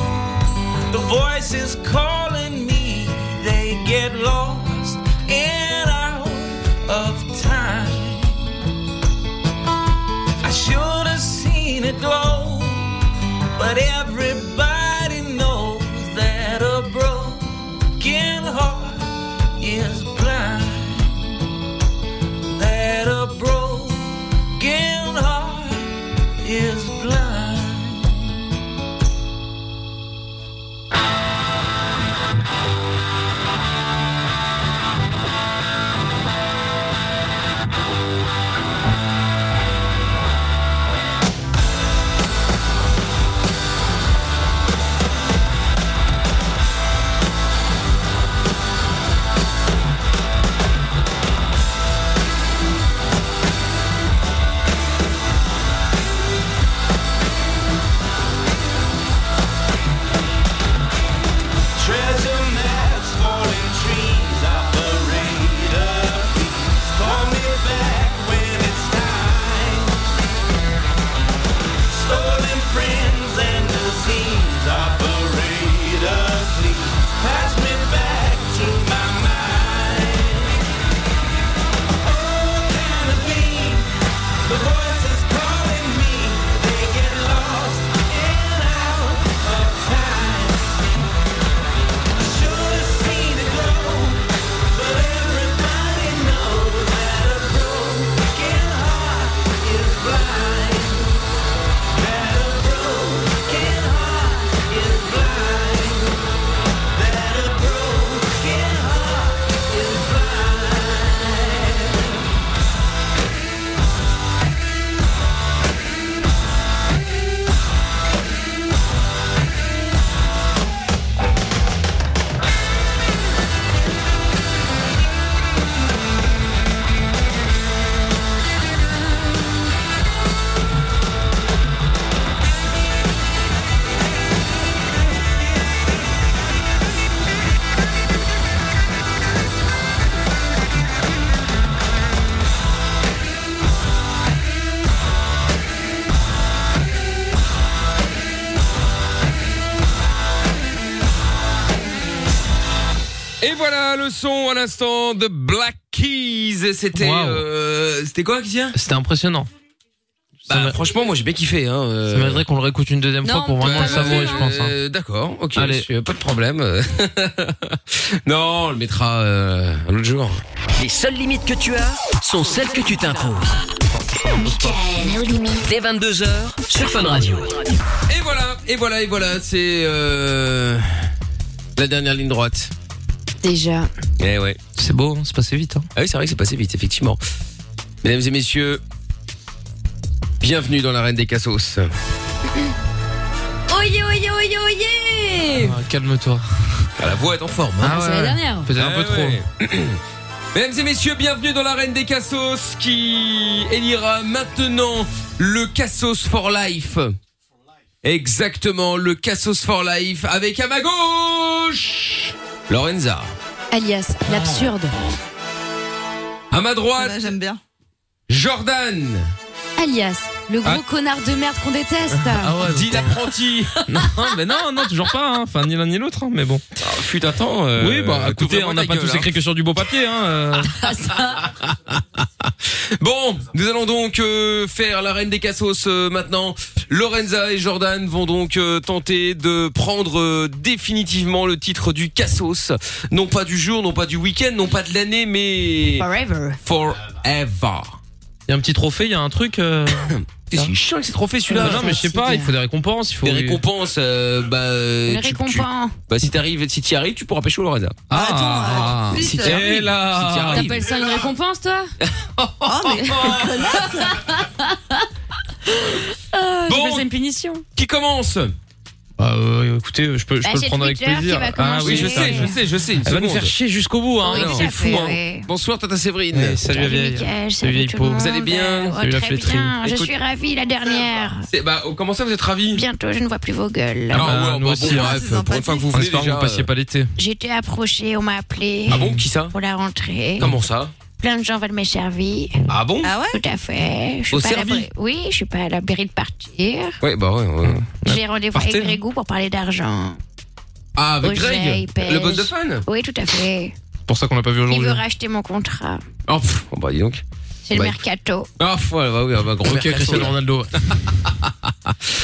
The voice is calling me. They get lost and out of time. I should have seen it glow, but everybody knows that a broken heart is blind. That a broken heart is blind. Treasure maps, falling trees, operator, please call me back when it's time. Stolen friends and disease, operator, please pass me back to my mind. Oh, can it be? The voice is calling me. They get lost and out of time.
Et voilà le son à l'instant de Black Keys. C'était euh, c'était quoi Kizia
C'était impressionnant.
Bah, franchement, moi j'ai bien kiffé. Hein, euh.
Ça mériterait qu'on le réécoute une deuxième fois pour vraiment le savourer, je pense. hein.
Euh, D'accord, ok,
Allez.
monsieur, pas de problème. [LAUGHS] non, on le mettra euh, un autre jour.
Les seules limites que tu as sont celles que tu t'imposes. Dès 22h sur Fun Radio.
Et voilà, et voilà, et voilà, c'est euh, la dernière ligne droite.
Déjà.
Eh ouais.
C'est beau, hein, c'est passé vite.
Ah oui, c'est vrai que c'est passé vite, effectivement. Mesdames et messieurs, Bienvenue dans l'arène des cassos.
Oyez, oyez, oyez, oyez
Ah, Calme-toi. la voix est en forme.
Ah, c'est la dernière.
Peut-être un
Ah
peu
ouais.
trop. [CLEARS THROAT] Mesdames et messieurs, bienvenue dans l'arène des cassos qui élira maintenant le Cassos for Life. Exactement, le Cassos for Life avec à ma gauche Lorenza.
Alias, l'absurde.
À ma droite,
Bah, J'aime bien.
Jordan.
Alias, le gros
Ah.
connard de merde qu'on déteste.
Ah
dit l'apprenti.
[LAUGHS] non, mais non, non, toujours pas. hein. Enfin, ni l'un ni l'autre. hein, Mais bon.
Fut un temps. euh,
oui, bah,
t'ouvres
écoutez,
vraiment
on n'a
ta
pas
gueule,
tous
hein.
écrit que sur du beau papier. Hein, euh.
Bon, nous allons donc euh, faire la reine des cassos euh, maintenant. Lorenza et Jordan vont donc euh, tenter de prendre euh, définitivement le titre du cassos. Non pas du jour, non pas du week-end, non pas de l'année, mais...
Forever.
Forever.
Il y a un petit trophée, il y a un truc. euh,
[COUGHS] C'est chiant avec ces trophées celui-là.
Non, mais je sais pas, il faut des récompenses. Il faut...
Des récompenses, euh, bah... euh,
Des
tu- tu-
récompenses.
bah si t'arrives, si t'y arrives, tu pourras pêcher au Lorenza.
Ah,
si
euh,
t'y
eh
arrives,
là. Ah.
si t'y arrives.
T'appelles ça une récompense,
[LAUGHS]
toi Oh, mais
Bon.
C'est une punition.
Qui commence
Bah, euh, écoutez, je peux, je
Bah,
peux
c'est
le prendre avec
Twitter qui
plaisir.
va
Ah oui, je
commencer.
sais, je sais, je sais.
une
Elle va nous
seconde.
faire chier jusqu'au bout. Hein.
Oui,
Non.
tout à fait, Bon. ouais. Bonsoir, Tata Séverine.
salut, la vieille. Salut, vieille peau.
Vous allez
Euh,
bien
Oh,
Salut, la flétrie.
Écoute,
ravie, la dernière.
c'est- Bah, comment ça vous êtes ravis
Bientôt, je ne vois plus vos gueules.
Alors,
Ah,
ouais,
nous
bah,
aussi,
bon,
hein.
bref, pour une fois que vous
On
venez
espère que
déjà,
vous passiez
euh,
pas l'été.
J'ai été approchée, on m'a appelé.
Ah bon, qui ça
Pour la rentrée.
Comment ça
Plein de gens veulent mes services.
Ah bon
Ah ouais Tout à fait. Je suis
Au
pas à
servi
l'abri- Oui, je suis pas à l'abri de partir.
Ouais, bah ouais. ouais.
J'ai rendez-vous avec
partez.
Grégou pour parler d'argent.
Ah, avec
Auger,
Greg
il pêche.
Le boss de fun
Oui, tout à fait.
C'est pour ça qu'on l'a pas vu
Il veut racheter mon contrat.
Oh, pff, oh, bah dis donc.
C'est le
Bah,
mercato
Ah, pff, voilà, bah oui, ah, bah gros.
Ok, Cristiano
Ronaldo.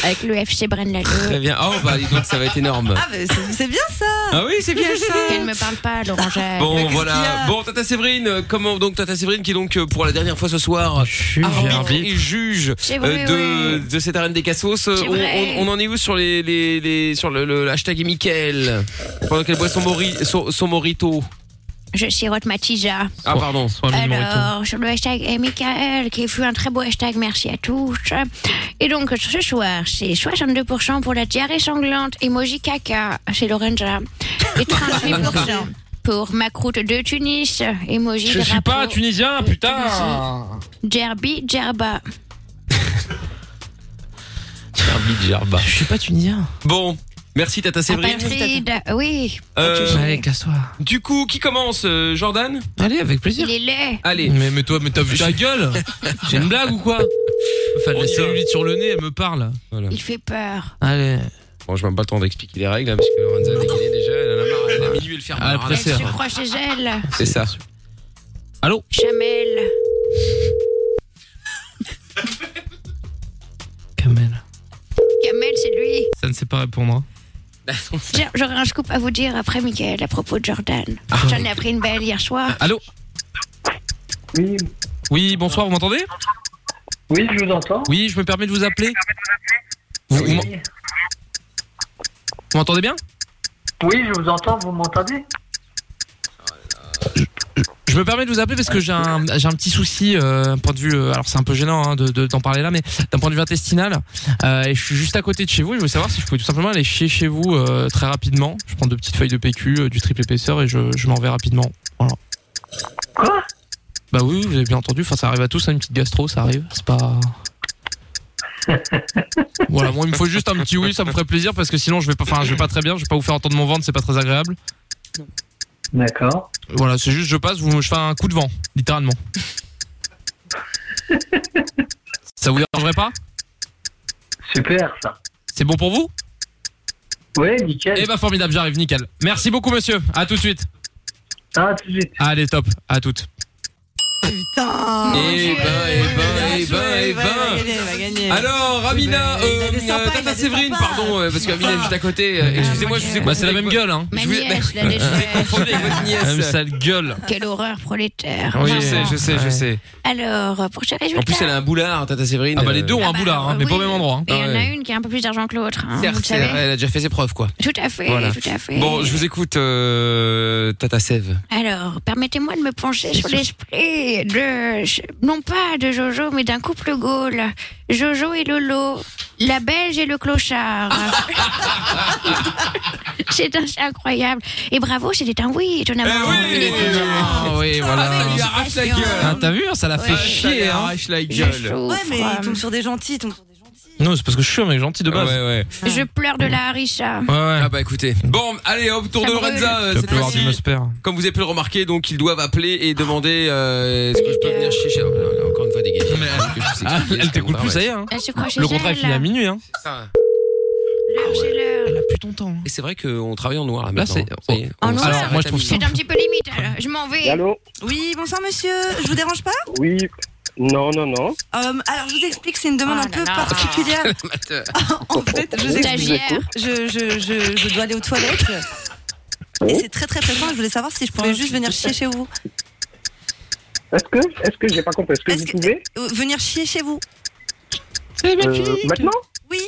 avec le FC Brennello.
Très bien. Oh, bah dis donc, ça va être énorme.
Ah, mais c'est c'est bien ça
Ah oui, c'est bien ça
[LAUGHS] Elle me parle pas, Laurent Jacques.
[LAUGHS] Bon voilà, bon Tata Séverine, euh, comment donc Tata Séverine qui est donc euh, pour la dernière fois ce soir arbitre
arbitre.
et juge
C'est
euh,
vrai,
de, de cette arène des cassos. Euh,
C'est
On,
vrai.
on- on en est où sur les, les, les- sur le, le- le hashtag et Mickaël pendant qu'elle boit son, mori, son, son morito.
Je sirote ma tija.
Ah pardon. hein.
Alors, sur le hashtag et Michael, qui fut un très beau hashtag, merci à tous. Et donc, ce soir, c'est 62% pour la diarrhée sanglante, emoji caca, chez Lorenza. Et
[LAUGHS]
38% pour ma croûte de Tunis, emoji
Je suis
drapeau.
pas tunisien, putain.
Derby, Djerba.
Je suis pas tunisien. Bon, merci Tata
Ah,
Séverine.
Apatride, oui.
Euh,
casse-toi.
Du coup, qui commence euh, Jordan
Allez, avec
Il est laid.
Allez.
Mais, mais toi, mais t'as
[LAUGHS]
vu ta gueule C'est une blague ou quoi Enfin, la cellulite sur le nez, elle me parle.
Il fait peur.
Allez.
Bon, je même pas le temps d'expliquer les règles, hein, parce que Lorenza est déguisée déjà, elle en a marre, elle a minuit le faire.
Ah, elle
marre,
préfère.
hein.
Je crois chez elle.
C'est ça. Allô
Chamel. Kamel, c'est
[LAUGHS]
lui.
Ça ne sait pas répondre. hein.
Tiens, J'aurais un scoop à vous dire après, Michael, à propos de Jordan.
Ah.
J'en ai appris une belle hier soir.
Allô Oui. Oui, bonsoir, vous m'entendez Oui, je vous entends. Oui, je me permets de vous appeler. Vous, vous m'en- vous m'entendez bien
Oui, je vous entends, vous m'entendez
Je me permets de vous appeler parce que j'ai un, j'ai un petit souci, euh, un point de vue. euh, alors c'est un peu gênant hein, de, de- d'en parler là, mais d'un point de vue intestinal. euh, et je suis juste à côté de chez vous. Et je voulais savoir si je pouvais tout simplement aller chier chez vous euh, très rapidement. Je prends deux petites feuilles de PQ, euh, du triple épaisseur et je, je m'en vais rapidement. Voilà.
Quoi
Bah oui, oui, vous avez bien entendu. Enfin, ça arrive à tous, hein, une petite gastro, ça arrive. C'est
[LAUGHS]
pas. voilà, moi il me faut juste un petit oui, ça me ferait plaisir parce que sinon je vais pas, enfin je vais pas très bien, je vais pas vous faire entendre mon ventre, c'est pas très agréable.
D'accord.
Voilà, c'est juste je passe, vous, je fais un coup de vent, littéralement. ça vous dérangerait pas
Super ça.
C'est bon pour vous
Ouais, nickel.
Eh bah formidable, j'arrive, nickel. Merci beaucoup monsieur, à tout de suite.
Ah, À tout de suite.
Allez, top, à toutes.
Putain
Eh ben, eh ben, eh ben, eh ben.
Il va gagner.
Alors, Ramina, euh, euh, Tata Séverine, pardon, euh, parce que Ramina est juste à côté. euh, Excusez-moi, je vous ai
Bah, c'est la même gueule, hein.
Ma
[LAUGHS]
nièce, la
Je vous ai
nièce.
confondu avec votre
Même
nièce.
sale gueule.
Quelle horreur prolétaire.
Oui, Ah, je sais, je sais, je sais.
Alors, pour ce résultat.
En plus, elle a un boulard, Tata Séverine.
Ah bah, les deux ont
Euh,
un boulard, hein, mais pas au même endroit. hein.
mais il y en a une qui a un peu plus d'argent que l'autre. hein, vous
certes,
le savez.
elle a déjà fait ses preuves, quoi.
Tout à fait,
Voilà.
tout à fait.
Bon, je vous écoute, euh, Tata Sève.
Alors, permettez-moi de me pencher sur l'esprit de, non pas de Jojo, mais d'un couple Gaulle. Jojo et Lolo, la Belge et le
[LAUGHS]
clochard. c'est un- c'est incroyable. Et bravo, c'était un oui, étonnamment.
Eh
Ah oui, voilà.
mais il
arrache la gueule.
Ah, T'as vu, ça l'a fait
Ouais, ça
chier.
lui
hein.
arrache la gueule.
Ouais, mais ils tombent sur des gentils. ils tombent sur-
Non, c'est parce que je suis un mec gentil de base.
Ouais,
ouais. Je pleure de la harissa.
Ah bah écoutez. Bon, allez, hop, tour
Ça
de
brûle.
Lorenza. euh,
Je
cette
peux avoir
fois-ci.
du Mosper.
Comme vous avez pu le remarquer, donc ils doivent appeler et demander euh, est-ce que je peux venir chez chez. Encore une fois, dégagez.
Ah, elle t'écoute plus, ça y est. hein.
Elle se croit chez
Le contrat est
elle,
fini à
là.
minuit. Hein.
Elle
a
plus ton temps.
Ah
hein.
Et c'est vrai qu'on travaille en noir là maintenant.
c'est-
Oh, Ça y est, on s'arrête à minuit.
C'est un petit peu limite,
euh,
alors. Je m'en vais.
Oui, bonsoir monsieur. Je vous dérange pas
Oui. Non, non,
[LAUGHS]
non.
Euh, alors, je vous explique, c'est une demande
Oh
un peu particulière. en fait, je vous explique.
Stagiaire.
Je, je, je, je dois aller aux toilettes. Et c'est très très très simple. Je voulais savoir si je pouvais juste venir chier chez vous.
Est-ce que, est-ce que j'ai pas compris, est-ce que vous pouvez
Euh, Venir chier chez vous.
euh, maintenant
Oui.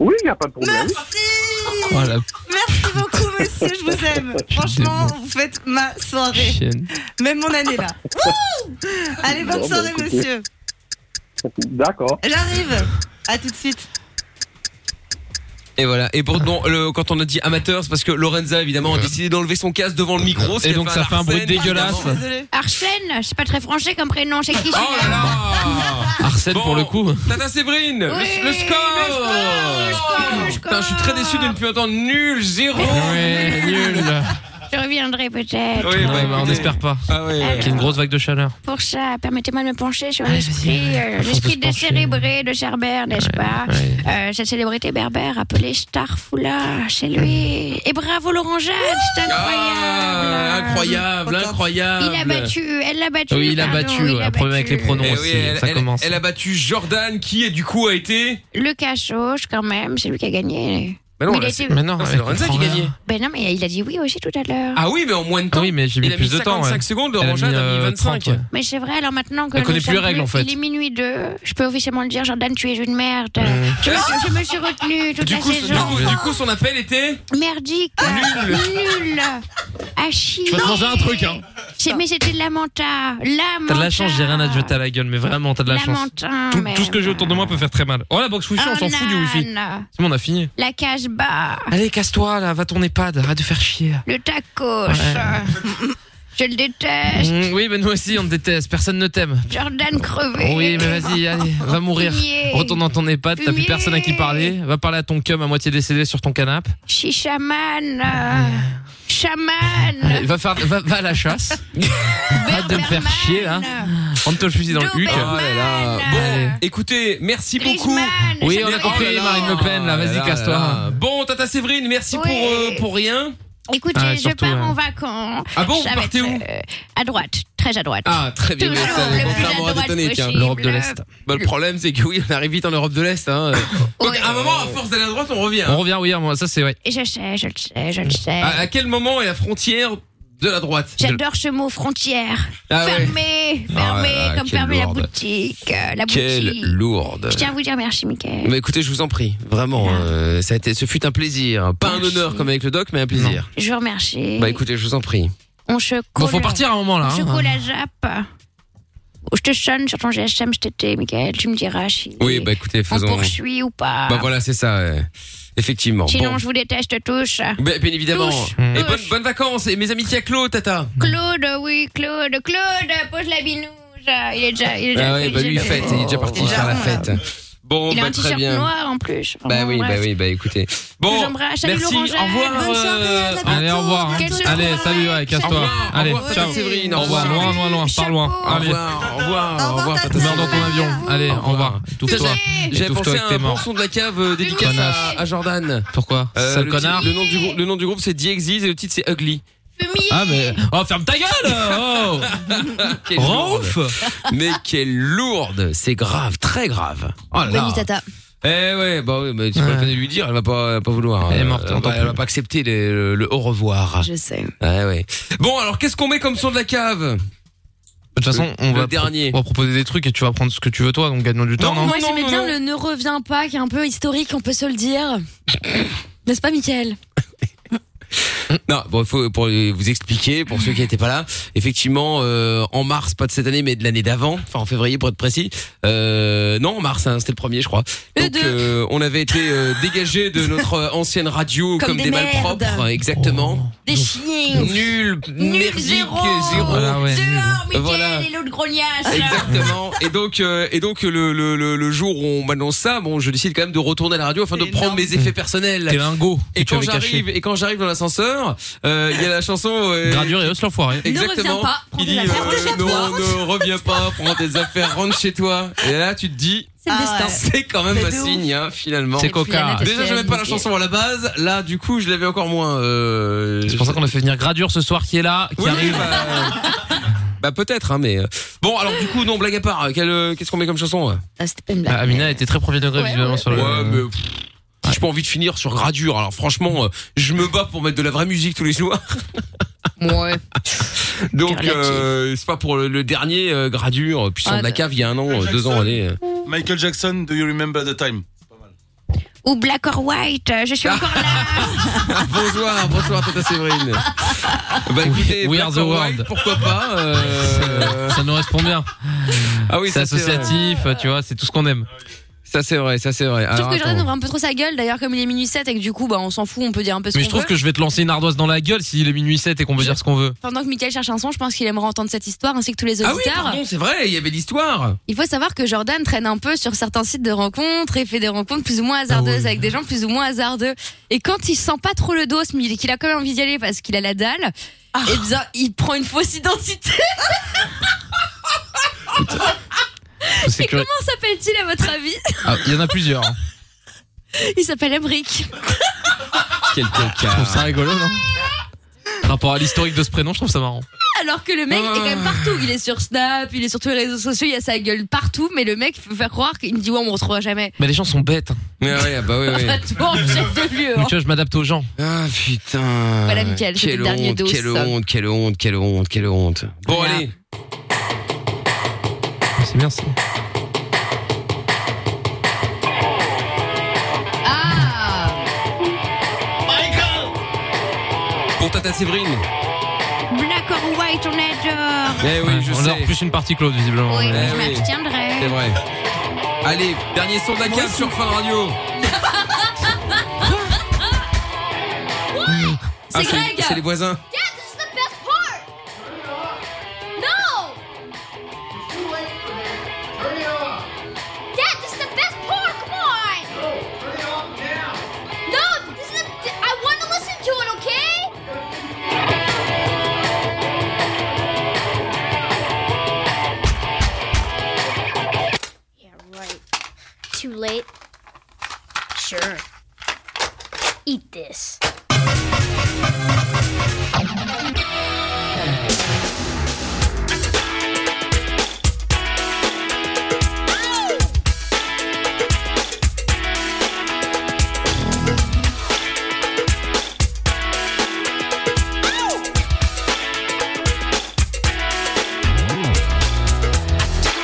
Oui, il n'y a pas de problème.
Merci beaucoup, monsieur. Je vous aime. Franchement, vous faites ma soirée. Même mon année là. Wouh Allez, bonne
Bon, bah,
soirée,
écoutez.
monsieur.
D'accord.
J'arrive. À tout de suite.
Et voilà. Et pour, non, le- quand on a dit amateur, c'est parce que Lorenza, évidemment, a décidé d'enlever son casque devant le micro. ce
Et
qu'elle
donc,
à
ça
la
fait un bruit
Arsène,
dégueulasse.
évidemment.
Arsène, c'est pas très français comme prénom, c'est
Oh
qui celui-là
Ah. Arsène pour le coup.
Tata Séverine, le- le, score Putain, je suis très déçu de ne plus entendre nul, zéro
Ouais, nul
Je reviendrai peut-être.
Ouais, bah, on espère pas. Qu'il y ait une grosse vague de chaleur.
Pour ça, permettez-moi de me pencher sur l'esprit, euh, l'esprit décérébré de Cerbère, n'est-ce pas Euh, Cette célébrité berbère appelée Starfoula, c'est lui. Et bravo Laurent Jade, c'est
Ah,
incroyable.
Incroyable, incroyable
Il a battu, elle l'a battu.
Oui, il a
pardon,
battu,
il
ouais,
a
problème avec les pronoms
Eh oui,
aussi,
elle,
ça
elle-
commence.
elle a battu Jordan, qui du coup a été
Le cachoche, quand même, c'est lui qui a gagné.
Bah non,
Mais il
là,
a
c'est-
été-
mais non, Non, c'est avec Lorenza qui a gagné.
Ben non, mais il a dit oui aussi tout à l'heure.
Ah oui, mais en moins de temps.
Ah oui, mais j'ai mis
Il a
plus de
mis
temps.
55
ouais.
secondes,
Elle a
Laurent Jeanne a mis
30,
25.
ouais.
Mais c'est vrai, alors maintenant que.
Elle
nous
connaît plus les
sommes
règles, en fait.
Il est minuit 2. Je peux officiellement le dire, Jordan, tu es une merde.
Mm.
Je, me suis, je me suis retenue toute
Du
la
coup, du,
saison.
coup, du coup, son appel était
Merdique.
Ah, Nul.
Nul. À chier.
Je vais te manger un truc, hein.
C'est- Mais c'était lamentable. Lamentable.
T'as de la chance, j'ai rien à te jeter à la gueule, mais vraiment, t'as de la chance.
Lamentin,
Tout,
mais
tout ce que j'ai autour de moi peut faire très mal. Oh, la box wifi, on s'en fout du wifi. C'est
Anne.
bon, on a fini.
La cache-bas.
Allez, casse-toi là, va ton EHPAD, arrête de faire chier.
Le tacos. Je le déteste.
Mm, oui, mais nous aussi, on te déteste, personne ne t'aime.
Jordan crevé.
Oui, mais vas-y, allez, va mourir.
Fumier.
Retourne dans ton EHPAD, t'as plus
Fumier.
personne à qui parler. Va parler à ton cum à moitié décédé sur ton canapé.
Chichaman. euh, Chaman.
Allez, Va, faire, va, va à la [LAUGHS] chasse. Arrête de me faire chier hein. là. Rentre-toi le fusil dans le cul.
Oh là là. Bon, écoutez, merci beaucoup.
Oui, on a compris,
Oh là là.
Marine Le Pen, là, vas-y,
là
casse-toi.
là. Bon, Tata Séverine, merci pour, euh, pour rien.
Écoutez,
Ah,
je
surtout,
pars
hein.
en vacances.
Ah bon, vous
Ça va
partez
être,
où
euh, À droite, très à droite.
Ah, très bien.
Toujours
ça,
le
bon,
plus
ça
à
m'aurait
droite
étonné, tiens.
possible.
hein. Bah, le problème, c'est que oui, on arrive vite en Europe de l'Est. Hein. Donc, à un moment, à force d'aller à droite, on revient.
On revient, oui, à moi, ça c'est ouais.
Et Je sais, je le sais, je le sais.
À, à quel moment est la frontière de la droite
J'adore ce mot frontière.
Ah ouais.
fermé,
Ah
fermé,
là
comme
là, quelle
fermer la
lourde.
boutique. euh, la
Quelle
boutique.
lourde.
Je tiens à vous dire merci, Mickaël.
Mais écoutez, je vous en prie, vraiment, euh, ça a été, ce fut un plaisir, pas un honneur comme avec le doc, mais un plaisir.
Je vous remercie.
Bah écoutez, je vous en prie.
On se colle.
faut partir à un moment, là,
On se
hein.
colle à Jap. Je te sonne sur ton GSM cet été, Mickaël. Tu me diras si
Oui, bah écoutez,
on
faisons.
poursuit ou pas.
Bah voilà, c'est ça. euh, Effectivement.
Sinon,
Bon. Bah,
je vous déteste tous.
Bien, bien évidemment.
Touche,
Et bonnes bonnes vacances et mes amitiés à Claude, Tata.
Claude, oui, Claude, Claude, pose la binouse. Il est déjà. Il est déjà
Ah ouais, bah lui, il fête, il est déjà parti faire la fête. Bon,
il a
bah
un
très
t-shirt
bien.
noir en plus.
Bah
Enfin,
oui, bah
bref.
oui, bah écoutez.
Je vous
Bon,
embrasse. Salut,
merci, au
Laurent Jeanne.
revoir.
Bonne soirée,
euh,
à bientôt.
Allez, au revoir. hein.
Quelle soirée.
Allez, salut, ouais, casse-toi. Allez,
Au revoir,
ciao.
Tata Séverine,
Au revoir, loin, loin, loin, pars loin.
Au
Allez.
revoir, au revoir, au revoir, Tata
Meurs dans ton
Séverine.
avion. Allez, au revoir. Étouffe-toi.
J'avais
Étouffe-toi
pensé
avec
à
tes
un bon
morts.
son de la cave euh, dédicace
Connasse.
à, à Jordan.
Pourquoi
Euh,
Sale
le
connard.
titre- le nom du grou- Le nom du groupe c'est DXZ et le titre c'est Ugly.
Ah, mais. Oh, ferme ta gueule Oh
[LAUGHS] Quelle
Rends
lourde. Mais quelle lourde C'est grave, très grave. Oh là là.
Ah.
Bonne nuit, tata.
Eh ouais, bah oui, mais tu peux pas lui dire, elle va pas, pas vouloir. Elle est morte, elle, va, elle va pas accepter les- le, le au revoir.
Je sais.
Ouais, ouais. Bon, alors qu'est-ce qu'on met comme son de la cave
De toute façon, on
Le
va,
dernier.
on va proposer des trucs et tu vas prendre ce que tu veux toi, donc gagnons du temps, non,
Moi j'aimais bien le ne reviens pas, qui est un peu historique, on peut se le dire. N'est-ce pas, Michael
Non, bon, il faut pour vous expliquer pour ceux qui n'étaient pas là. Effectivement, euh, en mars, pas de cette année, mais de l'année d'avant, enfin en février pour être précis. Euh, non, en mars, hein, c'était le premier, je crois. Donc, euh, on avait été euh, dégagé de notre euh, ancienne radio
Comme
comme,
des
des,
merdes.
malpropres, exactement.
Des chiens.
Nul, merdique, zéro. Voilà, ouais. Euh, Voilà.
les lots de grognasse.
Exactement. Et donc, euh, et donc le, le, le, le jour où on m'annonce ça, bon, je décide quand même de retourner à la radio afin de prendre mes effets personnels.
T'es lingot que
Et
tu
quand
avais caché.
j'arrive, et quand j'arrive dans l'ascenseur, euh, il y a la chanson. Euh,
Gradure et hausse l'enfoiré. Ne
Exactement.
reviens pas, prends
il
tes
dit
affaires,
euh,
déjà
non,
toi.
ne reviens pas, prends tes affaires, rentre chez toi. Et là, tu te dis. ah,
C'est le destin.
C'est quand même
Mais
un
de ouf.
signe, hein, finalement.
C'est Et puis, coca. la nette,
Déjà,
elle
j'aimais pas la
fait
chanson à la base. Là, du coup, je l'avais encore moins. Euh,
C'est pour ça qu'on a fait venir Gradure ce soir qui est là, qui
Oui,
arrive. [LAUGHS]
bah peut-être, hein, mais. Bon, alors du coup, non, blague à part, quel, euh, qu'est-ce qu'on met comme chanson ouais
C'était pas une
Ah,
blague.
Amina était très premier degré visiblement sur le.
Ouais, mais. pff, J'ai pas envie de finir sur gradure. Alors franchement, euh, je me bats pour mettre de la vraie musique tous les jours.
Ouais.
[LAUGHS] Donc euh, c'est pas pour le, le dernier euh, gradure, puis
Ah,
de la
de-
cave il y a un an, euh, deux ans, allez. euh.
Michael Jackson, Do You Remember the Time
Ou black or white, euh, je suis encore
[LAUGHS]
là.
[LAUGHS] bonsoir, bonsoir Tata Séverine. Bah écoutez,
We
Black
are the
or
world.
White, pourquoi pas euh,
[LAUGHS] Ça nous répond bien.
Ah oui,
c'est
ça, c'est vrai.
associatif, tu vois, c'est tout ce qu'on aime.
Ça c'est vrai, ça c'est vrai.
Alors,
Sauf que Jordan
attends.
ouvre un peu trop sa gueule d'ailleurs comme il est minuit 7 et que du coup bah on s'en fout, on peut dire un peu ce qu'on
Mais je trouve
veut.
que je vais te lancer une ardoise dans la gueule s'il est minuit 7 et qu'on peut dire ce qu'on veut.
Pendant que Michael cherche un son, je pense qu'il aimerait entendre cette histoire ainsi que tous les
Ah
auditeurs.
oui, pardon, c'est vrai, il y avait l'histoire.
Il faut savoir que Jordan traîne un peu sur certains sites de rencontres et fait des rencontres plus ou moins
Ah
hasardeuses avec des gens plus ou moins hasardeux. Et quand il sent pas trop le dos, mais qu'il a quand même envie d'y aller parce qu'il a la dalle, eh bien, il prend une fausse
[LAUGHS]
identité.
C'est
Et comment
curieux.
s'appelle-t-il à votre avis
Ah, Il y en a plusieurs. [LAUGHS] hein.
Il s'appelle Emric.
Quel
Je trouve ça rigolo, non Par Rapport à l'historique de ce prénom, je trouve ça marrant.
Alors que le mec est quand
Ah.
même partout. Il est sur Snap, il est sur tous les réseaux sociaux, il a sa gueule partout, mais le mec peut faire croire qu'il me dit ouais, on se retrouvera jamais.
Mais les gens sont bêtes. hein.
Ouais,
ah
ouais, bah
[LAUGHS]
ouais, ouais.
Complètement en chef de lieu.
Mais tu vois, je m'adapte aux gens.
Ah putain.
Voilà, Mickaël, c'était
quelle
le dernier
honte,
dos.
Quelle honte, quelle honte, quelle honte, quelle honte. Bon, allez.
C'est bien ça.
Oh Pour Tata Séverine.
Black or white, on adore.
Eh oui, je
on
sais.
leur plus une partie Claude, visiblement.
Oui,
Eh
je
oui. C'est
m'abstiendrai.
vrai. Allez, dernier son de la cave sur Fun Radio. [LAUGHS]
C'est
Ah,
Greg.
C'est les voisins.
Yeah, this is the best part. No. Yeah, this is the best part. Come on. No, turn it off now. No, this is the, I want to listen to it. Okay.
Too late? Sure. Eat this.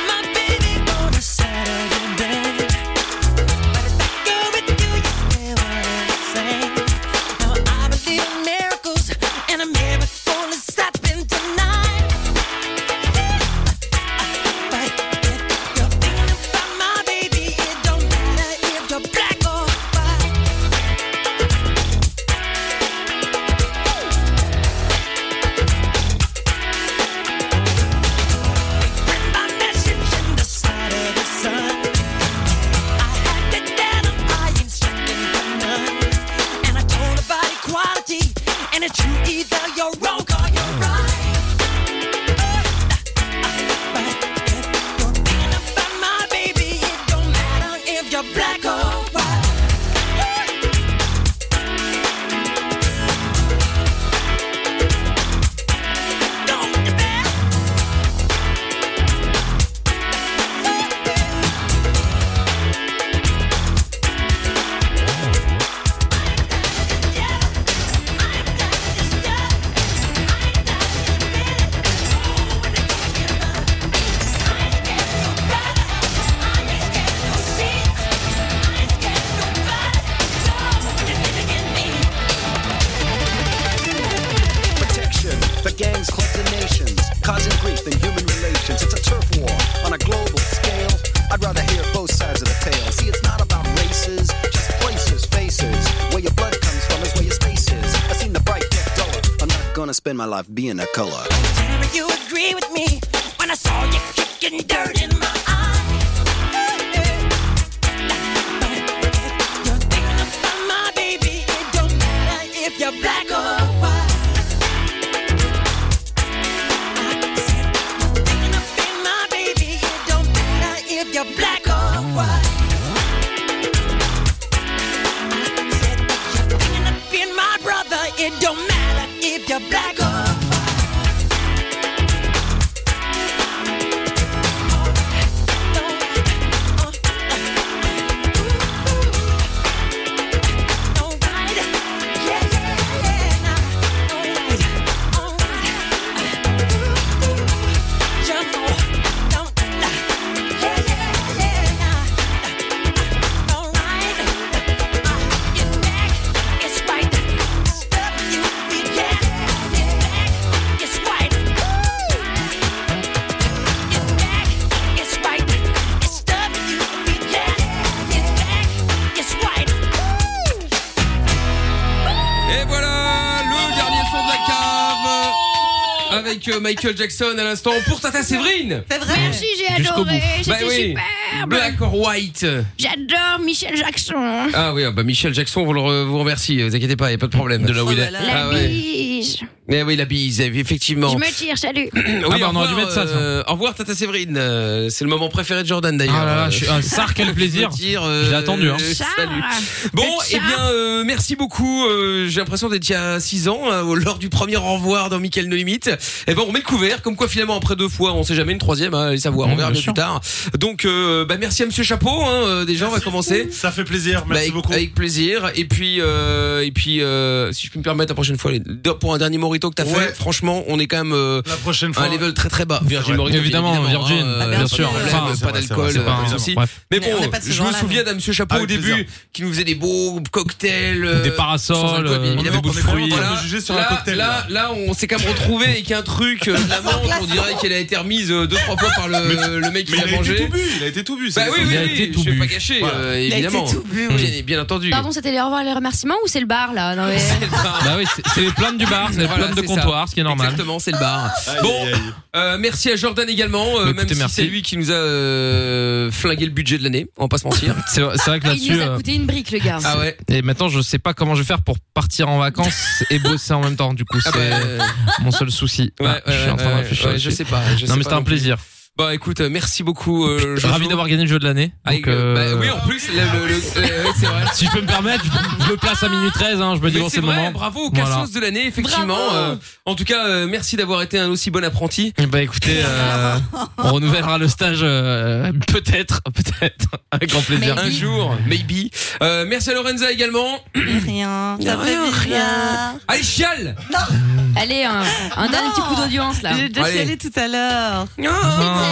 My baby on a Saturday night. Girl, with you, you say what I say. Now I believe in miracles and a miracle
spend my life being a color.
Tell me you agree with me when I saw you kicking dirt in my eye. You're thinking about my baby. It don't matter if you're black or white. I said, you're thinking about my baby. It don't matter if you're black or white. I said, you're thinking about my brother. It don't matter if you're black or white.
Et voilà le dernier son de la cave avec euh, Michael Jackson à l'instant pour Tata Séverine.
C'est vrai. Merci, j'ai
Jusqu'au
adoré.
bout.
C'était
Bah oui.
superbe.
Black or white.
J'adore Michel Jackson.
Ah oui, ah bah Michel Jackson, vous le re- vous remercie, vous inquiétez pas, il n'y a pas de problème. De Ah Oh là où il est.
Oh La bise.
Eh oui, la bise, effectivement.
Je me tire, salut.
Ah
Oui,
bah,
au revoir, euh, au revoir, Tata Séverine. Euh, c'est le moment préféré de Jordan d'ailleurs.
Ah là là, je suis- ah, Sar,
[LAUGHS]
quel plaisir. Je l'ai attendu, hein.
euh, salut. Bon,
[LAUGHS]
eh bien, euh, merci beaucoup. Euh, J'ai l'impression d'être il y a 6 ans, euh, lors du premier au revoir dans Michael No Limite. Eh ben, on met le couvert. Comme quoi, finalement, après deux fois, on sait jamais une troisième, hein, allez savoir. on
Mmh,
verra
bien
bien
sûr.
plus tard. Donc, euh, bah, merci à Monsieur Chapeau.
Oh,
Hein, euh, déjà, on va commencer.
Ça fait plaisir,
Bah,
merci
avec,
beaucoup.
avec plaisir. Et puis, euh, et puis, euh, si je puis me permettre, la prochaine fois, les deux- pour un dernier Morito que t'as
Ouais.
fait, franchement, on est quand même euh,
La prochaine fois.
un level très très bas. Virgin
Ouais.
Morito,
Évidemment, Virgin,
euh,
bien
pas de
sûr.
problème,
Enfin, c'est
pas
vrai,
d'alcool,
c'est vrai,
pas
c'est
de
pas-
souci.
bref.
Mais
Mais on
bon,
est pas de ce
je me
genre-là,
souviens
mais-
d'un Monsieur Chapeau au
Avec
début
plaisir.
qui nous faisait des beaux cocktails, euh,
Des parasols,
sans alcool, bien
euh,
évidemment.
des bouts de fruits.
Voilà.
On est jugé sur un
Là-
cocktail,
Là, là, on s'est quand même retrouvé avec un truc euh, de la menthe. On dirait qu'elle a été remise euh, deux trois fois par le le mec qui
Mais il
l'a
a été
mangé.
tout bu, il a été tout bu. c'est
Bah oui, oui,
l'essentiel.
oui, je vais pas gâcher,
Voilà.
euh, évidemment. bien, bien entendu.
Pardon, c'était les au revoir, les remerciements ou c'est le bar là Non, mais-
Bah oui, c'est- c'est les plaintes du bar, c'est les
Voilà,
plaintes de
c'est ça.
comptoir, ce qui est normal.
Exactement, c'est le bar. Bon, euh, merci à Jordan également, euh, même
Bah écoutez,
si
merci.
c'est lui qui nous a euh, flingué le budget de l'année, on va pas se mentir.
C'est vrai c'est vrai que
Ah, Il
là-dessus.
nous a
euh,
coûté une brique, le gars.
Ah ouais.
Et maintenant, je sais pas comment je vais faire pour partir en
[LAUGHS]
vacances et bosser en même temps. Du coup,
Ah
c'est
bah,
mon seul souci.
Ouais,
[LAUGHS] Ah, je suis
ouais,
en train de
ouais,
réfléchir.
ouais,
là-dessus.
je sais pas. je sais
non, mais
pas
c'était un
non plus.
plaisir.
Bah écoute, euh, merci beaucoup. euh, Jojo.
Ravi d'avoir gagné le jeu de l'année.
Avec,
Donc,
euh,
euh,
bah oui, en plus, là, le- le- euh, ouais, c'est vrai.
[LAUGHS] Si je peux me permettre, je, je le place à minute 13. hein, je me dis,
Mais
bon,
c'est
c'est le
vrai,
moment.
bravo au
Voilà.
cassos de l'année, effectivement.
Bravo.
Euh, en tout cas, euh, merci d'avoir été un aussi bon apprenti.
Bah écoutez,
[LAUGHS]
[LAUGHS] euh, on renouvellera le stage euh, peut-être,
[LAUGHS]
peut-être, avec grand plaisir.
Un jour, maybe. Euh, merci à Lorenza également. [COUGHS]
Rien.
Ça fait
rien.
Allez, chiale
Allez, un, un dernier petit coup d'audience là.
J'ai déjà
Allez.
chialé tout à l'heure.
Ah.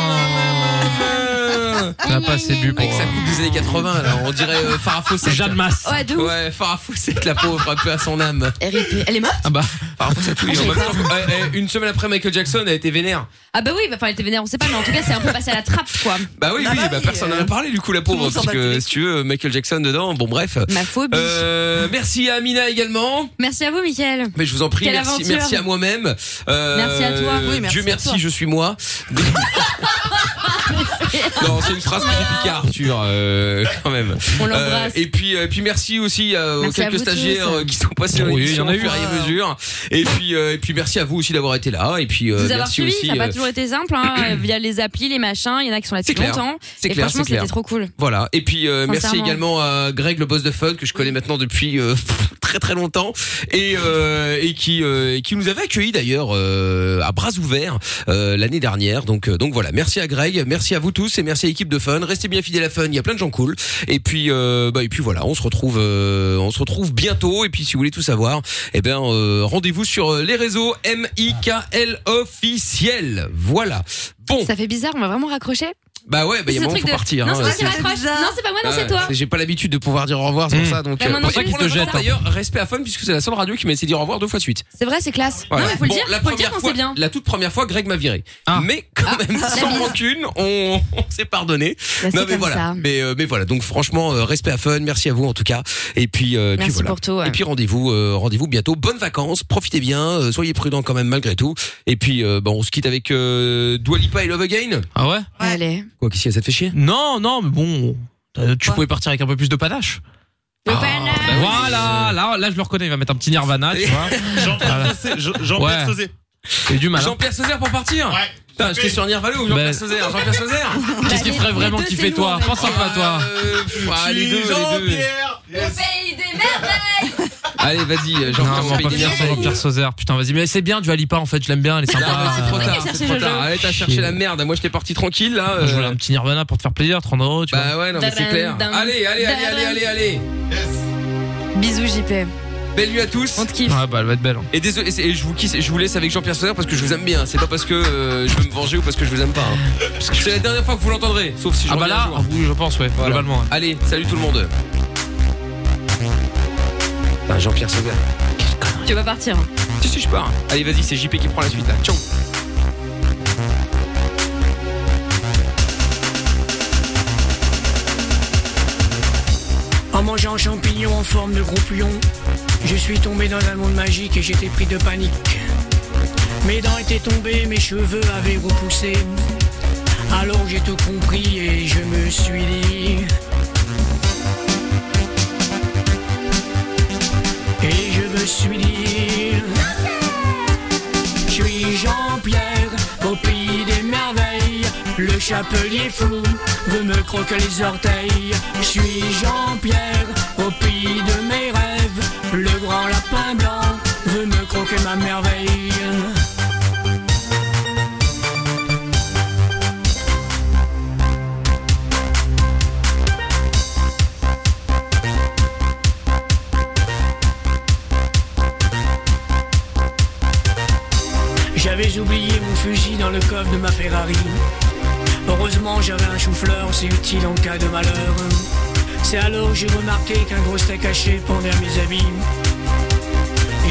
On a pas assez bu pour. Avec
euh,
sa coupe Ah. des années 80, là, on dirait euh, Farah Fawcett. Jeanne
Masse.
Ouais, de ouf.
Ouais, Farah Fawcett, la pauvre, un peu à son âme.
R.I.P. Elle est morte
Ah bah,
Farah Fawcett, oui.
Ah,
en
j'avais
même temps, eh, eh, une semaine après Michael Jackson, elle était vénère.
Ah bah oui, bah, enfin elle était vénère, on sait pas, mais en tout cas c'est un peu passé à la trappe quoi.
Bah
Ah
oui, oui, bah personne n'en a parlé du coup, la
euh, le
pauvre.
monde s'en
Parce
battait
que si tu veux, Michael Jackson dedans, bon, bref.
Ma phobie.
Euh, merci à Amina également.
Merci à vous, Mickaël.
Mais je vous en prie,
Quelle
merci,
aventure.
merci à moi-même. Euh,
Merci à toi. Oui, merci
Dieu
à
merci,
toi.
je suis moi. Non, c'est une phrase que j'ai
Ah.
piqué à Arthur, euh, quand même.
On l'embrasse.
Euh, et puis, euh, et puis merci aussi euh, aux
Merci à vous
quelques
tous.
stagiaires euh, qui sont passés dans
Oui,
l'émission
il y en a eu.
au fur et à mesure. Et puis, euh, et puis merci à vous aussi d'avoir été là. Et puis, euh,
vous avoir
merci
suivi,
aussi.
ça n'a
euh,
pas toujours été simple,
[CLEARS THROAT]
hein, via les applis, les machins, il y en a qui sont là
c'est
depuis
clair.
longtemps.
C'est
et
clair,
franchement,
c'est clair.
c'était trop cool.
Voilà. Et puis euh, merci
Sincèrement.
également à Greg, le boss de Fun, que je connais maintenant depuis euh, [LAUGHS] très très longtemps et euh, et qui euh, et qui nous avait accueillis d'ailleurs euh, à bras ouverts euh, l'année dernière. Donc euh, donc voilà. Merci à Greg, merci à vous tous et merci à l'équipe de Fun. Restez bien fidèles à Fun. Il y a plein de gens cool. Et puis euh, bah et puis voilà. On se retrouve euh, on se retrouve bientôt. Et puis si vous voulez tout savoir, eh ben euh, rendez-vous sur euh, les réseaux M I K L officiel. Voilà. Bon.
Ça fait bizarre, on va vraiment raccrocher
Bah ouais, bah il y a un moment, faut partir.
Non,
hein,
c'est toi qui
c'est-
raccroche. Non, c'est pas moi, non, c'est toi.
Ah, J'ai pas l'habitude de pouvoir dire au revoir, c'est pour ça. Donc,
Bah, maintenant,
euh,
c'est
et
lui
pour
qui
le
le
moment,
jette, hein.
D'ailleurs, respect à Fun, puisque c'est la seule radio qui m'a essayé de dire au revoir deux fois de suite.
C'est vrai, c'est classe.
Voilà.
Non, mais faut le
Bon,
dire,
la
faut le dire
première
qu'on
fois-
sait bien. Ah.
La toute première fois, Greg m'a viré. Mais quand même,
la
sans
bise.
rancune, on, [LAUGHS] on s'est pardonné.
Bah, c'est
mais
comme
voilà.
ça.
Mais, euh, mais voilà. Donc franchement, euh, respect à Fun. Merci à vous en tout cas. Et puis, euh,
Merci
puis voilà.
pour tout, ouais.
Et puis rendez-vous, euh, rendez-vous bientôt. Bonnes vacances. Profitez bien. euh, soyez prudents quand même malgré tout. Et puis, euh, bah, on se quitte avec euh, Dua Lipa et Love Again.
Ah ouais
Allez.
Quoi, qu'est-ce qu'il y a Ça te fait chier
Non, non, mais bon, euh, tu pouvais partir avec un peu plus de panache. Ah, bah, Voilà, là, là, je le reconnais, il va mettre un petit Nirvana, Ah, tu
[LAUGHS]
vois. Voilà.
Jean-Pierre
Ouais.
Sauzet.
Il y a du mal. hein.
Jean-Pierre Sauzet pour partir Ouais. Putain, j'étais sur Nirvana ou Jean-Pierre
Ben-
Sauzet Jean-Pierre Sauzet
[LAUGHS] Qu'est-ce
Bah,
qui ferait vraiment kiffer toi Pense un peu à toi.
Ah, les deux, les deux.
pays des merveilles
Allez, vas-y, euh,
Non,
Jean-Pierre
on va pas finir sur Jean-Pierre Sauzet. Putain, vas-y, mais c'est bien, du Alipa en fait, je l'aime bien, elle est
Non, mais
sympa.
c'est trop
Euh,
tard, c'est trop tard. Arrête à chercher la merde. Moi, j'étais parti tranquille là.
Moi, Je voulais
euh,
un petit Nirvana pour te faire plaisir, 30 euros, tu
Bah
vois.
ouais, non, mais c'est clair. Allez, allez, allez, allez, allez, allez.
Bisous, JP.
Belle nuit à tous. On te
kiffe.
Ouais, bah elle va être belle.
Et désolé, c'est- et je vous kiss- je vous laisse avec Jean-Pierre Sauzet parce que je vous aime bien. C'est pas parce que euh, je veux me venger ou parce que je vous aime pas. hein. C'est la dernière fois que vous l'entendrez, sauf si je
Ah bah
reviens
là,
un jour.
ah oui, je pense, ouais,
Voilà.
globalement. ouais.
Allez, salut tout le monde.
Bah,
Putain, Jean-Pierre Sauzet.
Tu vas partir.
Si, si, je pars. Allez, vas-y, c'est JP qui prend la suite là. Ciao.
En mangeant champignons en forme de groupillon, je suis tombé dans un monde magique et j'étais pris de panique. Mes dents étaient tombées, mes cheveux avaient repoussé. Alors j'ai tout compris et je me suis dit. Et je me suis dit. Je suis Jean-Pierre, au pays des merveilles. Le chapelier fou veut me croquer les orteils. Je suis Jean-Pierre, au pays de mes rêves. Le grand lapin blanc veut me croquer ma merveille. J'avais oublié mon fusil dans le coffre de ma Ferrari. Heureusement, j'avais un chou-fleur, c'est utile en cas de malheur. C'est alors que j'ai remarqué qu'un gros steak haché pendait à mes habits.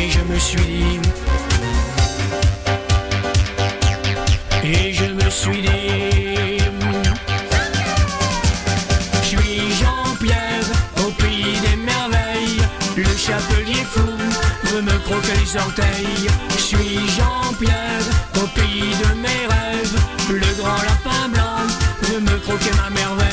Et je me suis dit. Et je me suis dit. Je suis Jean-Pierre, au pays des merveilles. Le chapelier fou veut me croquer les orteils. Je suis Jean-Pierre, au pays de mes rêves. Le grand lapin blanc veut me croquer ma merveille.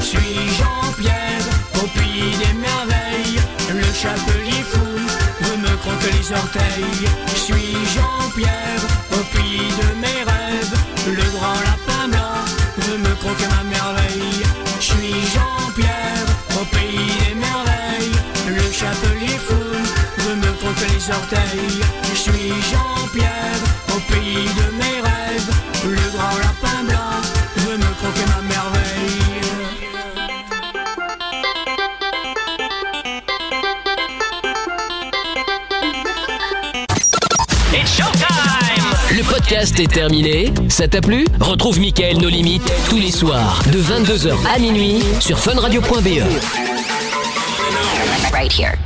Je suis Jean-Pierre, au pays des merveilles. Le chapelier fou veut me croquer les orteils. Je suis Jean-Pierre, au pays de mes rêves. Le grand lapin blanc veut me croquer ma merveille. Je suis Jean-Pierre, au pays des merveilles. Le chapelier fou veut me croquer les orteils. Je suis Jean-Pierre, au pays de mes rêves. Le grand lapin blanc veut me croquer ma merveille.
Le podcast est terminé. Ça t'a plu Retrouve Mickaël Nos Limites tous les soirs E. de 22h à minuit sur funradio.be.
Right here.